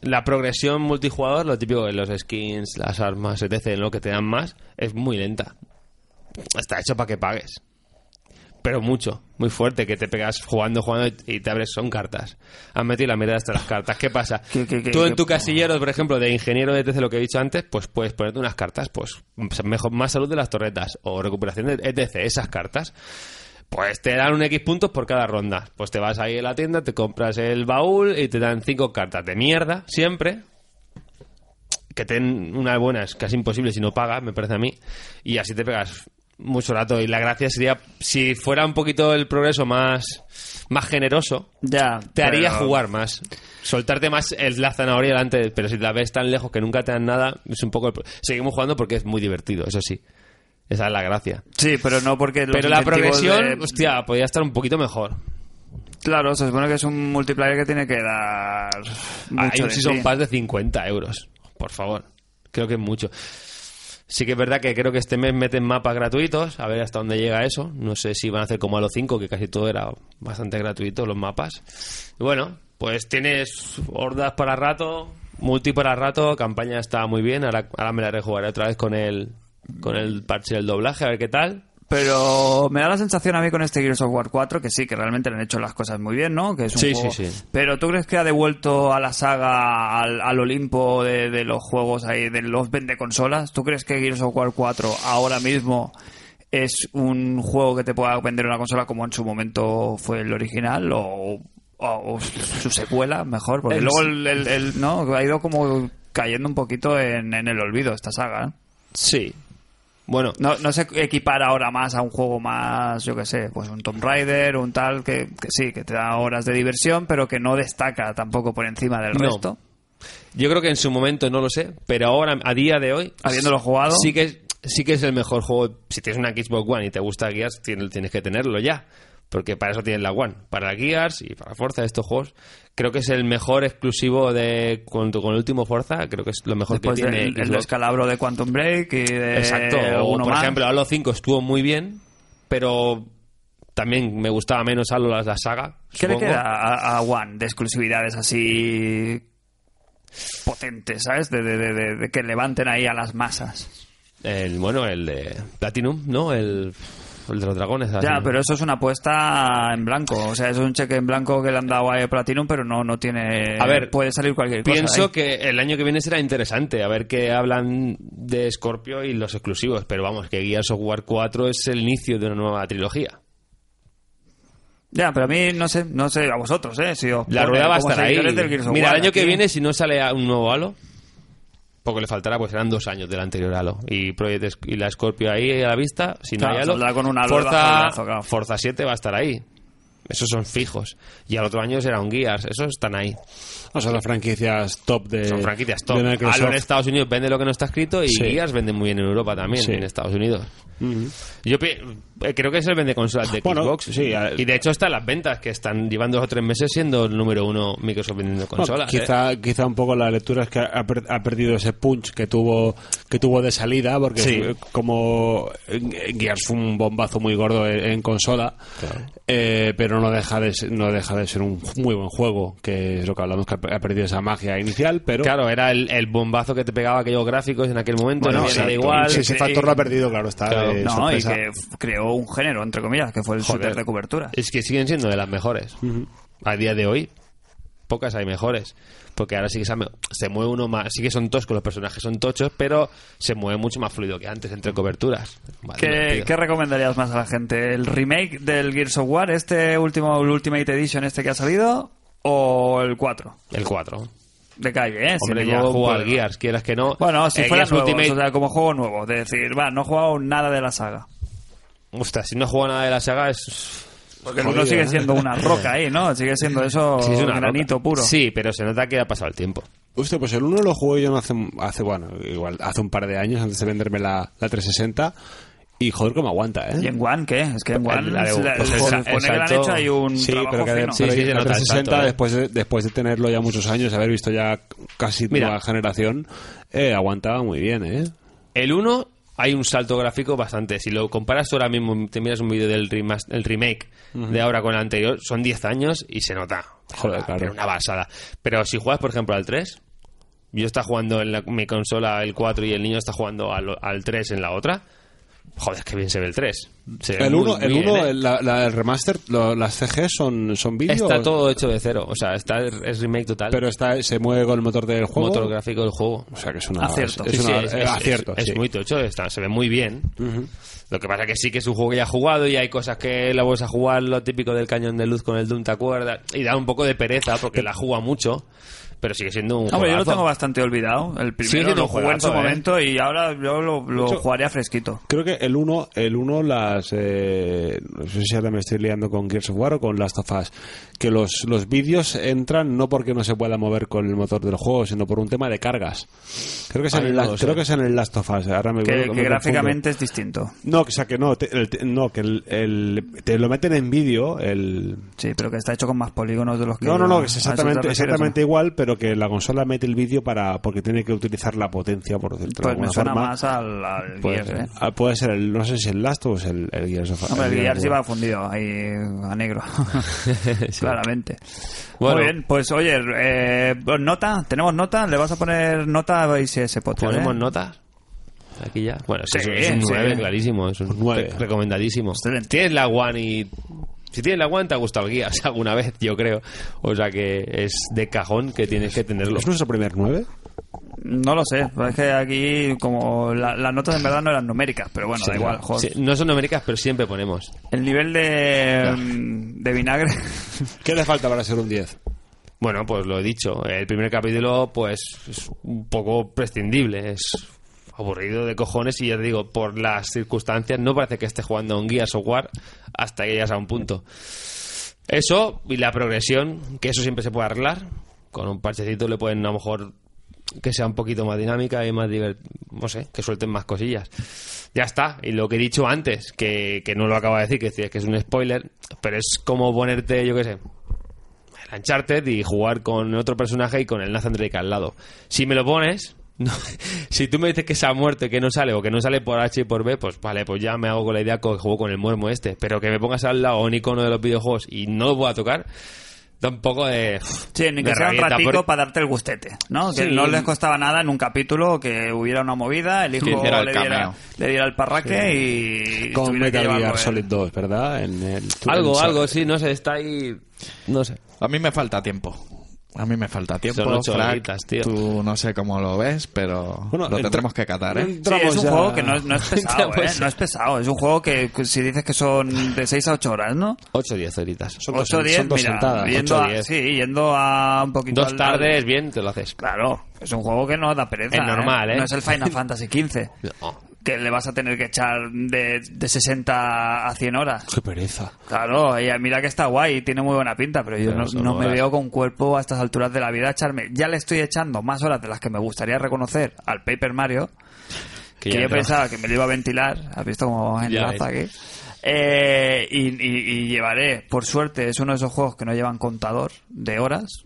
Speaker 4: La progresión multijugador, lo típico de los skins, las armas, etc., lo que te dan más, es muy lenta. Está hecho para que pagues. Pero mucho, muy fuerte, que te pegas jugando, jugando y y te abres, son cartas. Has metido la mierda hasta las cartas. ¿Qué pasa?
Speaker 2: ¿Qué- qué- qué-
Speaker 4: Tú en
Speaker 2: qué-
Speaker 4: tu casillero, por ejemplo, de ingeniero de etc., lo que he dicho antes, pues puedes ponerte unas cartas, pues mejor, más salud de las torretas o recuperación de etc., esas cartas. Pues te dan un X puntos por cada ronda. Pues te vas ahí a la tienda, te compras el baúl y te dan cinco cartas de mierda, siempre. Que ten una buena, es casi imposible si no pagas, me parece a mí. Y así te pegas mucho rato. Y la gracia sería, si fuera un poquito el progreso más, más generoso,
Speaker 2: Ya.
Speaker 4: te haría
Speaker 2: pero-
Speaker 4: jugar más. Soltarte más el, la zanahoria delante, de- pero si la ves tan lejos que nunca te dan nada, es un poco... el pro- Seguimos jugando porque es muy divertido, eso sí. Esa es la gracia.
Speaker 2: Sí, pero no porque. los
Speaker 4: Pero la
Speaker 2: incentivos de-
Speaker 4: progresión, hostia, podría estar un poquito mejor.
Speaker 2: Claro, se supone que es un multiplayer que tiene que dar. Mucho
Speaker 4: Ah, Hay un
Speaker 2: de
Speaker 4: Season
Speaker 2: sí.
Speaker 4: Pass de 50 euros. Por favor. Creo que es mucho. Sí que es verdad que creo que este mes meten mapas gratuitos. A ver hasta dónde llega eso. No sé si van a hacer como a los 5, que casi todo era bastante gratuito, los mapas. Y bueno, pues tienes hordas para rato, multi para rato, campaña está muy bien. Ahora, ahora me la rejugaré otra vez con el, con el parche del doblaje, a ver qué tal.
Speaker 2: Pero me da la sensación a mí con este Gears of War 4 que sí, que realmente le han hecho las cosas muy bien, ¿no? Que es un
Speaker 4: Sí,
Speaker 2: juego-
Speaker 4: sí, sí.
Speaker 2: Pero ¿tú crees que ha devuelto a la saga al, al Olimpo de, de los juegos ahí, de los vendeconsolas? ¿Tú crees que Gears of War 4 ahora mismo es un juego que te pueda vender una consola como en su momento fue el original o, o- o su secuela, mejor? Porque
Speaker 4: El-
Speaker 2: luego el, el- el- no ha ido como cayendo un poquito en, en el olvido esta saga, ¿eh?
Speaker 4: Sí. Bueno,
Speaker 2: No, no se equipara ahora más a un juego más, yo que sé, pues un Tomb Raider, un tal, que, que sí, que te da horas de diversión, pero que no destaca tampoco por encima del
Speaker 4: No.
Speaker 2: resto.
Speaker 4: yo creo que en su momento no lo sé, pero ahora, a día de hoy,
Speaker 2: Habiéndolo jugado.
Speaker 4: Sí que, es, sí que es el mejor juego. Si tienes una Xbox One y te gusta Gears, tien- tienes que tenerlo ya. Porque para eso tienen la One. Para Gears y para Forza, estos juegos. Creo que es el mejor exclusivo de. Con, con el último Forza, creo que es lo mejor
Speaker 2: Después
Speaker 4: que tiene.
Speaker 2: del el
Speaker 4: Xbox.
Speaker 2: descalabro de Quantum Break y de
Speaker 4: Exacto. O,
Speaker 2: alguno
Speaker 4: por
Speaker 2: más.
Speaker 4: ejemplo, Halo 5 estuvo muy bien, pero también me gustaba menos Halo la, la saga.
Speaker 2: ¿Qué le
Speaker 4: supongo.
Speaker 2: queda a, a One de exclusividades así potentes, ¿sabes? De, de- de- de- de que levanten ahí a las masas.
Speaker 4: El, bueno, el de Platinum, ¿no? El, el de los dragones. así,
Speaker 2: Ya,
Speaker 4: ¿no?
Speaker 2: pero eso es una apuesta en blanco. O sea, es un cheque en blanco que le han dado a Platinum, pero no, no tiene...
Speaker 4: A ver,
Speaker 2: puede salir cualquier cosa.
Speaker 4: Pienso
Speaker 2: ahí.
Speaker 4: que el año que viene será interesante, a ver qué hablan de Scorpio y los exclusivos, pero vamos, que Gears of War 4 es el inicio de una nueva trilogía.
Speaker 2: Ya, pero a mí, no sé, no sé, a vosotros, ¿eh? Si os
Speaker 4: La
Speaker 2: pone
Speaker 4: rueda va a
Speaker 2: como
Speaker 4: estar ahí.
Speaker 2: seguidores del Gears of
Speaker 4: Mira,
Speaker 2: War
Speaker 4: el año que
Speaker 2: aquí.
Speaker 4: viene, si no sale a- un nuevo Halo, poco le faltará, pues serán dos años del anterior Halo. Y, Project Esc- y la Scorpio ahí a la vista, si no
Speaker 2: Claro,
Speaker 4: hay Halo,
Speaker 2: saldrá con un Halo debajo del
Speaker 4: Forza,
Speaker 2: brazo, claro.
Speaker 4: Forza 7 va a estar ahí. Esos son fijos. Y al otro año será un Gears, esos están ahí.
Speaker 5: No son las franquicias top de.
Speaker 4: Son franquicias top.
Speaker 5: de
Speaker 4: Halo en
Speaker 5: Microsoft.
Speaker 4: Estados Unidos vende lo que no está escrito y
Speaker 5: Sí.
Speaker 4: Gears vende muy bien en Europa también,
Speaker 5: Sí.
Speaker 4: en Estados Unidos. Yo pi- eh, creo que es el vende consolas de
Speaker 5: Bueno,
Speaker 4: Xbox.
Speaker 5: sí, a-
Speaker 4: y de hecho están las ventas que están llevando dos o tres meses siendo el número uno Microsoft vendiendo
Speaker 5: Bueno,
Speaker 4: consolas. ¿eh?
Speaker 5: quizá, quizá un poco la lectura es que ha, per- ha perdido ese punch que tuvo que tuvo de salida, porque
Speaker 4: Sí.
Speaker 5: fue- como eh, Gears fue un bombazo muy gordo en, en consola, eh, pero no deja de ser, no deja de ser un muy buen juego, que es lo que hablamos que ha, per- ha perdido esa magia inicial, pero
Speaker 4: Claro, era el, el bombazo que te pegaba aquellos gráficos en aquel momento.
Speaker 2: Bueno,
Speaker 4: no
Speaker 2: sí,
Speaker 4: había nada
Speaker 2: sí,
Speaker 4: igual.
Speaker 6: Sí, ese
Speaker 2: que-
Speaker 6: factor lo ha perdido, claro, está.
Speaker 4: Claro.
Speaker 6: de
Speaker 2: Eh, No, y
Speaker 6: sorpresa.
Speaker 2: que f- creó un género, entre comillas, que fue el
Speaker 4: Eh, Joder.
Speaker 2: shooter de cobertura.
Speaker 4: Es que siguen siendo de las mejores. A día de hoy, pocas hay mejores. Porque ahora sí que se, ha- se mueve uno más. Sí que son toscos, los personajes son tochos, pero se mueve mucho más fluido que antes entre coberturas. Más
Speaker 2: ¿Qué,
Speaker 4: divertido.
Speaker 2: qué recomendarías más a la gente? ¿El remake del Gears of War, este último, el Ultimate Edition, este que ha salido? ¿O el 4?
Speaker 4: El 4.
Speaker 2: De calle, ¿eh? Sin
Speaker 4: Hombre, ya
Speaker 2: ningún
Speaker 4: jugar
Speaker 2: problema.
Speaker 4: Gears, quieras que no.
Speaker 2: Bueno, si
Speaker 4: Eh,
Speaker 2: fuera
Speaker 4: Gears
Speaker 2: nuevo,
Speaker 4: Ultimate-
Speaker 2: o sea, como juego nuevo. De decir, va, no he jugado nada de la saga.
Speaker 4: Ostras, si no has jugado nada de la saga es...
Speaker 2: Porque el uno sigue siendo una roca ahí, ¿no? Sigue siendo eso
Speaker 4: sí, es una
Speaker 2: granito
Speaker 4: roca.
Speaker 2: puro.
Speaker 4: Sí, pero se nota que ha pasado el tiempo.
Speaker 5: Hostia, pues el 1 lo jugué yo no hace, hace, bueno, igual hace un par de años antes de venderme la, la 360 y joder cómo aguanta, ¿eh?
Speaker 2: ¿Y en One qué? Es que en One
Speaker 4: la de-
Speaker 2: la-
Speaker 4: pues
Speaker 2: el-
Speaker 4: esa-
Speaker 2: con el
Speaker 4: exacto.
Speaker 2: gran hecho hay un
Speaker 5: Sí,
Speaker 2: trabajo
Speaker 5: pero que de-
Speaker 2: fino.
Speaker 4: Sí,
Speaker 5: pero
Speaker 4: sí,
Speaker 5: que
Speaker 4: se
Speaker 5: la
Speaker 4: nota el
Speaker 5: 360,
Speaker 4: salto, ¿eh?
Speaker 5: después, de, después de tenerlo ya muchos años, haber visto ya casi
Speaker 4: Mira.
Speaker 5: nueva generación, eh, aguantaba muy bien, ¿eh?
Speaker 4: El 1 hay un salto gráfico bastante. Si lo comparas ahora mismo, te miras un vídeo del remas- el remake de ahora con el anterior, son 10 años y se nota.
Speaker 5: Joder,
Speaker 4: Ah,
Speaker 5: claro.
Speaker 4: pero una basada. Pero si juegas, por ejemplo, al 3, yo está jugando en la- mi consola el 4 y el niño está jugando al, al 3 en la otra. Joder, que bien se ve el 3. Se ve
Speaker 5: El
Speaker 4: muy
Speaker 5: 1, el,
Speaker 4: bien,
Speaker 5: uno,
Speaker 4: ¿eh?
Speaker 5: el- la, la- el remaster, lo- las CG son, son vídeos.
Speaker 4: Está todo hecho de cero. O sea, está, es remake total.
Speaker 5: Pero está, se mueve con el motor del juego.
Speaker 4: motor gráfico del juego.
Speaker 5: o sea que es una.
Speaker 2: Acierto.
Speaker 5: Es, es
Speaker 4: Sí, sí,
Speaker 5: una-
Speaker 4: es-
Speaker 5: eh,
Speaker 4: es-
Speaker 5: acierto.
Speaker 4: es-
Speaker 5: sí.
Speaker 4: es muy tocho, está- se ve muy bien. Lo que pasa que sí que es un juego que ya has jugado y hay cosas que la vuelves a jugar, lo típico del cañón de luz con el Doom, ¿te acuerdas? Y da un poco de pereza porque la juega mucho, pero sigue siendo un
Speaker 2: Hombre, yo lo
Speaker 4: juegazo.
Speaker 2: tengo bastante olvidado. El
Speaker 4: Sí,
Speaker 2: primero
Speaker 4: sí,
Speaker 2: lo
Speaker 4: un
Speaker 2: jugué
Speaker 4: juegazo,
Speaker 2: en su
Speaker 4: ¿eh?
Speaker 2: momento y ahora yo lo, lo
Speaker 5: hecho-
Speaker 2: jugaré a fresquito.
Speaker 5: Creo que el 1, el uno las. eh, no sé si ahora me estoy liando con Gears of War o con Last of Us. Que los, los vídeos entran no porque no se pueda mover con el motor del juego, sino por un tema de cargas. Creo que es, en,
Speaker 4: Ay,
Speaker 5: el
Speaker 4: no
Speaker 5: la-
Speaker 4: lo sé.
Speaker 5: creo que es en el Last of Us. Ahora me
Speaker 2: Que,
Speaker 5: me
Speaker 2: que
Speaker 5: confundo.
Speaker 2: gráficamente es distinto.
Speaker 5: No, que- o sea, que no, te, el- te- no, que el, el- te lo meten en vídeo, el...
Speaker 2: Sí, pero que está hecho con más polígonos de los que.
Speaker 5: No, no, no,
Speaker 2: a
Speaker 5: que es
Speaker 2: eso te
Speaker 5: exactamente,
Speaker 2: refieres, ¿no?
Speaker 5: exactamente igual, pero que la consola mete el vídeo para porque tiene que utilizar la potencia, por decirlo de
Speaker 2: Pues me
Speaker 5: alguna
Speaker 2: suena
Speaker 5: forma.
Speaker 2: más al, al
Speaker 5: puede,
Speaker 2: Gears,
Speaker 5: ser,
Speaker 2: ¿eh?
Speaker 5: Ah, puede ser el, no sé si el Last o es el, el Gears of
Speaker 2: Hombre, el Gears
Speaker 5: War.
Speaker 2: iba fundido ahí a negro. Claramente.
Speaker 4: Bueno.
Speaker 2: Muy bien, pues oye, eh, nota, tenemos nota, le vas a poner nota a ese podcast.
Speaker 4: ¿Ponemos
Speaker 2: eh?
Speaker 4: notas? Aquí ya. Bueno, sí,
Speaker 2: Sí,
Speaker 4: es un
Speaker 2: sí.
Speaker 4: 9, clarísimo, es un
Speaker 5: Un Pues nueve.
Speaker 4: re- recomendadísimo.
Speaker 2: Excelente.
Speaker 4: Tienes la One y... Si tienes la One te ha gustado el guía alguna vez, yo creo. O sea que es de cajón que tienes que tenerlo.
Speaker 5: ¿Es nuestro primer 9?
Speaker 2: No lo sé, pero es que aquí como la- las notas en verdad no eran numéricas, pero bueno, da igual. joder.
Speaker 4: Sí, no son numéricas, pero siempre ponemos.
Speaker 2: El nivel de, mm, de vinagre.
Speaker 5: ¿Qué le falta para ser un 10?
Speaker 4: Bueno, pues lo he dicho. El primer capítulo, pues, es un poco prescindible. Es aburrido de cojones y ya te digo, por las circunstancias, no parece que esté jugando a un guía software hasta que llegas a un punto. Eso y la progresión, que eso siempre se puede arreglar. Con un parchecito le pueden a lo mejor que sea un poquito más dinámica y más divertida. No sé, que suelten más cosillas. Ya está. Y lo que he dicho antes, que, que no lo acabo de decir, que decías que es un spoiler, pero es como ponerte, yo qué sé, el Uncharted y jugar con otro personaje y con el Nathan Drake al lado. Si me lo pones, no- si tú me dices que se ha muerto y que no sale, o que no sale por H y por B, pues vale, pues ya me hago con la idea que juego con el muermo este. Pero que me pongas al lado un icono de los videojuegos y no lo pueda tocar, da un poco de.
Speaker 2: Sí, ni
Speaker 4: de
Speaker 2: que sea un
Speaker 4: rabieta,
Speaker 2: ratito
Speaker 4: porque-
Speaker 2: para darte el gustete, ¿no? Que
Speaker 4: Sí.
Speaker 2: no les costaba nada en un capítulo que hubiera una movida, el hijo
Speaker 3: Que hiciera el
Speaker 2: le, diera,
Speaker 3: cameo.
Speaker 2: le diera el parraque y...
Speaker 5: Con
Speaker 2: tuviera que
Speaker 5: Metal
Speaker 2: llevarlo ¿eh?
Speaker 5: Gear
Speaker 2: él.
Speaker 5: Solid 2, ¿verdad? En el-
Speaker 4: Algo,
Speaker 5: en-
Speaker 4: algo, sí, no sé, está ahí. No sé.
Speaker 3: A mí me falta tiempo. A mí me falta tiempo.
Speaker 4: Son ocho
Speaker 3: Frank.
Speaker 4: horitas, tío.
Speaker 3: Tú no sé cómo lo ves, pero
Speaker 5: Bueno,
Speaker 3: lo
Speaker 5: ent-
Speaker 3: tendremos que catar, ¿eh?
Speaker 2: Sí, es
Speaker 5: Entramos
Speaker 2: un
Speaker 5: ya-
Speaker 2: juego que no es, no es pesado,
Speaker 4: Entramos
Speaker 2: ¿eh?
Speaker 4: ya.
Speaker 2: No es pesado. Es un juego que que si dices que son de 6 a 8 horas, ¿no?
Speaker 4: 8 o 10 horitas.
Speaker 5: Son dos-
Speaker 2: 8 o 10,
Speaker 5: son dos
Speaker 2: mira,
Speaker 5: sentadas.
Speaker 2: yendo,
Speaker 4: Ocho,
Speaker 2: a,
Speaker 4: diez.
Speaker 2: sí, yendo a un poquito...
Speaker 4: Dos
Speaker 2: al-
Speaker 4: tardes, bien, te lo haces.
Speaker 2: Claro, es un juego que no da pereza.
Speaker 4: Es normal, ¿eh?
Speaker 2: No es el Final Fantasy XV,
Speaker 4: No.
Speaker 2: que le vas a tener que echar de, de 60 a 100 horas.
Speaker 5: Qué pereza.
Speaker 2: Claro, y mira que está guay, tiene muy buena pinta, pero yo
Speaker 4: Pero
Speaker 2: no,
Speaker 4: son
Speaker 2: no me
Speaker 4: horas.
Speaker 2: veo con cuerpo a estas alturas de la vida a echarme. Ya le estoy echando más horas de las que me gustaría reconocer al Paper Mario, que,
Speaker 4: ya
Speaker 2: yo
Speaker 4: no.
Speaker 2: pensaba que me lo iba a ventilar, has visto como
Speaker 4: Ya
Speaker 2: enlaza
Speaker 4: ves.
Speaker 2: aquí. Eh, y, y- y llevaré, por suerte, es uno de esos juegos que no llevan contador de horas.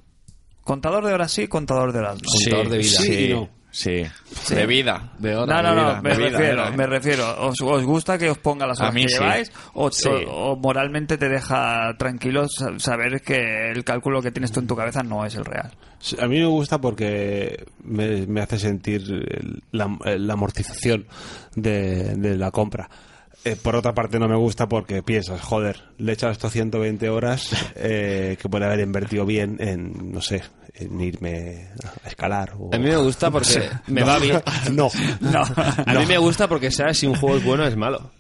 Speaker 2: Contador de horas sí, contador de horas no.
Speaker 3: Contador de vida.
Speaker 5: sí
Speaker 3: Sí,
Speaker 5: y no.
Speaker 3: sí. De vida. De
Speaker 2: No,
Speaker 3: horas,
Speaker 2: no,
Speaker 3: de
Speaker 2: no,
Speaker 3: vida,
Speaker 2: me
Speaker 3: de vida,
Speaker 2: refiero,
Speaker 3: era, ¿eh?
Speaker 2: me refiero. ¿Os, os gusta que os ponga las
Speaker 3: A
Speaker 2: horas
Speaker 3: mí
Speaker 2: que
Speaker 3: sí.
Speaker 2: lleváis? O,
Speaker 3: Sí.
Speaker 2: o- o moralmente te deja tranquilo sa- saber que el cálculo que tienes tú en tu cabeza no es el real?
Speaker 5: Sí, A mí me gusta porque me, me hace sentir el- la, la amortización de, de la compra. Eh, por otra parte, no me gusta porque piensas, joder, le he echado esto 120 horas eh, que podría haber invertido bien en, no sé, en irme a escalar. O...
Speaker 4: A mí me gusta porque me va bien.
Speaker 5: no.
Speaker 2: No,
Speaker 4: A mí me gusta porque sabes si un juego es bueno o es malo.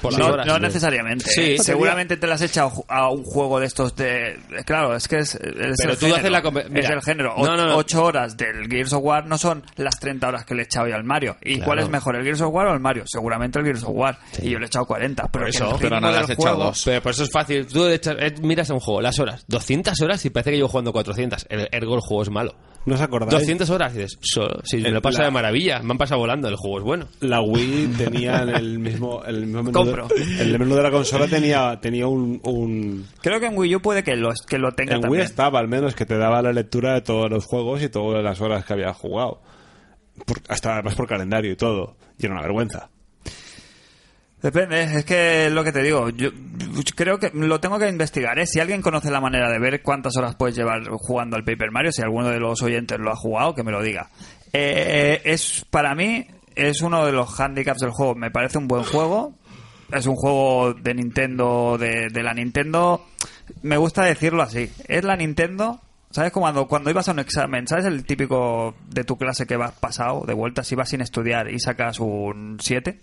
Speaker 4: Por las
Speaker 2: no,
Speaker 4: horas.
Speaker 2: no necesariamente.
Speaker 4: Sí.
Speaker 2: ¿eh? Seguramente te las has echado ju- a un juego de estos de... Claro, es que es, es
Speaker 4: Pero
Speaker 2: el
Speaker 4: tú
Speaker 2: género.
Speaker 4: haces la compe-
Speaker 2: Es
Speaker 4: mira.
Speaker 2: el género.
Speaker 4: No,
Speaker 2: O-
Speaker 4: no, no.
Speaker 2: Ocho horas del Gears of War no son las 30 horas que le he echado yo al Mario. ¿Y cuál es mejor, el Gears of War o el Mario? Seguramente el Gears of War. Y yo le he echado 40. Pero
Speaker 3: Por
Speaker 2: que
Speaker 3: eso,
Speaker 2: el
Speaker 3: pero
Speaker 2: ritmo
Speaker 3: no le
Speaker 2: del
Speaker 3: has echado
Speaker 2: juego-
Speaker 3: dos.
Speaker 4: Pero por eso es fácil. Tú le echas- eh, miras a un juego, las horas. 200 horas y parece que yo jugando 400. El- Ergo el juego es malo.
Speaker 5: ¿No os acordáis?
Speaker 4: 200 horas y dices, solo, si
Speaker 2: Eh,
Speaker 4: me lo pasa de maravilla, me han pasado volando, el juego es bueno.
Speaker 5: La Wii tenía en el mismo, el mismo menú,
Speaker 2: Compro.
Speaker 5: De, el menú de la consola tenía, tenía un- un
Speaker 2: Creo que en Wii U puede que lo, que lo tenga
Speaker 5: En Wii
Speaker 2: también.
Speaker 5: estaba, al menos, que te daba la lectura de todos los juegos y todas las horas que había jugado. Por- hasta además por calendario y todo. Y era una vergüenza.
Speaker 2: Depende, es que es lo que te digo. Yo yo creo que lo tengo que investigar. ¿eh? Si alguien conoce la manera de ver cuántas horas puedes llevar jugando al Paper Mario, si alguno de los oyentes lo ha jugado, que me lo diga. Eh, eh, es Para mí es uno de los handicaps del juego. Me parece un buen juego. Es un juego de Nintendo, de, de la Nintendo. Me gusta decirlo así. Es la Nintendo ¿Sabes Como cuando, cuando ibas a un examen? ¿Sabes el típico de tu clase que vas pasado de vueltas y vas sin estudiar y sacas un 7?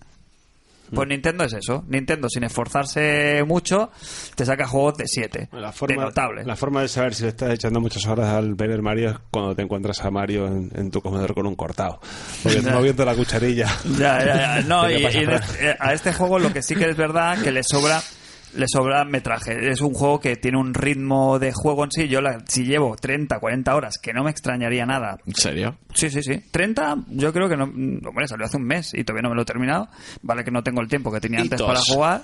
Speaker 2: Pues Nintendo es eso. Nintendo, sin esforzarse mucho, te saca juegos de 7.
Speaker 5: La
Speaker 2: de
Speaker 5: forma,
Speaker 2: notable.
Speaker 5: la forma de saber si le estás echando muchas horas al Paper Mario es cuando te encuentras a Mario en, en tu comedor con un cortado. Porque te moviendo la cucharilla.
Speaker 2: Ya, ya, ya. No,
Speaker 5: ¿Qué
Speaker 2: y,
Speaker 5: pasa,
Speaker 2: y de-
Speaker 5: Fran?
Speaker 2: eh, a este juego lo que sí que es verdad que le sobra le sobra metraje. Es un juego que tiene un ritmo de juego en sí. Yo la- si llevo 30, 40 horas, que no me extrañaría nada,
Speaker 3: ¿En serio?
Speaker 2: Sí, sí, sí. 30, yo creo que no. mm, Hombre, salió hace un mes y todavía no me lo he terminado. Vale, que no tengo el tiempo que tenía antes
Speaker 3: Hitos.
Speaker 2: para jugar.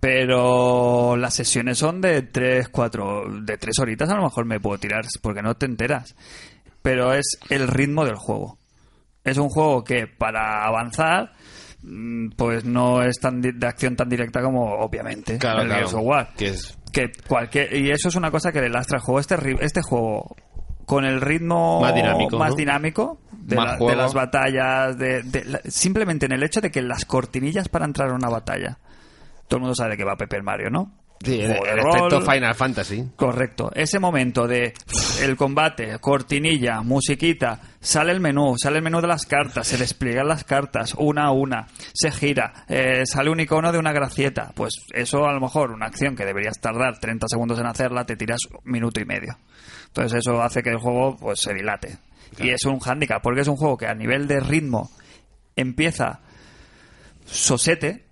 Speaker 2: Pero las sesiones son de 3, 4, de 3 horitas. A lo mejor me puedo tirar porque no te enteras. Pero es el ritmo del juego. Es un juego que para avanzar, mm, pues no es tan di- de acción tan directa como, obviamente,
Speaker 4: Claro,
Speaker 2: el
Speaker 4: claro.
Speaker 2: Gears of War
Speaker 4: Que es-
Speaker 2: que cualquier y eso es una cosa que le lastra al juego este ri- este juego con el ritmo
Speaker 4: Más dinámico,
Speaker 2: más
Speaker 4: ¿no?
Speaker 2: dinámico de,
Speaker 3: Más
Speaker 2: la- de
Speaker 3: juego.
Speaker 2: las batallas de, de la- simplemente en el hecho de que las cortinillas para entrar a una batalla todo el mundo sabe de qué va Paper Mario no
Speaker 4: Sí, el,
Speaker 2: Juego de
Speaker 4: el aspecto
Speaker 2: rol.
Speaker 4: Final Fantasy.
Speaker 2: Correcto. Ese momento de el combate, cortinilla, musiquita, sale el menú, sale el menú de las cartas, se despliegan las cartas una a una, se gira, eh, sale un icono de una gracieta. Pues eso a lo mejor, una acción que deberías tardar 30 segundos en hacerla, te tiras un minuto y medio. Entonces eso hace que el juego pues se dilate. Y es un hándicap, porque es un juego que a nivel de ritmo empieza sosete,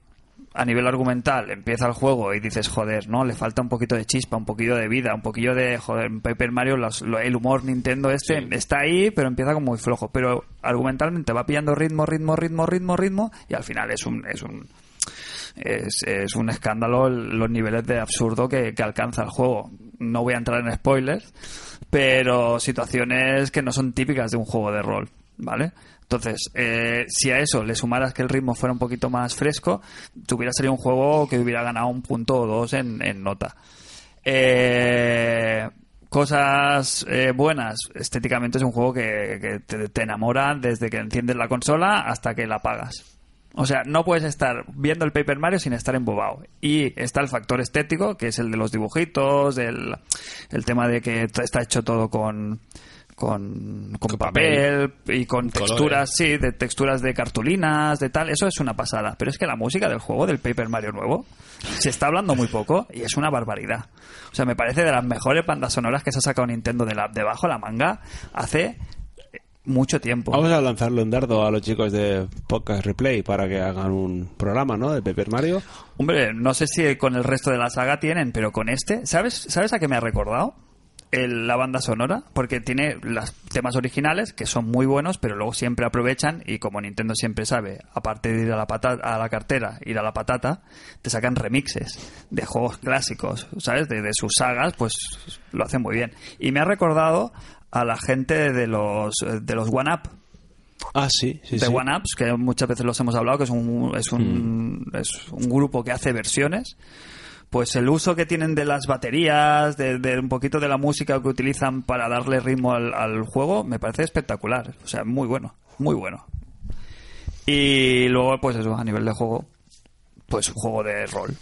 Speaker 2: a nivel argumental empieza el juego y dices, joder, ¿no? Le falta un poquito de chispa, un poquillo de vida, un poquillo de, joder, en Paper Mario los- lo- el humor Nintendo este está ahí, pero empieza como muy flojo. Pero argumentalmente va pillando ritmo, ritmo, ritmo, ritmo, ritmo y al final es un... Es un es, es un escándalo el- los niveles de absurdo que, que alcanza el juego. No voy a entrar en spoilers, pero situaciones que no son típicas de un juego de rol, ¿vale? Entonces, eh, si a eso le sumaras que el ritmo fuera un poquito más fresco, te hubiera salido un juego que hubiera ganado un punto o dos en, en nota. Eh, cosas eh, buenas. Estéticamente es un juego que, que te, te enamora desde que enciendes la consola hasta que la apagas. O sea, no puedes estar viendo el Paper Mario sin estar embobado. Y está el factor estético, que es el de los dibujitos, el, el tema de que t- está hecho todo con con, con
Speaker 4: Con
Speaker 2: papel, y con
Speaker 4: Colores.
Speaker 2: texturas, sí, de texturas de cartulinas, de tal, eso es una pasada. Pero es que la música del juego del Paper Mario nuevo se está hablando muy poco y es una barbaridad. O sea, me parece de las mejores bandas sonoras que se ha sacado Nintendo de la debajo la manga hace eh, mucho tiempo.
Speaker 5: Vamos a lanzarle un dardo a los chicos de Podcast Replay para que hagan un programa, ¿no? De Paper Mario.
Speaker 2: Hombre, no sé si con el resto de la saga tienen, pero con este, ¿sabes, ¿sabes a qué me ha recordado? El- la banda sonora, porque tiene los temas originales que son muy buenos, pero luego siempre aprovechan y como Nintendo siempre sabe, aparte de ir a la, pata- a la cartera, ir a la patata, te sacan remixes de juegos clásicos, ¿sabes? De, de sus sagas, pues lo hacen muy bien. Y me ha recordado a la gente de los, de los One Up,
Speaker 5: Ah, sí, sí,
Speaker 2: de
Speaker 5: sí.
Speaker 2: One Ups, que muchas veces los hemos hablado, que es un, es un,
Speaker 4: Mm.
Speaker 2: es un grupo que hace versiones. Pues el uso que tienen de las baterías, de, de un poquito de la música que utilizan para darle ritmo al, al juego, me parece espectacular. O sea, muy bueno, muy bueno. Y luego, pues eso, a nivel de juego, pues un juego de rol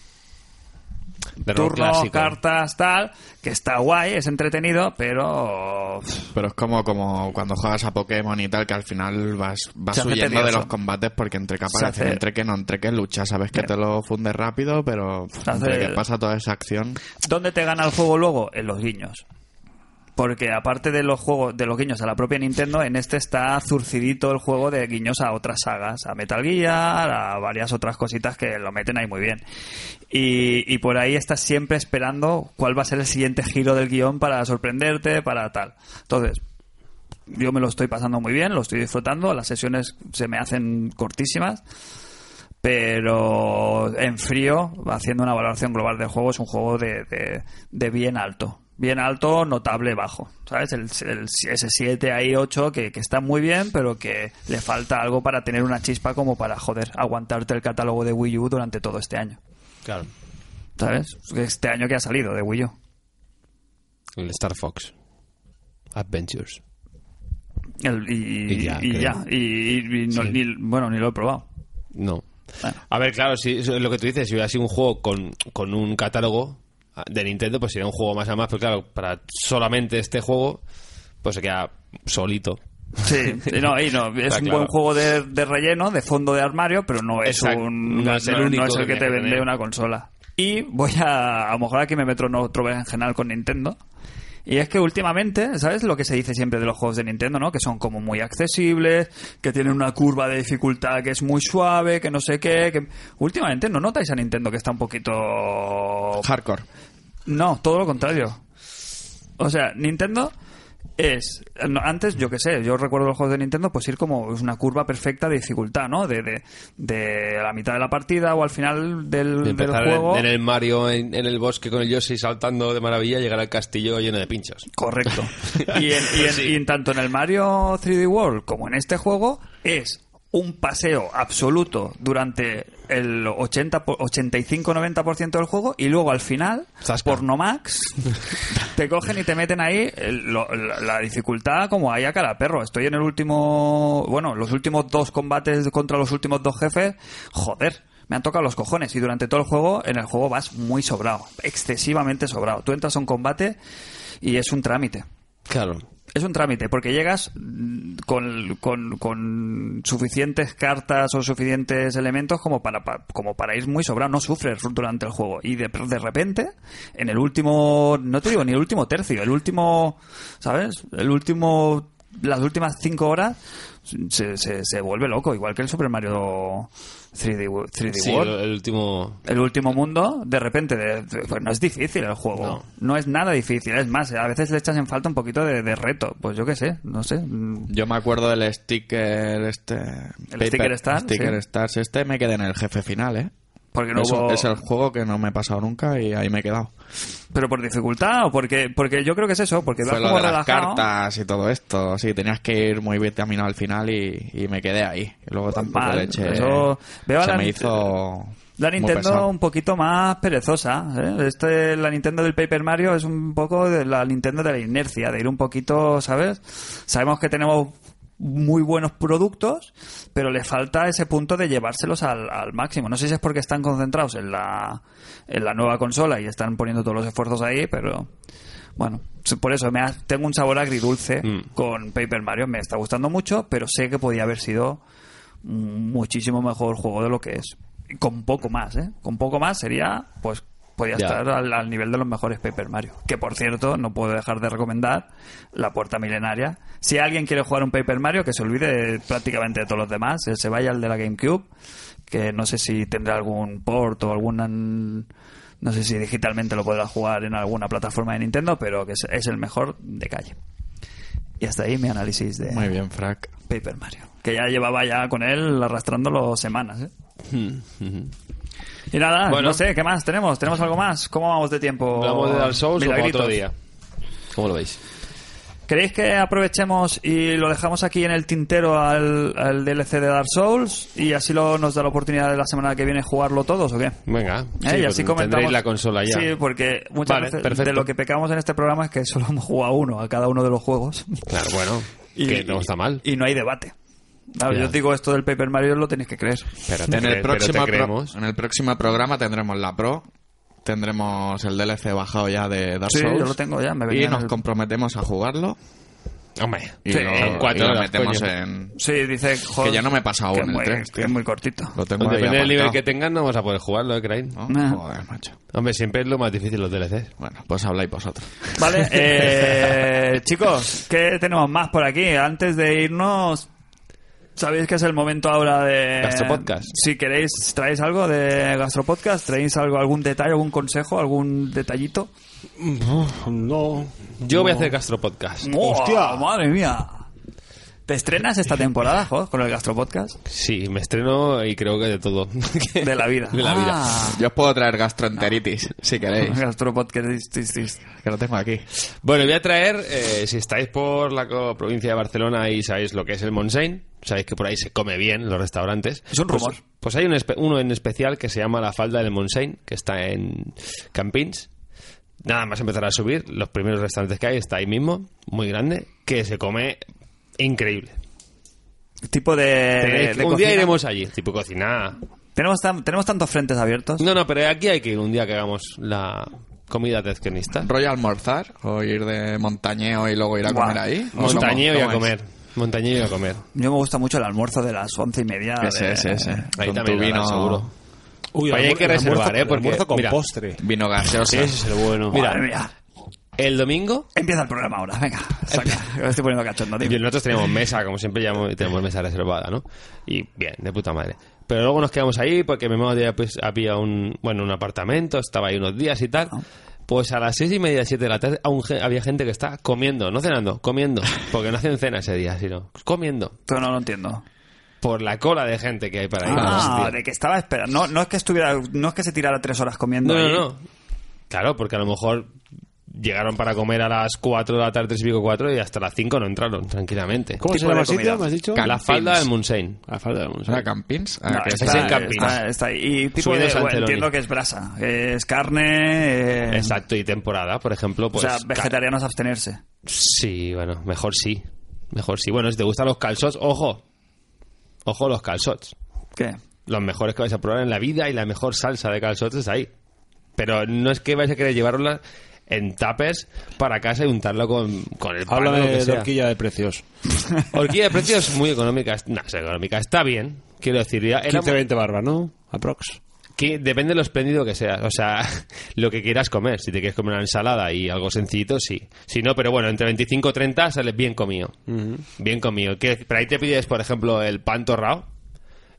Speaker 4: De rol
Speaker 2: turno,
Speaker 4: clásico.
Speaker 2: cartas, tal, que está guay, es entretenido, pero pff,
Speaker 3: Pero es como, como cuando juegas a Pokémon y tal, que al final vas, vas
Speaker 2: Se hace
Speaker 3: huyendo de
Speaker 2: tedioso.
Speaker 3: los combates porque entre que
Speaker 2: Se
Speaker 3: aparecen,
Speaker 2: hace-
Speaker 3: entre que no, entre que luchas, sabes que
Speaker 2: Sí.
Speaker 3: te lo fundes rápido, pero pff, entre
Speaker 2: hace-
Speaker 3: que pasa toda esa acción.
Speaker 2: ¿Dónde te gana el juego luego? En los guiños. Porque aparte de los juegos, de los guiños a la propia Nintendo, en este está zurcidito el juego de guiños a otras sagas, a Metal Gear, a varias otras cositas que lo meten ahí muy bien. Y, y por ahí estás siempre esperando cuál va a ser el siguiente giro del guión para sorprenderte, para tal. Entonces, yo me lo estoy pasando muy bien, lo estoy disfrutando, las sesiones se me hacen cortísimas, pero en frío, haciendo una valoración global del juego, es un juego de, de- de bien alto. Bien alto, notable bajo. ¿Sabes? El, el- ese 7 ahí 8 que, que está muy bien, pero que le falta algo para tener una chispa como para, joder, aguantarte el catálogo de Wii U durante todo este año.
Speaker 4: Claro.
Speaker 2: ¿Sabes? Este año que ha salido de Wii U.
Speaker 4: El Star Fox. Adventures.
Speaker 2: El- y,
Speaker 4: Y ya,
Speaker 2: y
Speaker 4: creo.
Speaker 2: ya. Y- y- y no-
Speaker 4: Sí.
Speaker 2: ni- bueno, ni lo he probado.
Speaker 4: No.
Speaker 2: Bueno.
Speaker 4: A ver, claro, si eso es lo que tú dices, si hubiera sido un juego con, con un catálogo de Nintendo, pues sería un juego más a más, pero claro, para solamente este juego, pues se queda solito.
Speaker 2: Sí, y no, y no, es
Speaker 4: Está
Speaker 2: un
Speaker 4: claro.
Speaker 2: buen juego de, de relleno, de fondo de armario, pero no es,
Speaker 4: Exacto,
Speaker 2: un,
Speaker 4: no es el único
Speaker 2: es el
Speaker 4: que
Speaker 2: que te
Speaker 4: tenía que
Speaker 2: vende
Speaker 4: tener.
Speaker 2: una consola. Y voy a, a lo mejor aquí me meto en otro en general con Nintendo. Y es que últimamente, ¿sabes lo que se dice siempre de los juegos de Nintendo, no? Que son como muy accesibles, que tienen una curva de dificultad que es muy suave, que no sé qué. Que... Últimamente, ¿no notáis a Nintendo que está un poquito
Speaker 3: Hardcore.
Speaker 2: no, todo lo contrario. O sea, Nintendo es. no, antes, yo qué sé, yo recuerdo los juegos de Nintendo, pues ir como es una curva perfecta de dificultad, ¿no? De, de, de a la mitad de la partida o al final del,
Speaker 4: De
Speaker 2: del
Speaker 4: empezar en-
Speaker 2: juego.
Speaker 4: en, el Mario, en, en el bosque con el Yoshi saltando de maravilla, llegar al castillo lleno de pinchos.
Speaker 2: Correcto. Y, en, y en-
Speaker 4: Pues sí.
Speaker 2: y en tanto en el Mario 3D World como en este juego es un paseo absoluto durante el 80 po- 85-90% del juego y luego al final,
Speaker 4: Zasca.
Speaker 2: por no max, te cogen y te meten ahí el- lo- la, la dificultad como hay a cara perro. Estoy en el último, bueno, los últimos dos combates contra los últimos dos jefes, joder. Me han tocado los cojones y durante todo el juego, en el juego vas muy sobrado, excesivamente sobrado. Tú entras a un combate y es un trámite.
Speaker 4: Claro.
Speaker 2: Es un trámite, porque llegas mm, con, con- con suficientes cartas o suficientes elementos como para, pa- como para ir muy sobrado, no sufres durante el juego. Y de, de repente, en el último, no te digo ni el último tercio, el último, ¿sabes? El último las últimas cinco horas se, se, se vuelve loco, igual que el Super Mario 3D, wo- 3D
Speaker 4: Sí, el,
Speaker 2: World.
Speaker 4: el último.
Speaker 2: El último mundo, de repente, de- de- pues no es difícil el juego. No.
Speaker 4: No.
Speaker 2: es nada difícil. Es más, a veces le echas en falta un poquito de, de reto. Pues yo qué sé, no sé. Mm,
Speaker 3: Yo me acuerdo del sticker este...
Speaker 2: sticker Star,
Speaker 3: Sticker
Speaker 2: sí.
Speaker 3: Stars. Este me quedé en el jefe final, ¿eh?
Speaker 2: Porque no
Speaker 3: es, un-
Speaker 2: hubo...
Speaker 3: es el juego que no me he pasado nunca y ahí me he quedado.
Speaker 2: Pero por dificultad o porque... Porque yo creo que es eso, porque vas
Speaker 3: Fue lo
Speaker 2: como
Speaker 3: de las
Speaker 2: relajado.
Speaker 3: cartas y todo esto. Sí, tenías que ir muy vitaminado al final y, y me quedé ahí. Y luego
Speaker 2: Pues
Speaker 3: tampoco
Speaker 2: Mal,
Speaker 3: le eché...
Speaker 2: eso- veo a
Speaker 3: se
Speaker 2: la
Speaker 3: me
Speaker 2: Nint-
Speaker 3: hizo...
Speaker 2: La
Speaker 3: muy
Speaker 2: Nintendo
Speaker 3: pesado.
Speaker 2: un poquito más perezosa. ¿eh? Este, la Nintendo del Paper Mario es un poco de la Nintendo de la inercia, de ir un poquito, ¿sabes? Sabemos que tenemos muy buenos productos, pero le falta ese punto de llevárselos al, al máximo. No sé si es porque están concentrados en la, en la nueva consola y están poniendo todos los esfuerzos ahí, pero bueno, s- por eso me ha- tengo un sabor agridulce
Speaker 4: Mm.
Speaker 2: con Paper Mario. Me está gustando mucho, pero sé que podía haber sido un muchísimo mejor juego de lo que es. Y con poco más, ¿eh? Con poco más sería, pues, podía
Speaker 4: Ya.
Speaker 2: estar al, al nivel de los mejores Paper Mario. Que por cierto, no puedo dejar de recomendar La Puerta Milenaria. Si alguien quiere jugar un Paper Mario, que se olvide prácticamente de todos los demás, eh, se vaya al de la GameCube, que no sé si tendrá algún port o alguna. No sé si digitalmente lo podrá jugar en alguna plataforma de Nintendo, pero que es, es el mejor de calle. Y hasta ahí mi análisis de,
Speaker 3: Muy bien, Frank.
Speaker 2: Paper Mario. Que ya llevaba ya con él arrastrándolo semanas, ¿eh?
Speaker 4: Hmm,
Speaker 2: Y nada,
Speaker 4: Bueno.
Speaker 2: no sé, ¿qué más tenemos? ¿Tenemos algo más? ¿Cómo vamos de tiempo?
Speaker 4: Hablamos de Dark Souls o para
Speaker 2: Milagritos.
Speaker 4: otro día. ¿Cómo lo veis?
Speaker 2: ¿Creéis que aprovechemos y lo dejamos aquí en el tintero al, al DLC de Dark Souls y así lo, nos da la oportunidad de la semana que viene jugarlo todos o qué?
Speaker 4: Venga.
Speaker 2: ¿Eh?
Speaker 4: sí,
Speaker 2: y
Speaker 4: pues
Speaker 2: así comentamos.
Speaker 4: Tendréis la consola ya.
Speaker 2: Sí, pues, porque muchas
Speaker 4: Vale,
Speaker 2: veces
Speaker 4: perfecto.
Speaker 2: de lo que pecamos en este programa es que solo hemos jugado uno a cada uno de los juegos.
Speaker 4: Claro, bueno. que no está mal.
Speaker 2: Y no hay debate. Claro,
Speaker 4: Ya.
Speaker 2: yo os digo esto del Paper Mario, lo tenéis que creer.
Speaker 4: Pero te
Speaker 3: En
Speaker 4: cre-
Speaker 3: el,
Speaker 4: pero
Speaker 3: próximo
Speaker 4: te
Speaker 3: pro-
Speaker 4: creemos.
Speaker 3: en el próximo programa tendremos la Pro, tendremos el DLC bajado ya de Dark
Speaker 2: Sí,
Speaker 3: Souls.
Speaker 2: yo lo tengo ya, me venía
Speaker 3: y
Speaker 2: en
Speaker 3: nos
Speaker 2: el-
Speaker 3: comprometemos a jugarlo
Speaker 4: Hombre.
Speaker 3: y
Speaker 2: Sí,
Speaker 3: lo,
Speaker 2: son
Speaker 4: cuatro
Speaker 3: y lo
Speaker 4: horas,
Speaker 3: metemos
Speaker 4: coño.
Speaker 3: en...
Speaker 2: Sí, dice joder,
Speaker 3: Que ya no me he pasado
Speaker 2: que
Speaker 3: aún el
Speaker 2: muy-
Speaker 3: tres,
Speaker 2: que
Speaker 3: tío.
Speaker 2: es muy cortito.
Speaker 3: Lo tengo ahí
Speaker 4: Pues Depende del nivel que
Speaker 3: apartado.
Speaker 4: tengas, no vas a poder jugarlo, ¿eh, Crane?
Speaker 3: ¿No?
Speaker 2: Nah.
Speaker 3: Joder, macho.
Speaker 4: Hombre, siempre es lo más difícil los DLCs.
Speaker 3: Bueno, pues habláis vosotros.
Speaker 2: Vale, eh, chicos, ¿qué tenemos más por aquí? Antes de irnos, sabéis que es el momento ahora de...
Speaker 4: Gastropodcast.
Speaker 2: Si queréis, traéis algo de Gastropodcast, traéis algo, algún detalle, algún consejo, algún detallito.
Speaker 5: No.
Speaker 4: Yo voy a hacer Castro Podcast.
Speaker 5: ¡Hostia!
Speaker 2: ¡Oh, ¡Madre mía! ¿Te estrenas esta temporada, jo, con el Gastropodcast?
Speaker 4: Sí, me estreno y creo que de todo.
Speaker 2: De la vida.
Speaker 4: De la vida.
Speaker 2: Ah,
Speaker 3: Yo os puedo traer gastroenteritis, si queréis,
Speaker 2: Gastropodcast.
Speaker 3: que lo tengo aquí.
Speaker 4: Bueno, voy a traer, eh, si estáis por la co- provincia de Barcelona y sabéis lo que es el Montseny, sabéis que por ahí se come bien en los restaurantes.
Speaker 2: Es un
Speaker 4: Pues-
Speaker 2: rumor.
Speaker 4: Pues, hay un espe- uno en especial que se llama La Falda del Montseny, que está en Campins. Nada más empezar a subir, los primeros restaurantes que hay está ahí mismo, muy grande, que se come increíble.
Speaker 2: Tipo de... de-
Speaker 4: Tenéis-
Speaker 2: Eh, de
Speaker 4: un día
Speaker 2: cocina.
Speaker 4: iremos allí, tipo cocina.
Speaker 2: ¿Tenemos, tan- tenemos tantos frentes abiertos.
Speaker 4: No, no, pero aquí hay que ir un día que hagamos la comida tezquenista.
Speaker 3: ¿Rollo almorzar o ir de montañeo y luego ir a
Speaker 2: Guau.
Speaker 3: comer ahí? ¿O cómo-
Speaker 4: Montañeo y a
Speaker 3: cómo es?
Speaker 4: comer. Montañeo y a comer.
Speaker 2: Yo me gusta mucho el almuerzo de las once y media.
Speaker 3: Ese,
Speaker 2: de-
Speaker 3: ese, ese. Con
Speaker 4: Ahí
Speaker 3: tu
Speaker 4: también lo harán,
Speaker 3: vino,
Speaker 4: seguro.
Speaker 5: Uy,
Speaker 4: Vaya, hay
Speaker 5: almuer-
Speaker 4: que reservar,
Speaker 5: almuerzo-
Speaker 4: ¿eh? Porque,
Speaker 5: almuerzo con
Speaker 4: mira.
Speaker 5: postre.
Speaker 3: Vino gaseoso.
Speaker 5: Ese es el bueno.
Speaker 4: Mira.
Speaker 2: Madre mía.
Speaker 4: El domingo
Speaker 2: Empieza el programa ahora, venga. Saca. Me estoy poniendo cachondo, tío.
Speaker 4: Y nosotros teníamos mesa, como siempre llamamos, tenemos mesa reservada, ¿no? Y bien, de puta madre. Pero luego nos quedamos ahí porque mi mamá había, pues, había un, bueno, un apartamento, estaba ahí unos días y tal. Pues a las seis y media, siete de la tarde, aún ge- había gente que está comiendo, no cenando, comiendo. Porque no hacen cena ese día, sino comiendo.
Speaker 2: Esto no lo entiendo.
Speaker 4: Por la cola de gente que hay para ir.
Speaker 2: Ah, de que estaba esperando. No, no es que estuviera, no es que se tirara tres horas comiendo.
Speaker 4: No, no,
Speaker 2: ahí.
Speaker 4: no. Claro, porque a lo mejor llegaron para comer a las 4 de la tarde, tres y pico, 4, y hasta las 5 no entraron, tranquilamente.
Speaker 5: ¿Cómo se
Speaker 2: tipo de
Speaker 5: llama el
Speaker 2: comida?
Speaker 5: sitio? ¿Me has dicho?
Speaker 3: Cal-
Speaker 4: La falda
Speaker 3: Campins.
Speaker 4: del Munsein.
Speaker 5: La falda de
Speaker 3: ¿Es una Campins? Ah,
Speaker 2: No,
Speaker 3: que
Speaker 2: está,
Speaker 4: es en
Speaker 2: está-
Speaker 4: Campins.
Speaker 2: está- está ahí. Y tipo
Speaker 4: Subidos
Speaker 2: de,
Speaker 4: a
Speaker 2: bueno,
Speaker 4: Anceloni.
Speaker 2: entiendo que es brasa, es carne, eh,
Speaker 4: Exacto, y temporada, por ejemplo,
Speaker 2: o
Speaker 4: pues...
Speaker 2: sea,
Speaker 4: ca-
Speaker 2: vegetarianos abstenerse.
Speaker 4: Sí, bueno, mejor sí. Mejor sí. Bueno, si te gustan los calzots, ojo. Ojo los calzots.
Speaker 2: ¿Qué?
Speaker 4: Los mejores que vais a probar en la vida y la mejor salsa de calzots es ahí. Pero no es que vais a querer llevarla en tapers para casa y untarlo con, con el pan o lo que
Speaker 5: Háblame de
Speaker 4: sea.
Speaker 5: horquilla de precios.
Speaker 4: Horquilla de precios muy económica. No, es económica. Está bien. Quiero decir, ya era-
Speaker 5: 15-20 barba, ¿no? Aprox.
Speaker 4: que depende de lo espléndido que seas. O sea, lo que quieras comer. Si te quieres comer una ensalada y algo sencillito, sí. Si no, pero bueno, entre 25 y 30 sales bien comido. Bien comido. Quiero decir, Pero ahí te pides, por ejemplo, el pan torrado.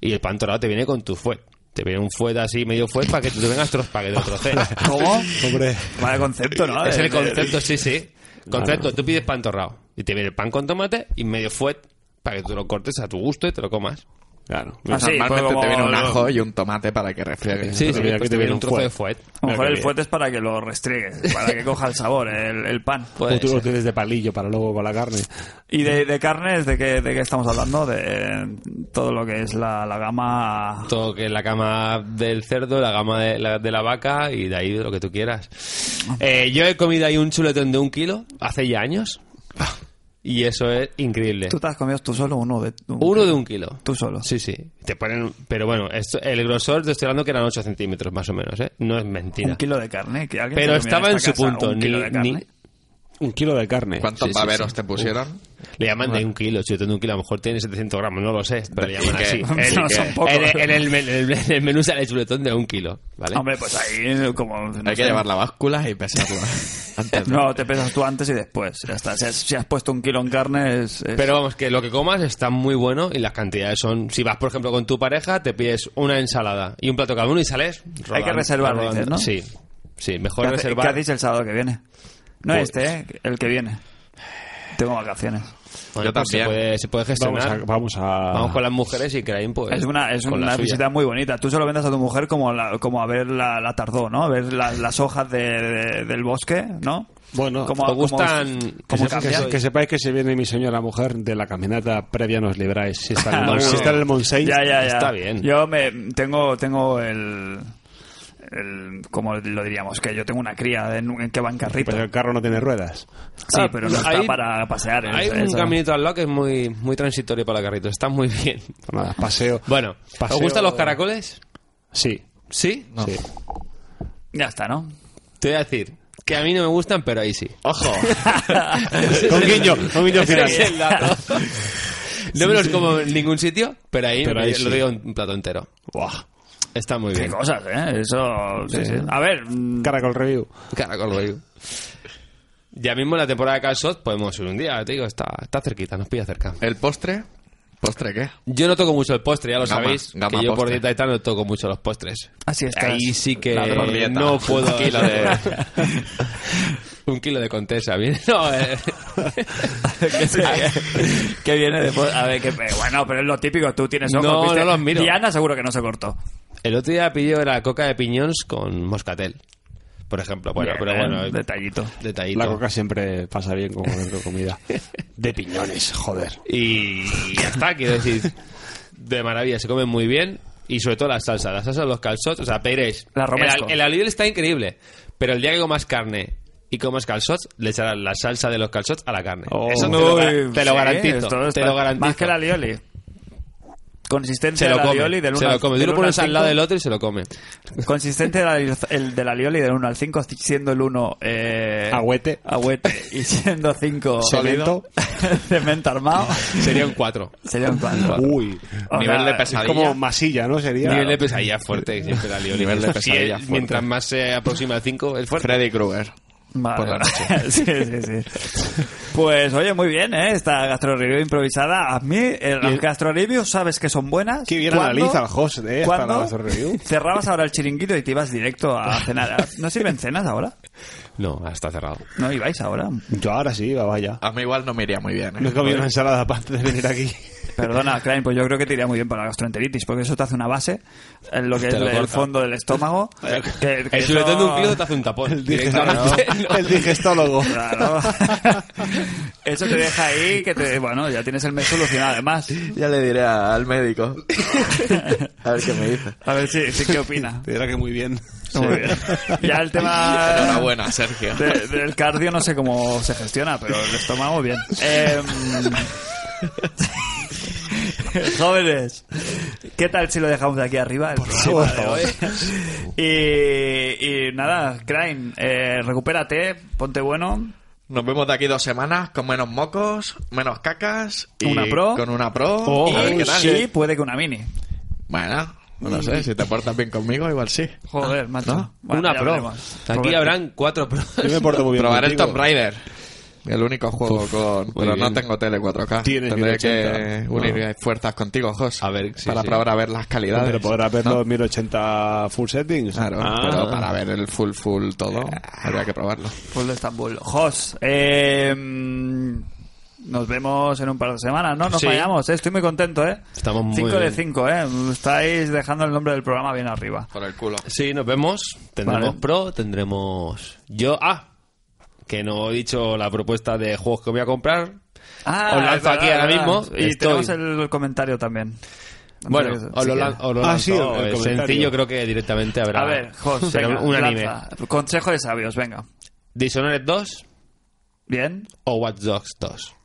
Speaker 4: Y el pan torrado te viene con tu fuet. Te viene un fuet así, medio fuet, para que tú te vengas tros, para que te trocees.
Speaker 2: ¿Cómo?
Speaker 5: Hombre.
Speaker 2: Vale concepto, ¿no?
Speaker 4: Es
Speaker 2: De-
Speaker 4: el
Speaker 2: de-
Speaker 4: concepto, sí, sí. Concepto, tú pides pan torrado y te viene el pan con tomate y medio fuet para que tú lo cortes a tu gusto y te lo comas.
Speaker 5: Claro.
Speaker 2: Ah, sí,
Speaker 3: Normalmente
Speaker 2: pues como-
Speaker 3: te viene un ajo y un tomate para que refriegues.
Speaker 4: Sí,
Speaker 5: Pero
Speaker 4: sí,
Speaker 5: mira,
Speaker 4: pues
Speaker 5: aquí
Speaker 4: te viene un trozo
Speaker 5: fuet.
Speaker 4: de fuet.
Speaker 2: A lo mejor
Speaker 5: Mira
Speaker 2: el
Speaker 5: que
Speaker 2: fuerte es para que lo restriegues, para que coja el sabor, el, el pan.
Speaker 4: Puede
Speaker 5: o tú
Speaker 4: ser.
Speaker 5: lo tienes de palillo para luego para la carne.
Speaker 2: ¿Y de, de carnes de qué, de qué estamos hablando? De todo lo que es la, la gama...
Speaker 4: Todo que la cama del cerdo, la gama de la, de la vaca y de ahí lo que tú quieras. Eh, yo he comido ahí un chuletón de un kilo hace ya años y eso es increíble.
Speaker 2: Ah. ¿Tú te has comido tú solo uno de
Speaker 4: Uno de un kilo.
Speaker 2: Tú solo.
Speaker 4: Sí, sí. Te ponen, pero bueno, esto, el grosor te estoy hablando que eran 8 centímetros más o menos, ¿eh? No es mentira.
Speaker 2: Un kilo de carne. que alguien
Speaker 4: Pero
Speaker 2: se comía
Speaker 4: estaba en
Speaker 2: esta
Speaker 4: su
Speaker 2: casa
Speaker 4: punto.
Speaker 2: Un kilo
Speaker 4: ni-
Speaker 2: de carne.
Speaker 4: ni-
Speaker 5: Un kilo de carne.
Speaker 3: ¿Cuántos
Speaker 4: Sí, sí,
Speaker 3: baberos
Speaker 4: sí.
Speaker 3: te pusieron?
Speaker 4: le llaman de un kilo, chuletón de un kilo. A lo mejor tiene 700 gramos, no lo sé, pero le llaman
Speaker 3: ¿Y qué?
Speaker 4: así.
Speaker 3: No,
Speaker 4: El-
Speaker 2: son
Speaker 4: el-
Speaker 2: pocos.
Speaker 4: En, el, men- en el- en el menú sale chuletón de un kilo, ¿vale?
Speaker 2: Hombre, pues ahí como... no
Speaker 3: Hay
Speaker 2: sé.
Speaker 3: que llevar la báscula y pesarlo. Antes de-
Speaker 2: No, te pesas tú antes y después. Ya está. Si has, si has puesto un kilo en carne es... es-
Speaker 4: Pero vamos, que lo que comas está muy bueno y las cantidades son... Si vas, por ejemplo, con tu pareja, te pides una ensalada y un plato cada uno y sales rodando,
Speaker 2: Hay que reservar,
Speaker 4: rodando.
Speaker 2: dices, ¿no?
Speaker 4: Sí, sí,
Speaker 2: ¿Qué,
Speaker 4: mejor
Speaker 2: hace-
Speaker 4: reservar.
Speaker 2: qué hacéis el sábado que viene? No
Speaker 4: Pues-
Speaker 2: este, ¿eh? El que viene. Tengo vacaciones.
Speaker 4: Bueno,
Speaker 3: Yo
Speaker 4: pues se
Speaker 3: también.
Speaker 4: puede, se puede
Speaker 5: Vamos
Speaker 4: gestionar.
Speaker 5: a, vamos a-
Speaker 4: Vamos con las mujeres y Crane, pues...
Speaker 2: Es una, es
Speaker 4: con la
Speaker 2: una
Speaker 4: suya.
Speaker 2: visita muy bonita. Tú se lo vendas a tu mujer como, la- como a ver la, la tardó, ¿no? A ver la- las hojas de, de- del bosque, ¿no?
Speaker 5: Bueno,
Speaker 2: Como-
Speaker 4: ¿os
Speaker 2: como-
Speaker 4: gustan-
Speaker 2: como
Speaker 4: que se-
Speaker 5: que,
Speaker 2: cambiar.
Speaker 5: se- que sepáis que si viene mi señora mujer de la caminata previa nos libráis. Si está en el,
Speaker 4: Bueno.
Speaker 5: si está en el Montseny,
Speaker 2: Ya, ya, ya.
Speaker 4: Está bien.
Speaker 2: Yo me tengo, tengo el, el- como lo diríamos, que yo tengo una cría en, en que va en carrito.
Speaker 5: pero el carro no tiene ruedas.
Speaker 2: sí,
Speaker 4: Ah,
Speaker 2: pero no está
Speaker 4: hay-
Speaker 2: para pasear. ¿eh?
Speaker 4: Hay
Speaker 2: es-
Speaker 4: un
Speaker 2: es-
Speaker 4: caminito al lado que es muy, muy transitorio para carritos. Está muy bien.
Speaker 5: Nada, paseo.
Speaker 4: Bueno,
Speaker 5: Paseo-
Speaker 4: ¿os gustan los caracoles?
Speaker 5: Sí.
Speaker 4: ¿Sí?
Speaker 5: sí.
Speaker 2: Ya está, ¿no?
Speaker 4: Te voy a decir que a mí no me gustan, pero ahí sí.
Speaker 3: ¡Ojo!
Speaker 5: Con guiño, con guiño
Speaker 4: Ese
Speaker 5: final.
Speaker 4: es el dato. No me los como en ningún sitio, pero ahí,
Speaker 5: Pero ahí
Speaker 4: me-
Speaker 5: sí.
Speaker 4: lo doy a un plato entero.
Speaker 5: Buah,
Speaker 4: Está muy
Speaker 2: Qué
Speaker 4: bien.
Speaker 2: cosas, ¿eh? Eso... sí, sí. A ver... mm,
Speaker 5: Caracol Review.
Speaker 4: Caracol, güey. Ya mismo la temporada de Calzot podemos ir un día, te digo, está, está cerquita, nos pilla cerca.
Speaker 3: ¿El postre? ¿Postre qué?
Speaker 4: Yo no toco mucho el postre, ya lo
Speaker 3: Gama,
Speaker 4: sabéis,
Speaker 3: gama
Speaker 4: que yo por
Speaker 3: postre.
Speaker 4: dieta y tal no toco mucho los postres.
Speaker 2: Así estás.
Speaker 4: Ahí sí que
Speaker 3: La por dieta.
Speaker 4: no puedo.
Speaker 3: Un kilo de-
Speaker 4: Un kilo de contesa, bien. No, eh.
Speaker 2: que, se- que viene después. A ver, que, eh, bueno, pero es lo típico. Tú tienes ojos,
Speaker 4: No,
Speaker 2: ¿viste?
Speaker 4: no los miro.
Speaker 2: Diana seguro que no se cortó.
Speaker 4: El otro día pillo era coca de piñones con moscatel, por ejemplo. Bueno,
Speaker 2: Bien,
Speaker 4: pero
Speaker 2: ¿eh?
Speaker 4: bueno,
Speaker 2: Detallito.
Speaker 4: detallito.
Speaker 5: La coca siempre pasa bien con cualquier comida. De piñones, joder.
Speaker 4: Y y ya está, quiero decir, de maravilla, se comen muy bien y sobre todo la salsa, la salsa de los calzots, o sea, pediréis.
Speaker 2: La romesco.
Speaker 4: el, el alioli está increíble, pero el día que comas carne y comas calzots, le echarás la salsa de los calzots a la carne.
Speaker 5: Oh.
Speaker 4: Eso te lo, ga- eh, te
Speaker 2: eh,
Speaker 4: lo
Speaker 2: Sí,
Speaker 4: garantizo,
Speaker 2: esto
Speaker 4: te
Speaker 2: está-
Speaker 4: lo garantizo.
Speaker 2: Más que la lioli. Consistencia
Speaker 4: se lo
Speaker 2: de la
Speaker 4: come,
Speaker 2: lioli del 1
Speaker 4: se lo come. Tú lo pones al lado del otro y se lo come.
Speaker 2: Consistente de la, el de la lioli del 1 al 5, siendo el 1 eh,
Speaker 5: Agüete.
Speaker 2: agüete y siendo 5
Speaker 5: Cemento.
Speaker 2: cemento armado,
Speaker 4: Sería un 4.
Speaker 2: sería un cuatro.
Speaker 5: Uy.
Speaker 2: O
Speaker 3: Nivel
Speaker 2: sea,
Speaker 3: de
Speaker 5: Es
Speaker 3: pesadilla.
Speaker 5: como masilla, ¿no? Sería.
Speaker 4: Nivel de pesadilla fuerte, siempre la lioli.
Speaker 3: Nivel de
Speaker 4: Si
Speaker 3: pesadilla
Speaker 4: es-
Speaker 3: fuerte.
Speaker 4: Mientras más se aproxima al 5, es fuerte.
Speaker 3: Freddy Krueger.
Speaker 2: Vale.
Speaker 3: Por la
Speaker 2: sí, sí, sí. Pues oye, muy bien, ¿eh? Esta gastro review improvisada. A mí, eh, las gastro reviews sabes que son buenas.
Speaker 5: Qué bien
Speaker 2: ¿Cuándo-
Speaker 5: analiza el host, eh, para
Speaker 2: cuándo
Speaker 5: la gastro review.
Speaker 2: Cerrabas ahora el chiringuito y te ibas directo a cenar. ¿No sirven cenas ahora?
Speaker 4: No, está cerrado.
Speaker 2: No ibais ahora.
Speaker 5: Yo ahora sí, vaya.
Speaker 3: A mí igual no me iría muy bien. ¿eh?
Speaker 5: Me he comido una ensalada aparte de venir aquí.
Speaker 2: Perdona, Klein, pues yo creo que te iría muy bien para la gastroenteritis, porque eso te hace una base en lo que es
Speaker 4: lo
Speaker 2: el
Speaker 4: corta.
Speaker 2: fondo del estómago. que- que
Speaker 4: El chuletón de
Speaker 2: eso-
Speaker 4: un kilo te hace un tapón.
Speaker 5: El
Speaker 4: directamente.
Speaker 5: digestólogo. El digestólogo.
Speaker 2: Claro. Eso te deja ahí que te... Bueno, ya tienes el mes solucionado, además.
Speaker 3: Ya le diré a- al médico. a ver qué me dice.
Speaker 2: A ver si, si- qué opina.
Speaker 5: Te dirá que muy bien.
Speaker 2: Muy bien. Ya el tema
Speaker 3: Enhorabuena, Sergio.
Speaker 2: de- del cardio no sé cómo se gestiona, pero el estómago bien. Eh, jóvenes, ¿qué tal si lo dejamos de aquí arriba? el programa
Speaker 5: favor,
Speaker 2: de hoy? Y, y nada, Crane, eh, recupérate, ponte bueno.
Speaker 3: Nos vemos de aquí dos semanas con menos mocos, menos cacas. Y
Speaker 2: Una pro.
Speaker 3: Con una pro.
Speaker 5: Oh,
Speaker 3: a ver
Speaker 2: y
Speaker 3: qué tal.
Speaker 2: sí, puede que una mini.
Speaker 3: Bueno, No
Speaker 4: Mm.
Speaker 3: lo sé, si te portas bien conmigo, igual sí.
Speaker 2: Joder, macho.
Speaker 3: ¿No?
Speaker 2: Bueno,
Speaker 4: Ah, Una
Speaker 2: ya
Speaker 4: pro.
Speaker 2: veremos.
Speaker 4: Aquí
Speaker 2: Roberto.
Speaker 4: habrán cuatro pros.
Speaker 5: Yo me porto muy bien.
Speaker 3: Probaré el
Speaker 5: contigo.
Speaker 3: Tomb Raider. El único juego con... Pero no
Speaker 4: bien.
Speaker 3: tengo tele 4K.
Speaker 5: Tienes
Speaker 3: Tendré
Speaker 5: 1080.
Speaker 3: que unir fuerzas contigo, Jos.
Speaker 4: A ver, sí,
Speaker 3: Para
Speaker 4: sí.
Speaker 3: probar a ver las calidades.
Speaker 5: Pero podrás verlo
Speaker 3: ¿No?
Speaker 5: en 1080 full settings.
Speaker 3: Claro,
Speaker 5: Ah.
Speaker 3: pero para ver el full full todo, habría que probarlo.
Speaker 2: Pues de Estambul. Jos, eh, mm, nos vemos en un par de semanas, ¿no? Nos
Speaker 4: Sí.
Speaker 2: fallamos, ¿eh? estoy muy contento, ¿eh?
Speaker 4: Estamos muy
Speaker 2: 5 de
Speaker 4: bien.
Speaker 2: 5, ¿eh? Estáis dejando el nombre del programa bien arriba.
Speaker 3: Por el culo.
Speaker 4: Sí, nos vemos. Tendremos
Speaker 2: Vale.
Speaker 4: pro, tendremos. Yo. Ah, que no he dicho la propuesta de juegos que voy a comprar. Os lanzo
Speaker 2: Ah, es verdad,
Speaker 4: aquí ahora
Speaker 2: es verdad.
Speaker 4: mismo.
Speaker 2: Y
Speaker 4: Estoy-
Speaker 2: tenemos el comentario también.
Speaker 4: Bueno,
Speaker 2: Entonces,
Speaker 4: os
Speaker 2: si
Speaker 4: lo,
Speaker 2: quieres.
Speaker 4: lan- os lo
Speaker 5: Ah,
Speaker 4: lanzo.
Speaker 5: sí, el- el
Speaker 4: Es
Speaker 5: comentario.
Speaker 4: sencillo, creo que directamente habrá.
Speaker 2: A ver, Jos,
Speaker 4: será
Speaker 2: venga,
Speaker 4: un anime.
Speaker 2: lanza. Consejo de sabios, venga.
Speaker 4: Dishonored 2
Speaker 2: Bien.
Speaker 4: o Watch Dogs 2.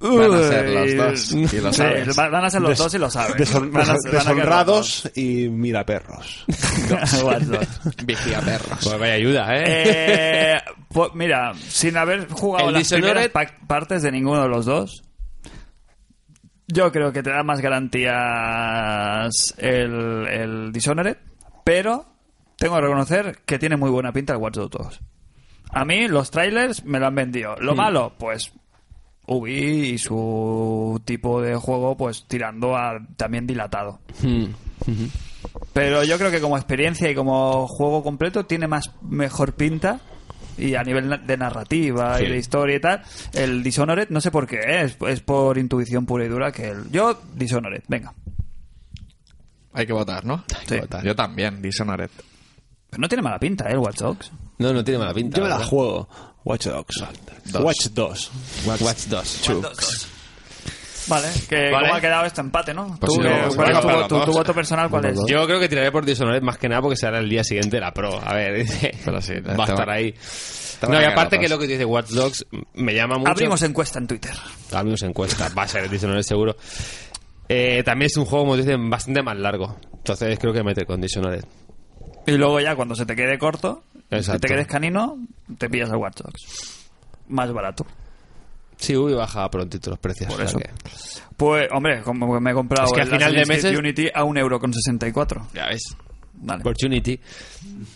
Speaker 3: Van a ser los
Speaker 2: Uy.
Speaker 3: dos, y lo
Speaker 2: Sí,
Speaker 3: sabes.
Speaker 2: va- van a ser los
Speaker 5: Des-
Speaker 2: dos y lo sabes.
Speaker 5: deson-
Speaker 2: Van a- van a quedar los
Speaker 5: deshonrados y mira perros.
Speaker 2: dos. Watch Dogs.
Speaker 3: Vigía perros.
Speaker 4: Pues vaya ayuda, ¿eh?
Speaker 2: Eh, pues mira, sin haber jugado
Speaker 4: El
Speaker 2: las
Speaker 4: Dishonored-
Speaker 2: primeras pa- partes de ninguno de los dos, yo creo que te da más garantías el, el Dishonored, pero tengo que reconocer que tiene muy buena pinta el Watch Dogs 2. A mí los trailers me lo han vendido.
Speaker 4: Mm.
Speaker 2: Lo malo, pues Ubi y su tipo de juego, pues tirando a también dilatado.
Speaker 4: Hmm.
Speaker 2: Pero yo creo que como experiencia y como juego completo tiene más mejor pinta y a nivel na- de narrativa y
Speaker 4: Sí.
Speaker 2: de historia y tal, el Dishonored no sé por qué, ¿eh? es, es por intuición pura y dura que el yo Dishonored, venga.
Speaker 3: Hay que votar, ¿no? Hay que
Speaker 2: Sí.
Speaker 3: votar. Yo también, Dishonored.
Speaker 2: Pero no tiene mala pinta, ¿eh? el Watch Dogs.
Speaker 4: No, no tiene mala pinta.
Speaker 5: Yo me la
Speaker 4: ¿verdad?
Speaker 5: juego. Watch Dogs.
Speaker 3: Dos.
Speaker 5: Watch 2.
Speaker 4: Watch, Dogs.
Speaker 2: Vale, que
Speaker 4: Vale.
Speaker 2: cómo ha quedado este empate, ¿no?
Speaker 3: Pues
Speaker 2: Tú,
Speaker 3: sí,
Speaker 2: eh,
Speaker 3: vamos,
Speaker 2: ¿Cuál es
Speaker 3: vamos
Speaker 2: tu,
Speaker 3: para
Speaker 2: vo-
Speaker 3: los
Speaker 2: tu-
Speaker 3: dos.
Speaker 2: tu voto personal? ¿Cuál es?
Speaker 4: Yo creo que tiraré por Dishonored más que nada porque será el día siguiente de la pro. A ver,
Speaker 3: Pero sí,
Speaker 4: va a
Speaker 3: te
Speaker 4: estar
Speaker 3: va-
Speaker 4: ahí.
Speaker 3: te van
Speaker 4: No,
Speaker 3: a
Speaker 4: y
Speaker 3: ganar
Speaker 4: aparte que
Speaker 3: dos.
Speaker 4: lo que dice Watch Dogs me llama mucho.
Speaker 2: Abrimos encuesta en Twitter.
Speaker 4: Abrimos encuesta. Va a ser el Dishonored seguro. Eh, también es un juego, como dicen, bastante más largo. Entonces creo que meter con Dishonored.
Speaker 2: Y luego ya cuando se te quede corto, si
Speaker 4: Exacto.
Speaker 2: te quedes canino, te pillas el Watch Dogs. Más barato.
Speaker 4: Sí, Ubi baja prontito los precios.
Speaker 2: Por
Speaker 4: o
Speaker 2: eso.
Speaker 4: sea que-
Speaker 2: Pues, hombre, como que me he comprado
Speaker 4: Es que al
Speaker 2: el
Speaker 4: final de
Speaker 2: Assassin's Creed
Speaker 4: meses- Pues-
Speaker 2: Unity a un euro con 64.
Speaker 4: Ya ves.
Speaker 2: Vale.
Speaker 4: Opportunity.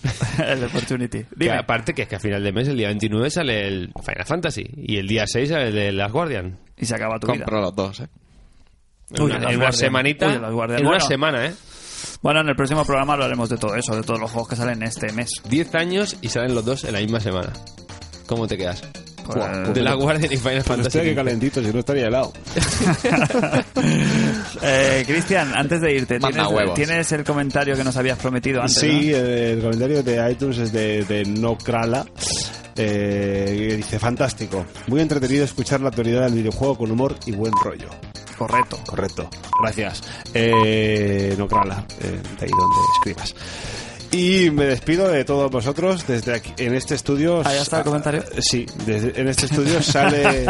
Speaker 2: el Opportunity.
Speaker 4: Que
Speaker 2: Dime.
Speaker 4: aparte que es que a final de mes, el día 29 sale el Final Fantasy y el día 6 sale el de Last Guardian.
Speaker 2: Y se acaba tu
Speaker 3: Compro
Speaker 2: vida.
Speaker 3: los dos, ¿eh?
Speaker 4: En
Speaker 2: Uy, el
Speaker 4: una- en
Speaker 2: Last
Speaker 4: una
Speaker 2: Guardian.
Speaker 4: semanita.
Speaker 2: Uy, el Last Guardian.
Speaker 4: En una
Speaker 2: Bueno.
Speaker 4: semana, ¿eh?
Speaker 2: Bueno, en el próximo programa hablaremos de todo eso, de todos los juegos que salen este mes.
Speaker 4: 10 años y salen los dos en la misma semana. ¿Cómo te quedas?
Speaker 2: Pues,
Speaker 4: De la Guardian y Final
Speaker 5: Pero
Speaker 4: Fantasy.
Speaker 5: estoy aquí calentito, si no estaría helado.
Speaker 2: eh, Cristian, antes de irte,
Speaker 3: Manda
Speaker 2: ¿tienes,
Speaker 3: huevos.
Speaker 2: tienes el comentario que nos habías prometido antes?
Speaker 5: Sí,
Speaker 2: ¿no?
Speaker 5: eh, el comentario de iTunes es de, de No Krala. eh, que dice, fantástico. Muy entretenido escuchar la actualidad del videojuego con humor y buen rollo.
Speaker 2: Correcto.
Speaker 5: Correcto. Gracias. Eh, no Krala, eh, de ahí donde escribas. Y me despido de todos vosotros desde aquí, en este estudio. eh,
Speaker 2: Ahí Ah, está el comentario.
Speaker 5: Sí, desde- en este estudio sale,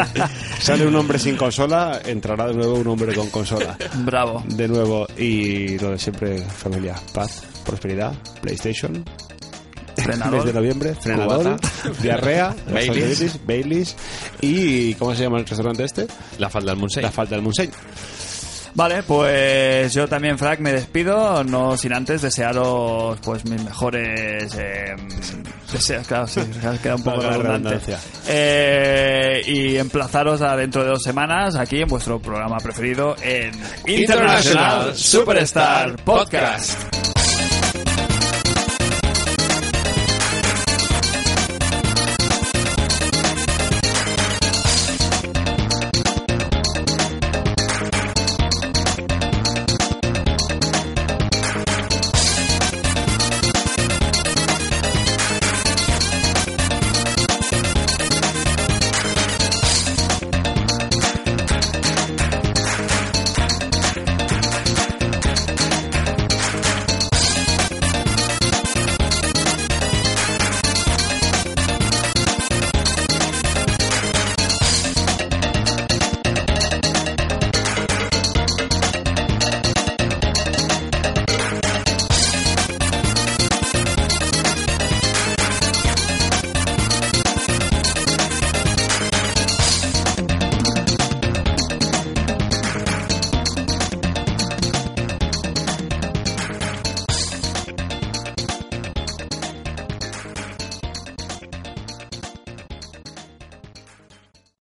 Speaker 5: sale un hombre sin consola, entrará de nuevo un hombre con consola.
Speaker 2: Bravo.
Speaker 5: De nuevo, y lo de siempre, familia, paz, prosperidad, PlayStation, mes de
Speaker 2: Frenador.
Speaker 5: noviembre, frenador, diarrea,
Speaker 3: Baileys.
Speaker 5: gastroenteritis, Baileys y ¿cómo se llama el restaurante este?
Speaker 4: La falda del Munsey.
Speaker 5: La falta del Munseño.
Speaker 2: Vale, pues yo también, Frank, me despido, no sin antes desearos pues mis mejores eh, deseos, claro, sí, claro, queda un poco
Speaker 5: Valga la
Speaker 2: redundante.
Speaker 5: redundancia.
Speaker 2: Eh, y emplazaros a dentro de dos semanas aquí en vuestro programa preferido en
Speaker 4: International Superstar Podcast.